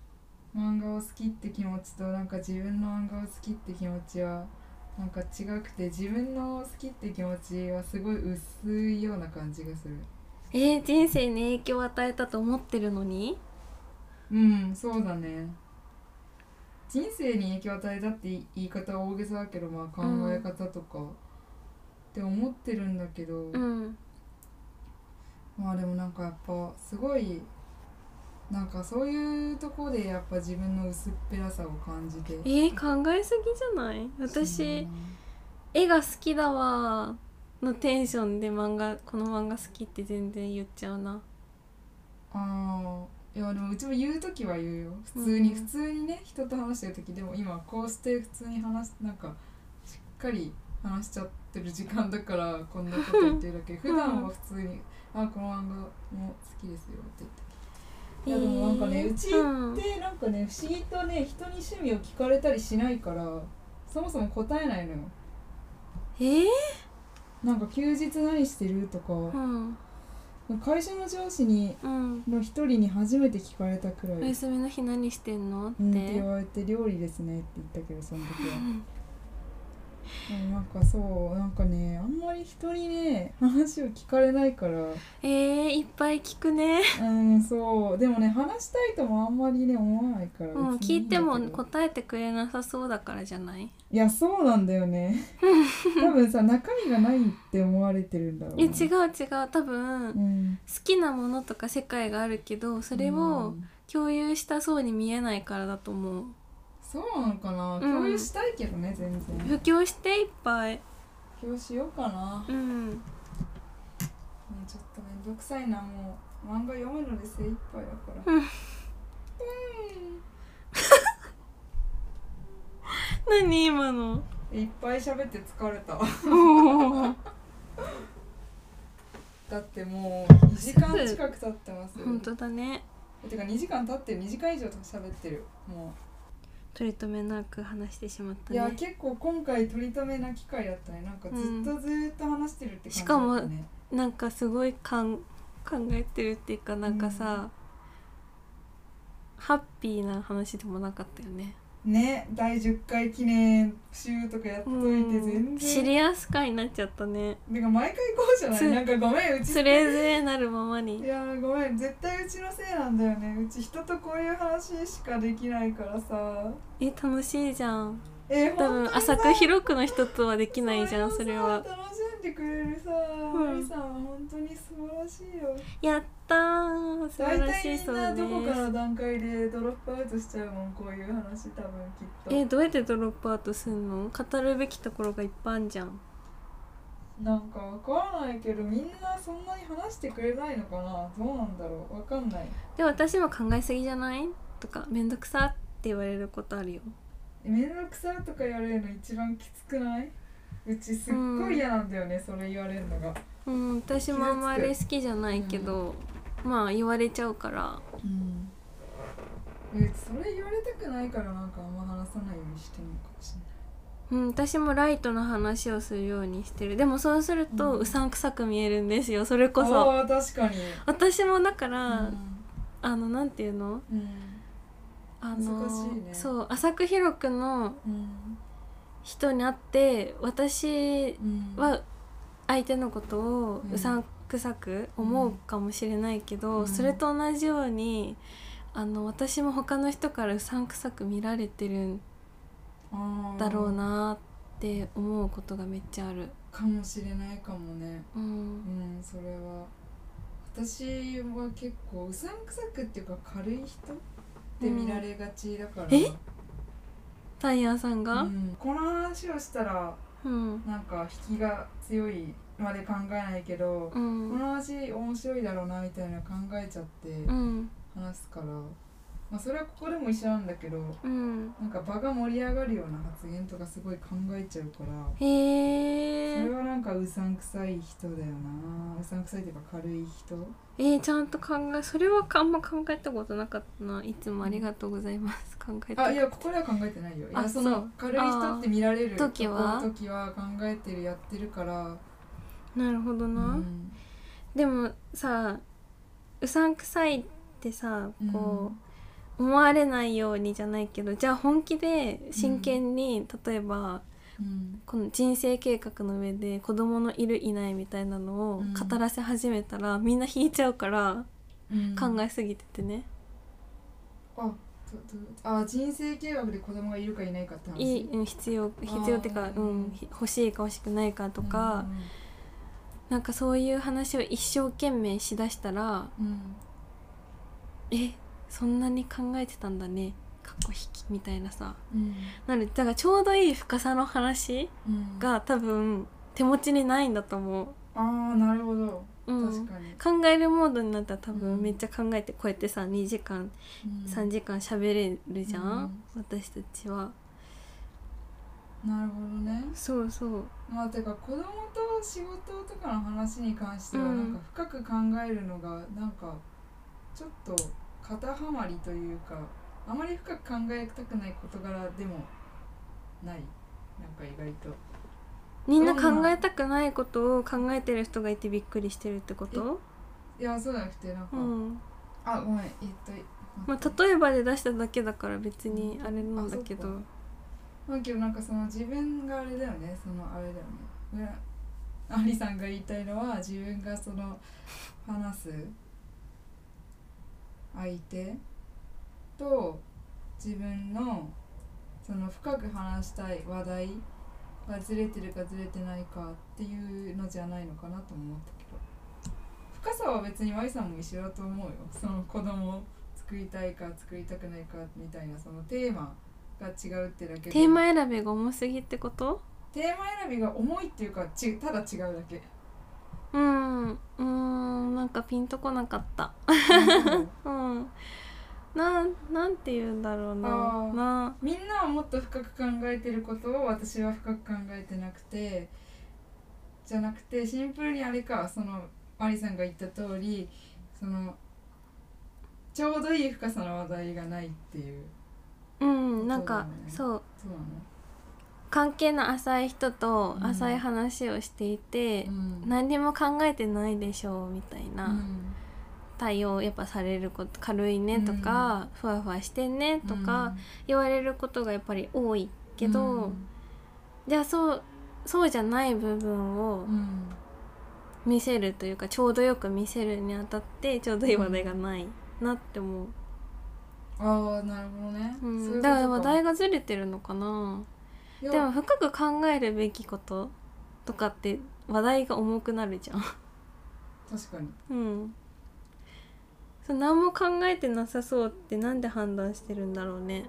漫画を好きって気持ちとなんか自分の漫画を好きって気持ちはなんか違くて自分の好きって気持ちはすごい薄いような感じがするえー、人生に影響を与えたと思ってるのにうんそうだね人生に影響を与えたって言い方は大げさだけどまあ考え方とか、って思ってるんだけど、うんまあでもなんかやっぱすごいなんかそういうとこでやっぱ自分の薄っぺらさを感じてえー、考えすぎじゃない私、絵が好きだわーのテンションで漫画この漫画好きって全然言っちゃうなああいやでもうちも言う時は言うよ普通うに、ん普通にね人と話してる時でも今こうして普通に話すなんかしっかり話しちゃってる時間だからこんなこと言ってるだ け普段は普通に「あこの漫画も好きですよ」って言っていやでもなんかねえーうちうんってなんかね不思議とね人に趣味を聞かれたりしないからそもそも答えないのよえー、なんか休日何してるとかうん会社の上司にうんの一人に初めて聞かれたくらいお休みの日何してんのっうん、ってて言われて料理ですねって言ったけどその時はでもなんかそうなんかねあんまり人にね 話を聞かれないからえー、いっぱい聞くねうんそうでもね話したいともあんまりね思わないからもう別に聞いてもんだけど答えてくれなさそうだからじゃないいやそうなんだよ ね多分さ中身がないって思われてるんだろういなや違う違う多分う好ん、きなものとか世界があるけどそれうをん共有したそうに見えないからだと思うそうなのかな共有したいけどね、全然布教していっぱい共有しようかな うんねちょっとめんどくさいなもう漫画読むので精一杯だからうん何今 のうんいっぱい喋って疲れただってもう2時間近く経ってます よ本当だねてか2時間経ってる2時間以上喋ってるも取り留めなく話してしまっうたいやね結構今回取り留めな機会だったねなんかずっとずっと話してるって感じだったね、なんかすごいかん考えてるっていうかなんかさ、ハッピーな話でもなかったよねね第10回記念集とかやっといて全うん、シ然リアス会になっちゃったねなんか毎回こうじゃなついなんかごめんうちつれづれなるままにいやーごめん絶対うちのせいなんだよねうち人とこういう話しかできないからさえ楽しいじゃんえー、多本当分にさ浅く広くの人とはできないじゃんそれをはさ楽しんでくれるさ、んマリさんは本当に素晴らしいよやったー素大晴ら体しいみそんうなだどこかねの段階でドロップアウトしちゃうもんこういう話多分きっとえどうやってドロップアウトすんの語るべきところがいっぱいあんじゃんなんかわからないけどみんなそんなに話してくれないのかなどうなんだろうわかんないで私も考えすぎじゃないとかめんどくさって言われることあるよえ面倒くさとか言われるの一番きつくないうちすっごい嫌なんだよね、それ言われるのがうん私もあんまり好きじゃないけど、まあ言われちゃうからうんえそれ言われたくないからなんかあんま話さないようにしてるのかもしれないうん、私もライトな話をするようにしてるでもそうするうとんうさんくさく見えるんですよそれこそああ確かに私もだから、うんあのなんていうのうんあの難しいねそう浅く広くのうん人に会って私うんは相手のことをうんうさんくさく思うかもしれないけど、うんそれと同じようにあの私も他の人からうさんくさく見られてるんあーだろうなって思うことがめっちゃある。かもしれないかもねう、うんんそれは私は結構うさんくさくっていうか軽い人って見られがちだから、うんえタイヤさんうが、んこの話をしたらうんなんか引きが強いまで考えないけど、うこんの話面白いだろうなみたいな考えちゃってうん話すから、まあ、それはここでも一緒なんだけどうん、なんか場が盛り上がるような発言とかすごい考えちゃうから。へえそれはなんかうさんくさい人だよなうさんくさいっていうか軽い人えー、ちゃんと考えそれはあんま考えたことなかったないつもありがとうございます考えたあいやここでは考えてないよいやあそそのう軽い人って見られるあー時は時は考えてるやってるからなるほどうな、んでもさうさんくさいってさうんこう、思われないようにじゃないけどじゃあ本気で真剣に、例えばうんこの人生計画の上で子供のいるいないみたいなのをうん語らせ始めたら、みんな引いちゃうからうん考えすぎててね、あどどあ人生計画で子供がいるかいないかって話いいうん必要必要ってかあ、ーうん、ひ欲しいか欲しくないかとか、なんかそういう話を一生懸命しだしたらうんうんえそんなに考えてたんだねかっこ引きみたいなさうんなのでだからちょうどいい深さの話うんが多分手持ちにないんだと思ああなるほどう、うん、確かに考えるモードになったら多う分んめっちゃ考えてこうやってさ2時間うん3時間喋れるじゃん、私たちはなるほどねそうそうまあてか子供と仕事とかの話に関してはうなんんか深く考えるのがなんかちょっと肩はまりというかあまり深く考えたくない事柄でもないなんか意外とみんな考えたくないことを考えてる人がいてびっくりしてるってこといやそうじゃなくてなんか、うんあごめんえっとまあ例えばで出しただけだから別にあれなんだけどあまあけどなんかその自分があれだよねそのあれだよねうんありさんが言いたいのは自分がその話す相手と自分のその深く話したい話題がずれてるかずれてないかっていうのじゃないのかなとも思ったけど深さは別に Y さんも一緒だと思うよその子供を作りたいか作りたくないかみたいなそのテーマが違うってだけでテーマ選びが重すぎってことテーマ選びが重いっていうかちただ違うだけうんうーんなんかピンとこなかったうんなんなんて言うんだろうなあーなみんなはもっと深く考えてることを私は深く考えてなくてじゃなくてシンプルにあれかそのアリさんが言った通りそのちょうどいい深さの話題がないっていううんなんかそそうそうなの関係の浅い人とうん浅い話をしていて、うん何にも考えてないでしょうみたいな、うん対応やっぱされること軽いねとか、ふわふわしてんねとか言われることがやっぱり多いけど、じゃあそうそうじゃない部分をうんうん見せるというかちょうどよく見せるにあたってちょうどいい話題がないなって思う、ああなるほどね、うそんういうことだからか話題がずれてるのかないやでも深く考えるべきこととかって話題が重くなるじゃん確かに うんそう何も考えてなさそうってなんで判断してるんだろうね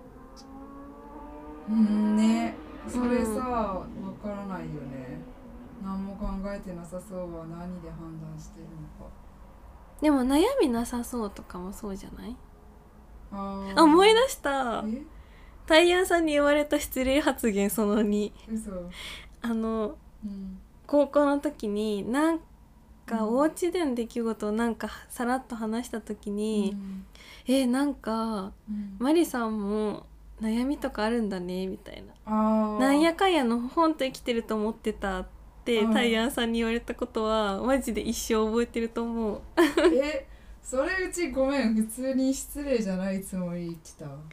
うんねそれさわからないよね何も考えてなさそうは何で判断してるのかでも悩みなさそうとかもそうじゃないあーあ思い出したえタイヤさんに言われた失礼発言その2嘘あのうん高校の時になんかお家での出来事をなんかさらっと話した時にう「えなんかんマリさんも悩みとかあるんだね」みたいなあー「なんやかんやの本と生きてると思ってた」ってうんタイヤンさんに言われたことはマジで一生覚えてると思うえそれうちごめん普通に失礼じゃないつもり言ってたわ「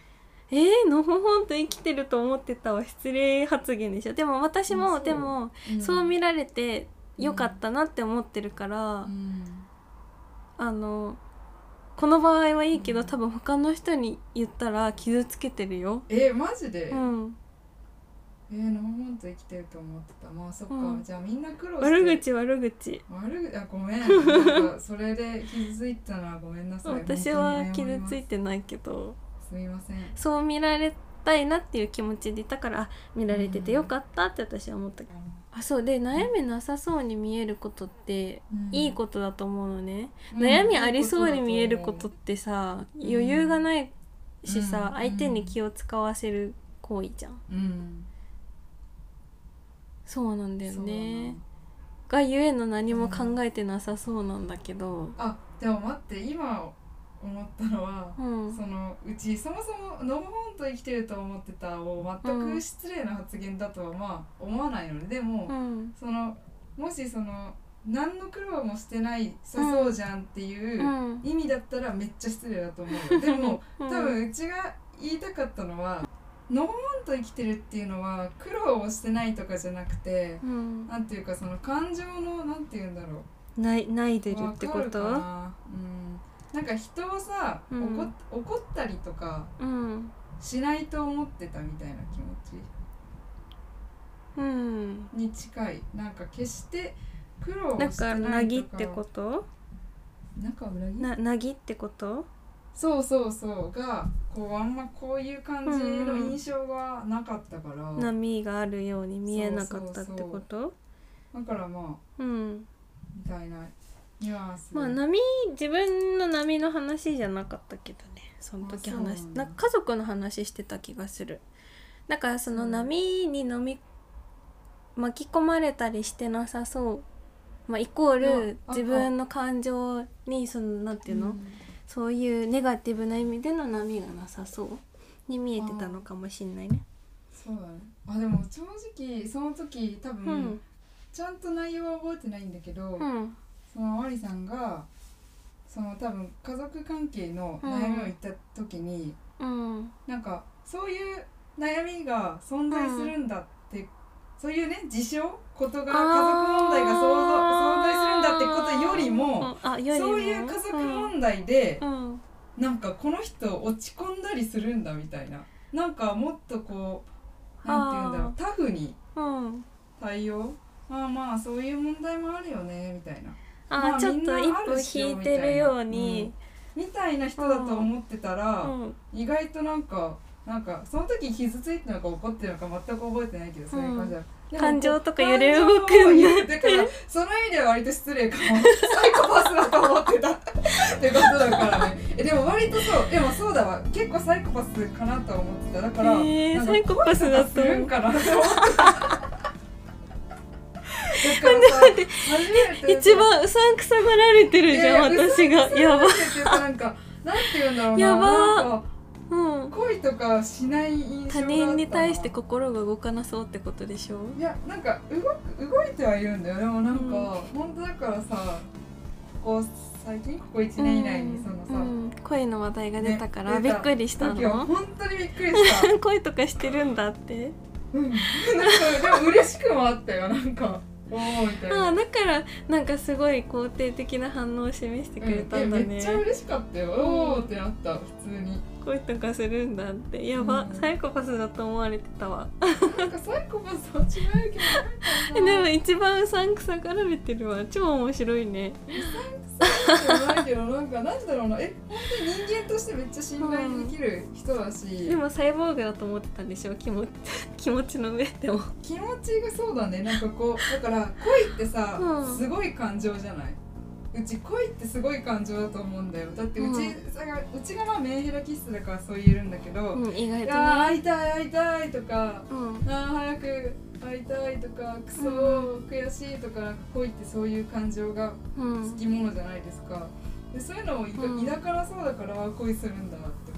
えー、のほほんと生きてると思ってた」は失礼発言でしょでも私うんもそうでもそう見見られてよかったなって思ってるから、うんあのこの場合はいいけど、うん多分他の人に言ったら傷つけてるよ。えマジで、うん、えー、のほほんと生きてると思ってたまあそっか、うんじゃあみんな苦労して悪口悪口悪いあごめんなんかそれで傷ついたなごめんなさい私は本当に謝傷りますついてないけどすみませんあそう見られたいなっていう気持ちでいたからあ見られててよかったって私は思った、のあそうで悩みなさそうに見えることってうんいいことだと思うのね、うん悩みありそうに見えることってさ、ん余裕がないしさ、うん相手に気を使わせる行為じゃんうんそうなんだよそうねなのがゆえの何も考えてなさそうなんだけど、あでも待って今思ったのはうんそのうちそもそも「ノブホンと生きてると思ってた」を全うんく失礼な発言だとはまあ思わないのででも、うんそのもしその何の苦労もしてないさそうじゃんっていううん意味だったらめっちゃ失礼だと思うよでもうん多分うちが言いたかったのは「のほほんと生きてる」っていうのは苦労をしてないとかじゃなくてうんなんていうかその感情のなんて言うんだろうないないでるわってかこるかとなうんなんか人をさ、うん怒っ怒ったりとかうんしないと思ってたみたいな気持ちうんに近いなんか決して苦労をだしてからなないぎっとかてことなんか裏切りななぎってことそうそうそうがこうあんまこういう感じの印象がなかったから、波があるように見えなかったってそこうとだからまあうんみたいなニュアンスまあ波自分の波の話じゃなかったけどねその時あそうなんだ話しなんか家族の話してた気がするだからその波に飲み巻き込まれたりしてなさそう、まあ、イコールああ自分の感情にそのなんていうの、んそういうネガティブな意味での波がなさそうに見えてたのかもしんないね。そうだねあでも正直その時多う分、んちゃんと内容は覚えてないんだけうど、んそのマリさんがその多分家族関係の悩みを言った時に、うんなんかそういう悩みが存在するんだって、そういうね事象ことが家族問題が想像存在するんだってことよりも、うんあよりもそういう家族問題で、うんうんなんかこの人落ち込んだりするんだみたいななんかもっとこうなんて言うんだろうタフにうん対応まあまあそういう問題もあるよねみたいなあ、まあちょっと一歩引いてるように、みたいな人だと思ってたら、うん意外となんかなんかその時傷ついてるのか怒ってるのか全く覚えてないけどそういう感じだ、でも感情とか揺れ感情動くんだもだからその意味では割と失礼かもサイコパスだと思ってたってことだからねえでも割とそうでもそうだわ結構サイコパスかなとは思ってただから、へーなんかサイコパスだとす思うるんかなって思ってただからさ初めて一番うさんくさがられてるじゃんいやいや私がやばうさんくさいっていうかなんかなんて言うんだろうなやばなんかうん恋とかしない印象他だったな人に対して心が動かなそうってことでしょいやなんか動く動いてはいるんだよでもなんか、うん本当だからさこう最近ここ1年以内にそのさ、うん、声の話題が出たから、ねび出ったくりした時はの本当にびっくりし た、声とかしてるんだってうん、なんかでも嬉しくもあったよなんかおおみたいあなあだからなんかすごい肯定的な反応を示してくれたんだうんえめねっちゃ嬉しかったよおおってなった普通に恋とかするんだってやば、うんサイコパスだと思われてたわなんかサイコパスと違うけえどでなも一番うさんくさかられてるわ超面白いねそうじゃないけどなんかなんだろうなえ本当に人間としてめっちゃ信頼できる人だし、でもサイボーグだと思ってたんでしょ気持ち 気持ちの上でも気持ちがそうだねなんかこうだから恋ってさ、うんすごい感情じゃないうち恋ってすごい感情だと思うんだよだってうち,、うさうちがまあメンヘラ気質だからそう言えるんだけど、うん意い外とやーね会いたい会いたいとかうんあー早く会いたいとかクソ、う悔しいとか恋ってそういう感情がう好んきものじゃないですかでそういうのをいかうん田からそうだから恋するんだって思った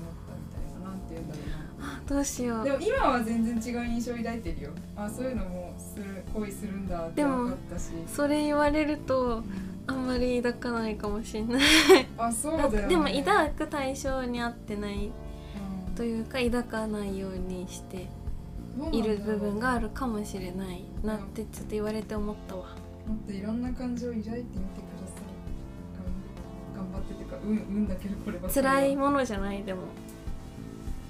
みたいななんて言うんだろうなあどうしよでうも今は全然違う印象を抱いてるよあそういうのもする恋するんだってでも分かったしそれ言われるとあんまり抱かないかもしれないあそうだよ、ね、でもうん抱く対象に合ってないというか抱かないようにしてどうなんだろういる部分があるかもしれないなってちょっと言われて思ったわもっといろんな感情を抱いてみてください頑頑張ってっていうかうんうんだけどこればっかりは辛いものじゃないでも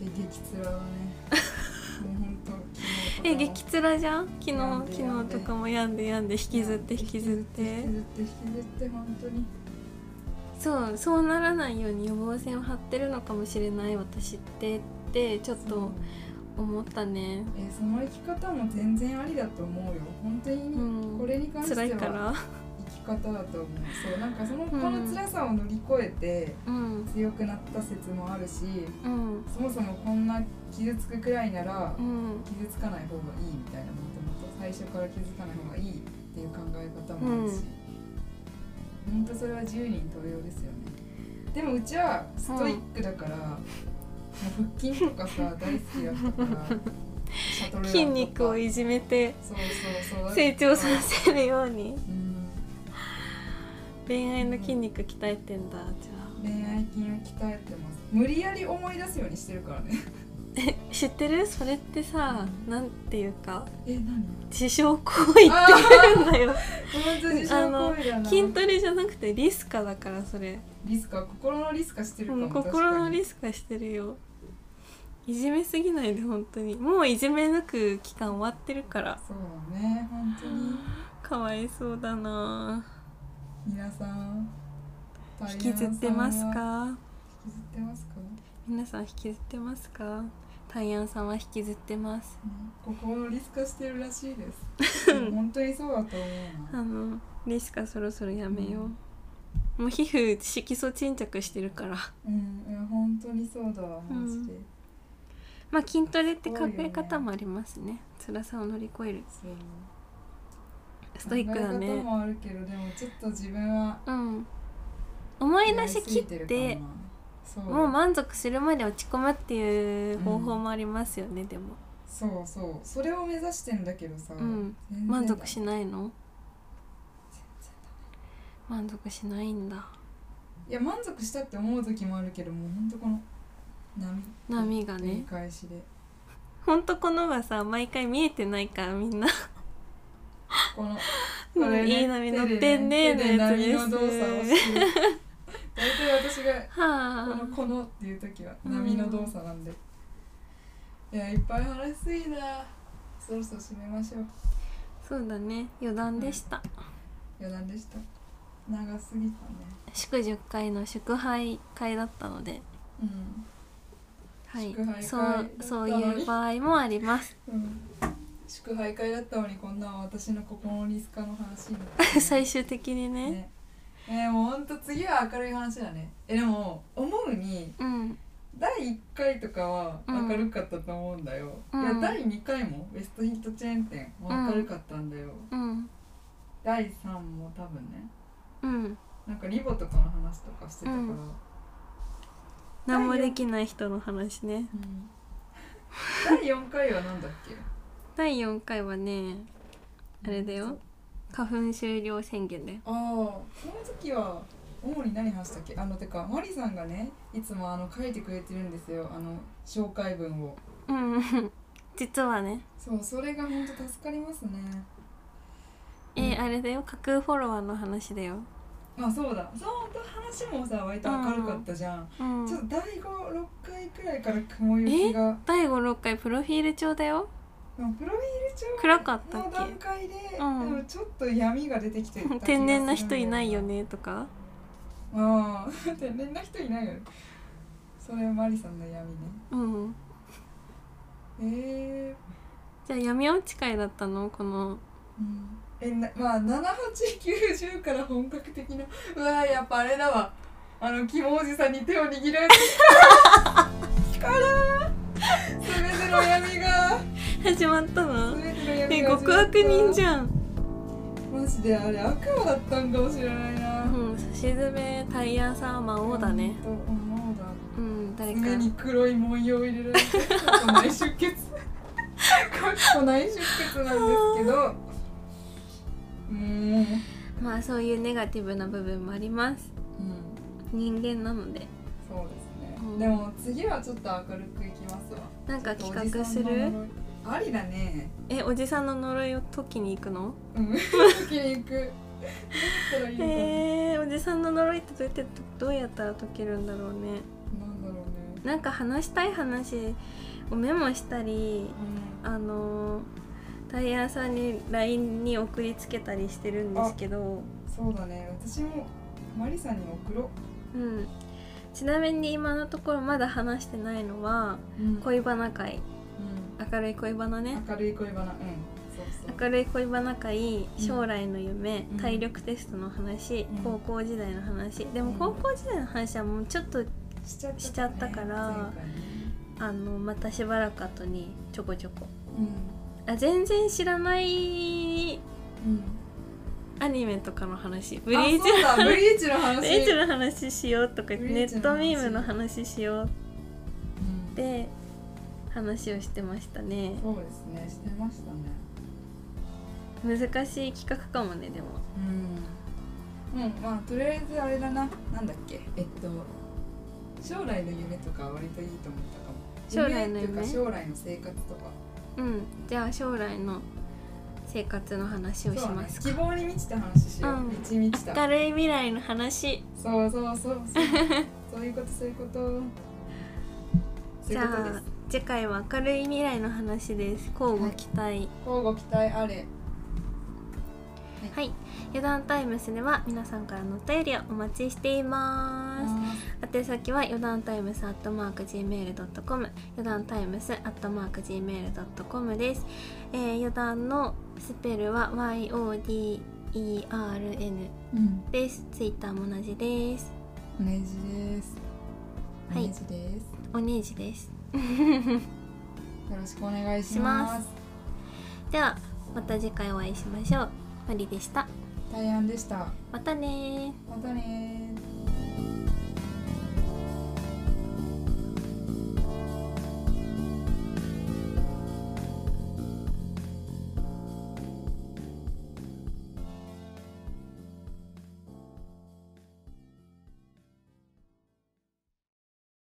え激 辛だねもう本当昨日とかえも激辛じゃん昨日病んで昨病ん日でとかも病んで病んで引きずって引きずって引きずって引きずって本当にそうそうならないように予防線を張ってるのかもしれない私ってってちょっと思ったねえーその生き方も全然ありだと思うよ本当うにんこれに関して辛いかはら生き方だと思う、そうなんかそのんこの辛さを乗り越えてうん強くなった説もあるしうんそもそもこんな傷つくくらいならうん傷つかない方がいいみたいなもともと最初から傷つかない方がいいっていう考え方もあるし、ほんとそれは十人十様ですよねでもうちはストイックだから、もう腹筋とかさ大好きだったからシャトルラン とか筋肉をいじめてそうそうそう成長させるようにうん恋愛の筋肉鍛えてんだじゃあ恋愛筋を鍛えてます無理やり思い出すようにしてるからね 知ってるそれってさなんていうかえ何自傷行為って言うんだよ本当に自傷行為だな筋トレじゃなくてリスカだからそれリスカ心のリスカしてるかうも、ん心のリススカしてるよいじめすぎないで本当にもういじめ抜く期間終わってるからそうだね本当にかわいそうだな皆さんぁ引きずってますタイヤンさんはか引きずってますか、ね、皆さん引きずってますかタイヤンさんは引きずってます心のリスカしてるらしいです でも本当にそうだと思うなあのリスカそろそろやめよう、もう皮膚色素沈着してるからうんいや本当にそうだわマジで、まあ筋トレって考え方もありますね辛さを乗り越えるそうストイックだ考え方ねもあるけどでもちょっと自分はうん思いや出りしすぎ切ってるてかなそうもう満足するまで落ち込むっていう方法もありますよね、でも、そうそうそれを目指してんだけどさ、うん、全然だ満足しないの満足しないんだいや満足したって思う時もあるけどもうほんとこの波波が繰りね返しで、ほんとこのがさ毎回見えてないからみ んなこ のうんこれねいい波乗ってんねー手でのやつで波すの動作をしてる大体私 がこはの「この」っていう時はうん波の動作なんで、いやいっぱい話しすぎだそろそろ締めましょうあそうだね余談でした、余談でした長すぎたね祝10回の祝杯会だったのでうんはい祝杯会そうそういう場合もありますうん祝杯会だったのにこんなん私の心のリスカの話になっ 最終的にねねえー、もうほんと次は明るい話だねえでも思うにうん第1回とかは明るかったと思うんだよ、うんいやうん第2回もベストヒットチェーン店も明るかったんだよ、うん第3も多分ねうんなんかリボとかの話とかしてたかうら、うんん何もできない人の話ね 第4回はなんだっけ第4回はねあれだよ花粉終了宣言だよああこの時は主に何話したっけあのてかマリさんがねいつもあの書いてくれてるんですよあの紹介文をうん 実はねそうそれが本当助かりますねえうんあれだよ架空フォロワーの話だよ、あそうだそう本当話もさ割と明るかったじゃん、うんちょっと第56回くらいから雲行きが第56回プロフィール帳だ よまあプロフィール暗かった帳っの段階で、うんでもちょっと闇が出てきてた気がするんけだよ天然な人いないよねとかああ 天然な人いないよねそれマリさんの闇ねうんえーじゃあ闇落ち会だったのこの うんえなまあ7890から本格的なうわやっぱあれだわあの肝おじさんに手を 握られてから全ての闇が始まったの全ての闇えが極悪人じゃゃんマジであれ悪魔だったんかもしれないな、うん差し詰めタイヤサーマン王だねほんと魔王だうん誰か目に黒い文様を入れられて過去内出血 かっこ内出 血なんですけどうん、うん、まあそういうネガティブな部分もあります人間なのでそうですね、うんでも次はちょっと明るくいきますわなんか企画おじすさんのる呪いありだねえおじさんの呪いを解きに行くのうん 時に行くどうやったらいいのかな、えー、おじさんの呪いってどうやってどうやったら解けるんだろうねなんだろうねなんか話したい話をメモしたりうんあのータイヤ屋さんに LINE に送りつけたりしてるんですけど、そうだね私もマリさんに送ろうん、ちなみに今のところまだ話してないのはう、うん恋バナ会明るい恋バナうねん、明るい恋バナうんそうそう明るい恋バナ会将来の夢、うん体力テストの話、うん高校時代の話でもうん高校時代の話はもうちょっとしちゃった,、しちゃったから前回ねあのまたしばらく後にちょこちょこうんあ全然知らないうんアニメとかの話ブブリーチだブリーチの話ブリーチの話しようとか言ってブネリーチッのト話ミームの話しよううんって話をしてましたねそうですねしてましたね難しい企画かもねでもうんうんまあとりあえずあれだななんだっけえっと将来の夢とかは割といいと思ったかも将来の夢っていうか将来の生活とかうんじゃあ将来の生活の話をしそうだまねす希か、望に満ちた話しよう、うん満ち満ちた明るい未来の話そうそう そうそうそういうことそういうことそうじいうゃことですあ次回は明るい未来の話です交互期待、交互期待あれはい、油断タイムスでは皆さんからのお便りをお待ちしています。宛先は余談タイムスアットマーク gmail.com 余談タイムスアットマーク gmail.com です、えー、余談のスペルは YODERN うんですツイッターも同じですおねじですはいおねじですおねじですよろしくお願いします。ではまた次回お会いしましょうマリでした大安でした。またねーまたねー